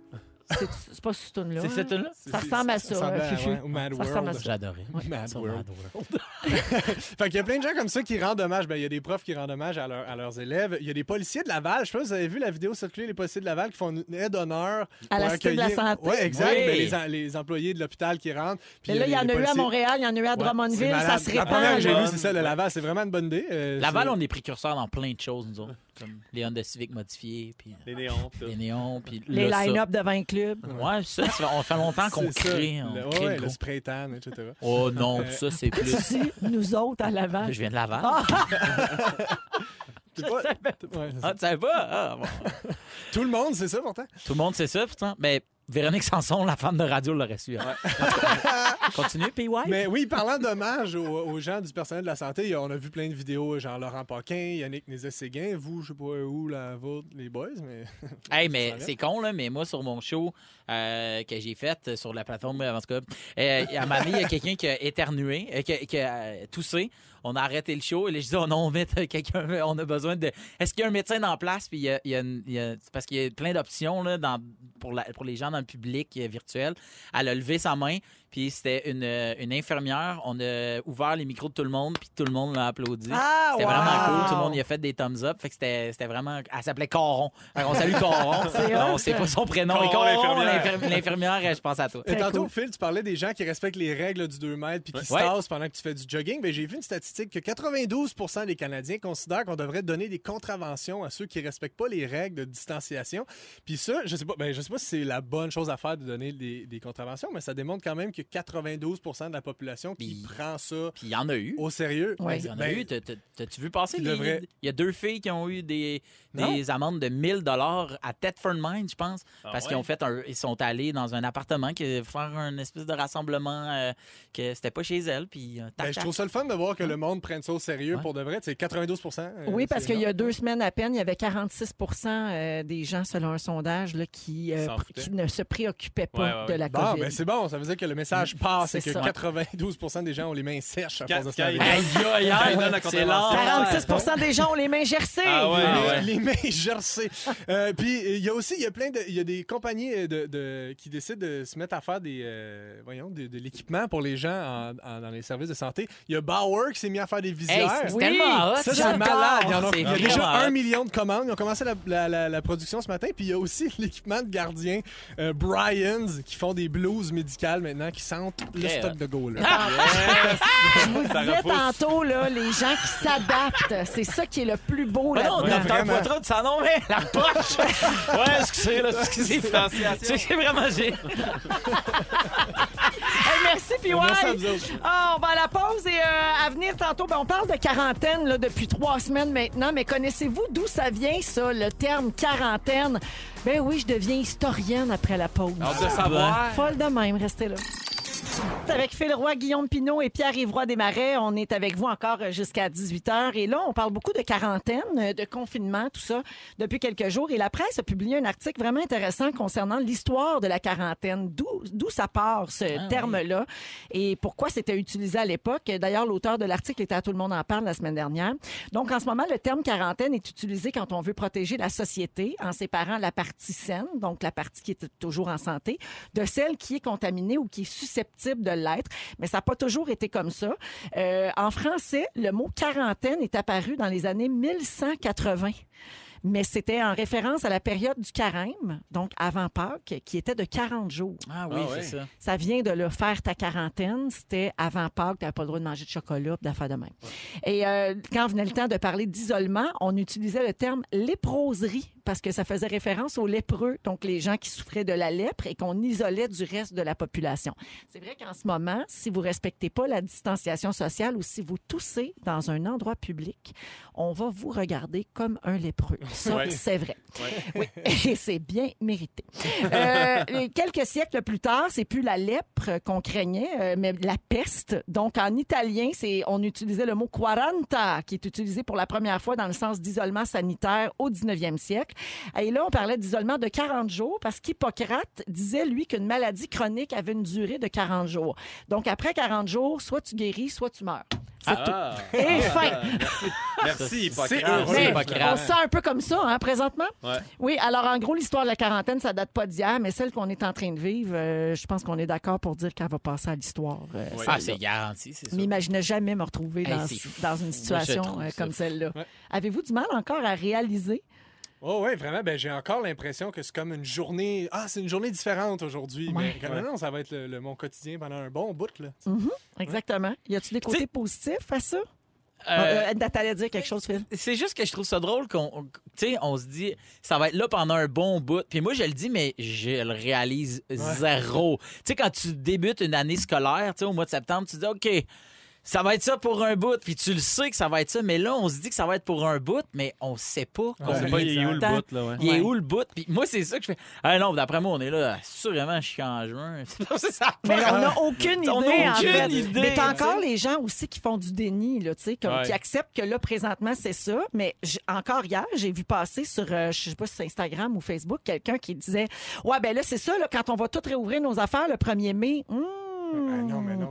Speaker 2: C'est c'est pas cette tune-là.
Speaker 3: C'est cette
Speaker 2: hein?
Speaker 3: tune-là?
Speaker 2: Ça ressemble à ça.
Speaker 1: ressemble
Speaker 2: euh,
Speaker 1: à-
Speaker 2: Fufu.
Speaker 1: ouais, au Mad
Speaker 2: Ça ressemble à
Speaker 1: World.
Speaker 2: ça.
Speaker 3: J'adorais.
Speaker 1: Mad
Speaker 3: Ça,
Speaker 1: World.
Speaker 3: Mad
Speaker 1: fait qu'il y a plein de gens comme ça qui rendent hommage. Ben, il y a des profs qui rendent hommage à, leur- à leurs élèves. Il y a des policiers de Laval. Je sais pas si vous avez vu la vidéo circuler, les policiers de Laval qui font une aide d'honneur.
Speaker 2: À la
Speaker 1: pour
Speaker 2: Cité de la
Speaker 1: accueillir-
Speaker 2: Santé.
Speaker 1: Ouais, exact.
Speaker 2: Oui.
Speaker 1: Ben, les, en- les employés de l'hôpital qui rentrent. Puis
Speaker 2: Mais là, il y
Speaker 1: les-
Speaker 2: en
Speaker 1: les
Speaker 2: a eu à
Speaker 1: policiers-
Speaker 2: Montréal, il y en a eu à
Speaker 1: Ouais, c'est
Speaker 2: Drummondville, ça
Speaker 1: malade.
Speaker 2: se
Speaker 1: La
Speaker 2: répand.
Speaker 1: première que j'ai
Speaker 2: là.
Speaker 1: vue, c'est celle de Laval. C'est vraiment une bonne idée. Euh,
Speaker 3: Laval,
Speaker 1: c'est-
Speaker 3: on est précurseurs dans plein de choses, nous autres. Comme les Honda Civic modifiés, puis euh,
Speaker 4: les néons,
Speaker 3: les néons, puis
Speaker 2: Les
Speaker 3: là, ça.
Speaker 2: line-up de 20 clubs.
Speaker 3: Ouais, ça, ça fait- on fait longtemps qu'on
Speaker 1: C'est ça.
Speaker 3: crée, on
Speaker 1: Le-
Speaker 3: crée
Speaker 1: ouais,
Speaker 3: le
Speaker 1: le
Speaker 3: groupe.
Speaker 1: spraytan, etc.
Speaker 3: Oh non,
Speaker 1: Euh,
Speaker 3: ça c'est plus.
Speaker 2: Tu dis, nous autres à l'avant.
Speaker 3: Je viens de Laval.
Speaker 2: Ah!
Speaker 1: T'es pas- Ouais, c'est ça.
Speaker 3: Ah, tu savais pas? Ah, bon.
Speaker 1: Tout le monde, c'est ça pourtant.
Speaker 3: Tout le monde sait ça, putain. Mais Véronique Sanson, la femme de radio, l'aurait su. hein.
Speaker 2: Ah,
Speaker 3: Continue, PY.
Speaker 1: Mais oui, parlant d'hommage aux, aux gens du personnel de la santé, on a vu plein de vidéos, genre Laurent Paquin, Yannick Nézet-Séguin, vous, je sais pas où, la vôtre, les boys, mais...
Speaker 3: Hey, mais
Speaker 1: Ça va.
Speaker 3: c'est con, là, mais moi, sur mon show euh, que j'ai fait euh, sur la plateforme, euh, en tout cas, euh, à ma il y a quelqu'un qui a éternué, euh, qui a, qui a, euh, toussé. On a arrêté le show et là, je dis, oh non, vite, euh, quelqu'un, euh, on a besoin de. Est-ce qu'il y a un médecin en place? Puis il y a, il y a une- il y a- c'est parce qu'il y a plein d'options là, dans- pour, la- pour les gens dans le public euh, virtuel. Elle a levé sa main, puis c'était une, euh, une infirmière. On a ouvert les micros de tout le monde, puis tout le monde l'a applaudi.
Speaker 2: Ah,
Speaker 3: c'était
Speaker 2: wow!
Speaker 3: vraiment cool. Tout le monde y a fait des thumbs up. Fait que c'était c'était vraiment. Elle s'appelait Coron. Fait qu'on salue Coron.
Speaker 1: C'est
Speaker 3: Non,
Speaker 1: hot,
Speaker 3: c'est
Speaker 1: ça. Euh,
Speaker 3: pas son prénom.
Speaker 1: Coron,
Speaker 3: Mais Coron,
Speaker 1: l'infirmière.
Speaker 3: l'infirmière, l'infirmière, je pense à toi.
Speaker 1: Et tantôt, Phil, tu parlais des gens qui respectent les règles du 2 mètres puis qui se
Speaker 3: Ouais.
Speaker 1: tassent pendant que tu fais du jogging. Ben, J'ai vu une statistique que 92 des Canadiens considèrent qu'on devrait donner des contraventions à ceux qui respectent pas les règles de distanciation. Puis ça, je sais pas, ben, je sais pas si c'est la bonne chose à faire de donner des, des contraventions, mais ça démontre quand même que 92 de la population qui prend ça
Speaker 3: Puis il y en a eu.
Speaker 1: au sérieux.
Speaker 3: Ouais. Il y en a
Speaker 1: Ben,
Speaker 3: eu. T'as- t'as- T'as-tu vu passer?
Speaker 1: Qui
Speaker 3: les-
Speaker 1: devrait-
Speaker 3: Il y a deux filles qui ont eu des,
Speaker 1: Non.
Speaker 3: des amendes de 1000 dollars à Thetford Mine, je pense,
Speaker 5: Ah
Speaker 3: parce
Speaker 5: ouais?
Speaker 3: qu'ils ont fait un- ils sont allés dans un appartement qui faire un espèce de rassemblement euh, que c'était pas chez elles. Puis euh,
Speaker 1: Ben,
Speaker 3: tac,
Speaker 1: je
Speaker 3: tac.
Speaker 1: trouve ça le fun de voir que le monde prenne ça au sérieux pour de vrai. C'est 92 euh,
Speaker 2: Oui, parce
Speaker 1: c'est
Speaker 2: qu'il y a
Speaker 1: énorme.
Speaker 2: deux semaines à peine, il y avait 46 euh, des gens, selon un sondage, là, qui, euh,
Speaker 1: S'en
Speaker 2: pr-
Speaker 1: foutaient.
Speaker 2: qui ne se préoccupaient pas
Speaker 1: Ouais, ouais,
Speaker 2: de
Speaker 1: ouais.
Speaker 2: la
Speaker 1: Bon,
Speaker 2: COVID. Mm.
Speaker 1: ben, c'est bon, ça veut dire que le message passe et
Speaker 2: c'est
Speaker 1: que
Speaker 2: ça.
Speaker 1: 92 des gens ont les mains sèches à force de se
Speaker 4: quand
Speaker 1: laver.
Speaker 4: ils- Aïe, aïe, aïe, donne la
Speaker 1: C'est
Speaker 4: contravention.
Speaker 1: l'enfer.
Speaker 2: 46 des gens ont les mains gercées.
Speaker 1: Ah ouais,
Speaker 4: Ah
Speaker 1: les-
Speaker 4: ouais.
Speaker 1: les mains gercées. Euh, puis il y a aussi, il y a plein de, il y a des compagnies euh, de, de- qui décident de se mettre à faire des, euh, voyons, de, de l'équipement pour les gens en- en- dans les services de santé. Il y a Bauer qui s'est mis mis à faire des visières.
Speaker 3: Hey, c'est tellement hot,
Speaker 1: Ça, c'est
Speaker 3: j'adore.
Speaker 1: malade. Ils en ont-
Speaker 3: C'est
Speaker 1: Il y a
Speaker 3: vraiment
Speaker 1: déjà
Speaker 3: hot.
Speaker 1: un million de commandes. Ils ont commencé la, la- la- la production ce matin. Puis il y a aussi l'équipement de gardiens euh, Bryans qui font des blouses médicales maintenant qui sentent le
Speaker 2: Très
Speaker 1: stock
Speaker 2: hot.
Speaker 1: de Gaulle.
Speaker 2: Je vous le disais tantôt, là, les gens qui s'adaptent, c'est ça qui est le plus beau
Speaker 3: Ah non,
Speaker 2: là-dedans.
Speaker 3: docteur Poitras, tu s'en mais la poche! ouais, excusez, là, excusez,
Speaker 5: Distanciation.
Speaker 3: c'est c'est vraiment gé-
Speaker 2: Hey, merci, PY.
Speaker 3: Merci à vous autres.
Speaker 2: Ah, on va à la pause et euh, à venir tantôt. ben, on parle de quarantaine là, depuis trois semaines maintenant, mais connaissez-vous d'où ça vient, ça, le terme quarantaine? Ben oui, je deviens historienne après la pause.
Speaker 4: Hâte de savoir.
Speaker 2: Folle de même, restez là. C'est Avec Phil Roy, Guillaume Pinot et Pierre-Yvroy Desmarais, on est avec vous encore jusqu'à 18h. Et là, on parle beaucoup de quarantaine, euh, de confinement, tout ça, depuis quelques jours. Et la presse a publié un article vraiment intéressant concernant l'histoire de la quarantaine, d'où d'où ça part, ce terme-là, et pourquoi c'était utilisé à l'époque. D'ailleurs, l'auteur de l'article était à Tout le monde en parle la semaine dernière. Donc, en ce moment, le terme quarantaine est utilisé quand on veut protéger la société en séparant la partie saine, donc la partie qui est toujours en santé, de celle qui est contaminée ou qui est susceptible de l'être. Mais ça n'a pas toujours été comme ça. Euh, en français, le mot quarantaine est apparu dans les années 1180. Mais c'était en référence à la période du carême, donc avant Pâques, qui était de 40 jours.
Speaker 3: Ah oui, Ah c'est ouais. ça.
Speaker 2: Ça vient de le faire ta quarantaine. C'était avant Pâques, tu n'avais pas le droit de manger de chocolat, puis d'affaires de même. Et euh, quand venait le temps de parler d'isolement, on utilisait le terme léproserie parce que ça faisait référence aux lépreux, donc les gens qui souffraient de la lèpre et qu'on isolait du reste de la population. C'est vrai qu'en ce moment, si vous respectez pas la distanciation sociale ou si vous toussez dans un endroit public, on va vous regarder comme un lépreux. Ça,
Speaker 7: Ouais.
Speaker 2: c'est vrai.
Speaker 7: Ouais.
Speaker 2: Oui, et c'est bien mérité. Euh, et quelques siècles plus tard, c'est plus la lèpre qu'on craignait, euh, mais la peste. Donc, en italien, c'est on utilisait le mot quaranta, qui est utilisé pour la première fois dans le sens d'isolement sanitaire au 19e siècle. Et là, on parlait d'isolement de 40 jours parce qu'Hippocrate disait, lui, qu'une maladie chronique avait une durée de 40 jours. Donc, après 40 jours, soit tu guéris, soit tu meurs. C'est
Speaker 4: Ah.
Speaker 2: tout. Et
Speaker 4: Ah.
Speaker 2: fin.
Speaker 4: Merci, Hippocrate.
Speaker 2: C'est
Speaker 1: Ah
Speaker 3: Ah,
Speaker 4: heureux.
Speaker 2: Mais
Speaker 4: Hippocrate.
Speaker 2: On se sent un peu comme ça, hein, présentement?
Speaker 4: Ouais.
Speaker 2: Oui, alors en gros, l'histoire de la quarantaine, ça date pas d'hier, mais celle qu'on est en train de vivre, euh, je pense qu'on est d'accord pour dire qu'elle va passer à l'histoire. euh,
Speaker 3: Ouais.
Speaker 2: celle-là.
Speaker 3: Ah, c'est garanti, c'est
Speaker 2: Je m'imaginais jamais me retrouver
Speaker 3: Hey,
Speaker 2: dans,
Speaker 3: c'est fou.
Speaker 2: dans une
Speaker 3: Moi, je
Speaker 2: situation
Speaker 3: trouve
Speaker 2: euh,
Speaker 3: ça
Speaker 2: comme
Speaker 3: fou.
Speaker 2: celle-là. Avez-vous du mal encore à réaliser?
Speaker 1: Oh ouais, vraiment, ben, j'ai encore l'impression que c'est comme une journée. Ah, c'est une journée différente aujourd'hui. Mais quand
Speaker 2: Ouais.
Speaker 1: non, ça va être le, le- mon quotidien pendant un bon bout. Là.
Speaker 2: Mhm, exactement. Y a-tu des côtés positifs à ça?
Speaker 3: Euh,
Speaker 2: Euh, Nathalie dire quelque chose, Phil?
Speaker 3: C'est juste que je trouve ça drôle qu'on tu sais, on se dit ça va être là pendant un bon bout. Puis moi je le dis mais je le réalise zéro. Tu sais quand tu débutes une année scolaire, tu sais au mois de septembre, tu dis OK, ça va être ça pour un bout, puis tu le sais que ça va être ça, mais là on se dit que ça va être pour un bout, mais on sait pas
Speaker 13: On sait pas, il est où le
Speaker 3: temps.
Speaker 13: bout, là, ouais.
Speaker 3: Il est
Speaker 13: Ouais.
Speaker 3: où le bout Puis moi c'est ça que je fais. Ah non, d'après moi on est là assurément je suis en juin. Ça a
Speaker 2: Mais
Speaker 3: pas-
Speaker 2: on n'a aucune idée.
Speaker 3: On a
Speaker 2: en
Speaker 3: aucune
Speaker 2: fait.
Speaker 3: idée,
Speaker 2: Mais t'as
Speaker 3: tu sais.
Speaker 2: encore les gens aussi qui font du déni, là, tu sais, comme
Speaker 3: Ouais.
Speaker 2: qui acceptent que là, présentement, c'est ça. Mais j- encore hier, j'ai vu passer sur, euh, je sais pas si c'est Instagram ou Facebook, quelqu'un qui disait Ouais, ben là, c'est ça, là, quand on va tout réouvrir nos affaires le 1er mai. Hum,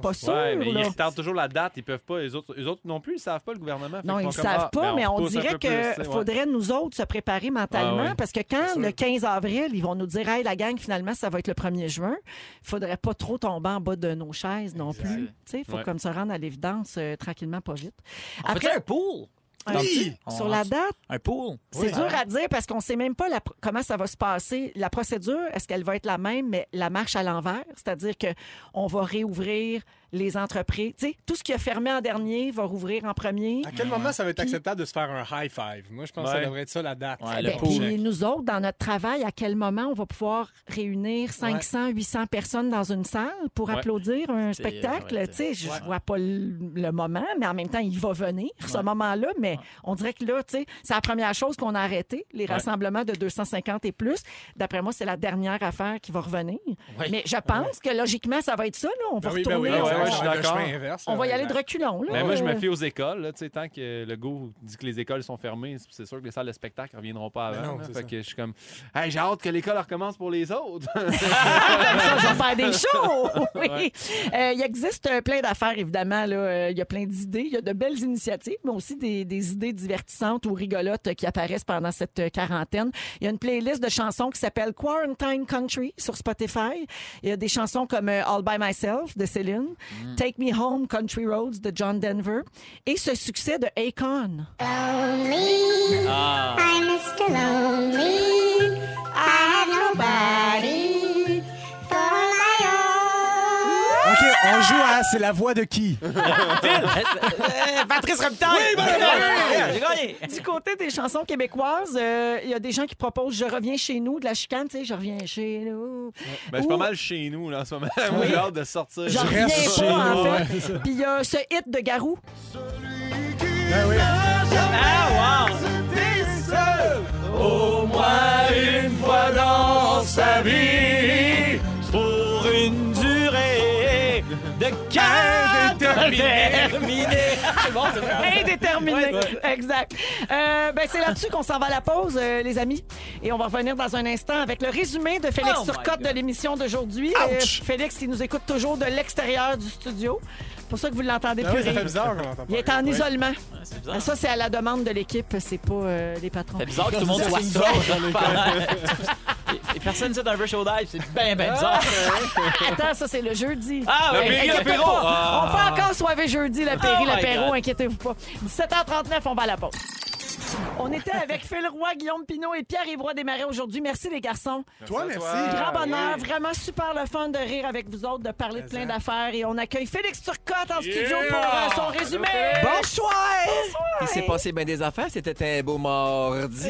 Speaker 2: pas sûr.
Speaker 4: Ouais, mais
Speaker 2: là.
Speaker 4: ils retardent toujours la date, ils peuvent pas. Les autres, eux autres non plus, ils savent pas le gouvernement. fait
Speaker 2: Non,
Speaker 4: qu'ils
Speaker 2: ils ne
Speaker 4: font comme,
Speaker 2: savent
Speaker 4: ah,
Speaker 2: pas,
Speaker 4: ben,
Speaker 2: mais on
Speaker 4: pousse un
Speaker 2: dirait
Speaker 4: peu plus, tu sais,
Speaker 2: qu'il
Speaker 4: ouais.
Speaker 2: faudrait nous autres se préparer mentalement
Speaker 4: Ah oui.
Speaker 2: parce que quand le 15 avril, ils vont nous dire Hey, la gang, finalement, ça va être le 1er juin, il faudrait pas trop tomber en bas de nos chaises non plus. Il faut
Speaker 3: Ouais.
Speaker 2: comme se rendre à l'évidence euh, tranquillement, pas vite.
Speaker 3: On fait un pool.
Speaker 2: Un-
Speaker 3: Oui.
Speaker 2: Sur
Speaker 3: On-
Speaker 2: la date,
Speaker 3: Un pool.
Speaker 2: c'est dur
Speaker 3: Ah.
Speaker 2: à dire parce qu'on ne sait même pas la pro- comment ça va se passer. La procédure, est-ce qu'elle va être la même, mais la marche à l'envers, c'est-à-dire que on va réouvrir les entreprises. Tu sais, tout ce qui a fermé en dernier va rouvrir en premier.
Speaker 1: À quel moment ça va être acceptable de se faire un high five? Moi, je pense que
Speaker 3: Ouais.
Speaker 1: ça devrait être ça la date.
Speaker 3: Ouais,
Speaker 2: Ben, puis nous autres, dans notre travail, à quel moment on va pouvoir réunir 500, 800 personnes dans une salle pour
Speaker 3: Ouais.
Speaker 2: applaudir un
Speaker 3: C'est-
Speaker 2: spectacle?
Speaker 3: ouais,
Speaker 2: Tu sais, je
Speaker 3: ouais.
Speaker 2: vois pas le, le moment, mais en même temps, il va venir, ce moment-là. Mais on dirait que là, tu sais, c'est la première chose qu'on a arrêtée, les rassemblements de 250 et plus. D'après moi, c'est la dernière affaire qui va revenir.
Speaker 3: Ouais.
Speaker 2: Mais je pense que logiquement, ça va être ça. là. On va
Speaker 4: Ben oui, ben
Speaker 2: retourner.
Speaker 4: oui,
Speaker 2: on
Speaker 4: ouais,
Speaker 2: va-
Speaker 4: ouais, je suis
Speaker 2: on va-
Speaker 4: d'accord.
Speaker 2: on va y
Speaker 1: Ah
Speaker 2: aller de reculons. là.
Speaker 4: Mais Ben, moi, je me
Speaker 2: Euh,
Speaker 4: fie aux écoles. là, tu sais, tant que le goût dit que les écoles sont fermées, c'est sûr que les salles de spectacle ne reviendront pas
Speaker 1: Ben
Speaker 4: avant.
Speaker 1: non,
Speaker 4: là.
Speaker 1: c'est
Speaker 4: fait
Speaker 1: ça.
Speaker 4: que je suis comme, hey, j'ai hâte que l'école recommence pour les autres.
Speaker 2: ça, je vais faire des shows. Oui.
Speaker 4: Ouais.
Speaker 2: Euh, il existe euh, plein d'affaires, évidemment. là. Euh, Il y a plein d'idées. Il y a de belles initiatives, mais aussi des, des idées divertissantes ou rigolotes euh, qui apparaissent pendant cette euh, quarantaine. Il y a une playlist de chansons qui s'appelle Quarantine Country sur Spotify. Il y a des chansons comme euh, All by Myself de Céline. Take Me Home, Country Roads de John Denver et ce succès de Akon.
Speaker 7: Ah. I'm Mr. Lonely. I have nobody for my own.
Speaker 1: OK, on joue à c'est la voix de qui?
Speaker 3: Eh, Patrice Reptile!
Speaker 1: Oui, bonne réponse!
Speaker 3: J'ai gagné!
Speaker 2: Du côté des chansons québécoises, euh, il y a des gens qui proposent Je reviens chez nous de la chicane, tu sais, je reviens chez nous.
Speaker 4: Ben, je suis pas mal chez nous là, en ce moment. Moi, j'ai hâte de sortir.
Speaker 2: Je reviens pas, en fait. Puis il y a ce hit de Garou.
Speaker 7: Ah, wow.
Speaker 11: Au moins une fois dans sa vie, pour une durée de 4
Speaker 2: Indéterminé. Exact. Euh, ben, c'est là-dessus qu'on s'en va à la pause, euh, les amis. Et on va revenir dans un instant avec le résumé de Félix
Speaker 7: Oh my
Speaker 2: Turcotte de l'émission d'aujourd'hui. Euh, Félix qui nous écoute toujours de l'extérieur du studio. C'est pour ça que vous l'entendez
Speaker 1: Ah
Speaker 2: plus
Speaker 1: oui, ça
Speaker 2: rire.
Speaker 1: fait bizarre qu'on l'entend pas
Speaker 2: Il est en
Speaker 1: rire, oui.
Speaker 2: isolement.
Speaker 1: c'est bizarre.
Speaker 2: Ça, c'est à la demande de l'équipe, c'est pas euh, les patrons.
Speaker 3: C'est bizarre que tout le monde soit
Speaker 2: C'est
Speaker 3: seul. Et personne ne sait d'un peu chaud d'ail, c'est bien, bien bizarre.
Speaker 2: Attends, ça, c'est le jeudi.
Speaker 3: Ah,
Speaker 2: oui,
Speaker 3: le Péri, l'apéro.
Speaker 2: On
Speaker 3: Ah.
Speaker 2: fait encore soirée jeudi, la
Speaker 3: Oh
Speaker 2: Péri,
Speaker 3: my
Speaker 2: l'apéro,
Speaker 3: God.
Speaker 2: inquiétez-vous pas. 17h39, on va à la pause. On était avec Phil Roy, Guillaume Pinot et pierre Évroy Desmarais aujourd'hui. Merci, les garçons.
Speaker 1: Toi, merci.
Speaker 3: Ah,
Speaker 2: Grand bonheur,
Speaker 1: Oui.
Speaker 2: vraiment super le fun de rire avec vous autres, de parler de plein d'affaires. Et on accueille Félix Turcotte en studio pour euh, son résumé.
Speaker 14: Bonsoir!
Speaker 2: Bonsoir.
Speaker 14: Il s'est passé bien des affaires, c'était un beau mardi.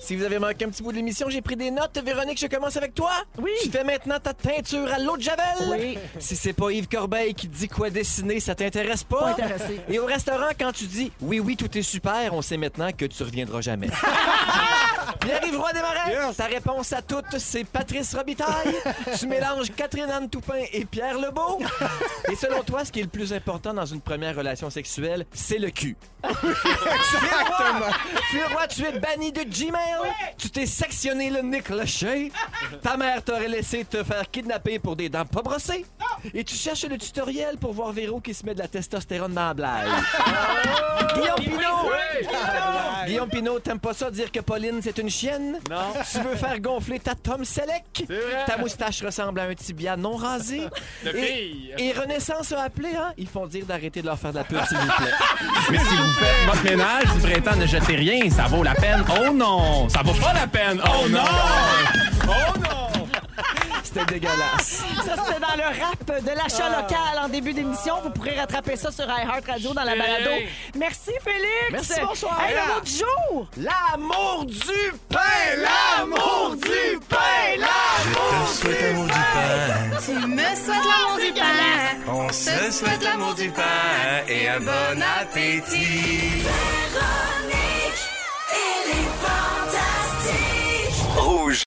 Speaker 14: Si vous avez manqué un petit bout de l'émission, j'ai pris des notes. Véronique, je commence avec toi. Oui. Tu fais maintenant ta teinture à l'eau de Javel.
Speaker 2: Oui.
Speaker 14: Si c'est pas Yves Corbeil qui te dit quoi dessiner, ça t'intéresse pas.
Speaker 2: Pas intéressé.
Speaker 14: Et au restaurant, quand tu dis oui, oui, tout est super, on sait maintenant que tu reviendras jamais. Pierre-Yves Roy Desmarais, ta réponse à toutes, c'est Patrice Robitaille. tu mélanges Catherine-Anne Toupin et Pierre Lebeau. et selon toi, ce qui est le plus important dans une première relation sexuelle, c'est le cul. Exactement. Furoy, tu es banni de Gmail. Tu t'es sectionné le nez cloché. Ta mère t'aurait laissé te faire kidnapper pour des dents pas brossées. Et tu cherches le tutoriel pour voir Véro qui se met de la testostérone dans la blague.
Speaker 4: Oh!
Speaker 14: Guillaume Pinot! Guillaume Pinot, t'aimes pas ça dire que Pauline, c'est une chienne?
Speaker 4: Non.
Speaker 14: Tu veux faire gonfler ta Tom Selleck?
Speaker 4: vrai.
Speaker 14: Ta moustache ressemble à un tibia non rasé.
Speaker 4: De
Speaker 14: Et-
Speaker 4: fille.
Speaker 14: Et, Renaissance a appelé, hein? Ils font dire d'arrêter de leur faire de la pub, s'il vous plaît.
Speaker 4: Mais si vous faites votre ménage du printemps, ne jetez rien, ça vaut la peine. Oh non! Ça vaut pas la peine! Oh non!
Speaker 14: Oh non! C'était dégueulasse.
Speaker 2: Ça, c'était dans le rap de l'achat
Speaker 14: Ah.
Speaker 2: local en début d'émission. Vous pourrez rattraper ça sur iHeartRadio dans la
Speaker 14: Hey.
Speaker 2: balado. Merci, Félix.
Speaker 14: Merci, bonsoir.
Speaker 2: Hey, le mot du jour.
Speaker 14: L'amour du
Speaker 7: pain, l'amour du pain, l'amour
Speaker 11: Je te souhaite l'amour du pain.
Speaker 7: Tu me souhaites l'amour du pain.
Speaker 11: On se souhaite l'amour du pain et un bon appétit.
Speaker 7: Véronique, elle est fantastique.
Speaker 11: Rouge.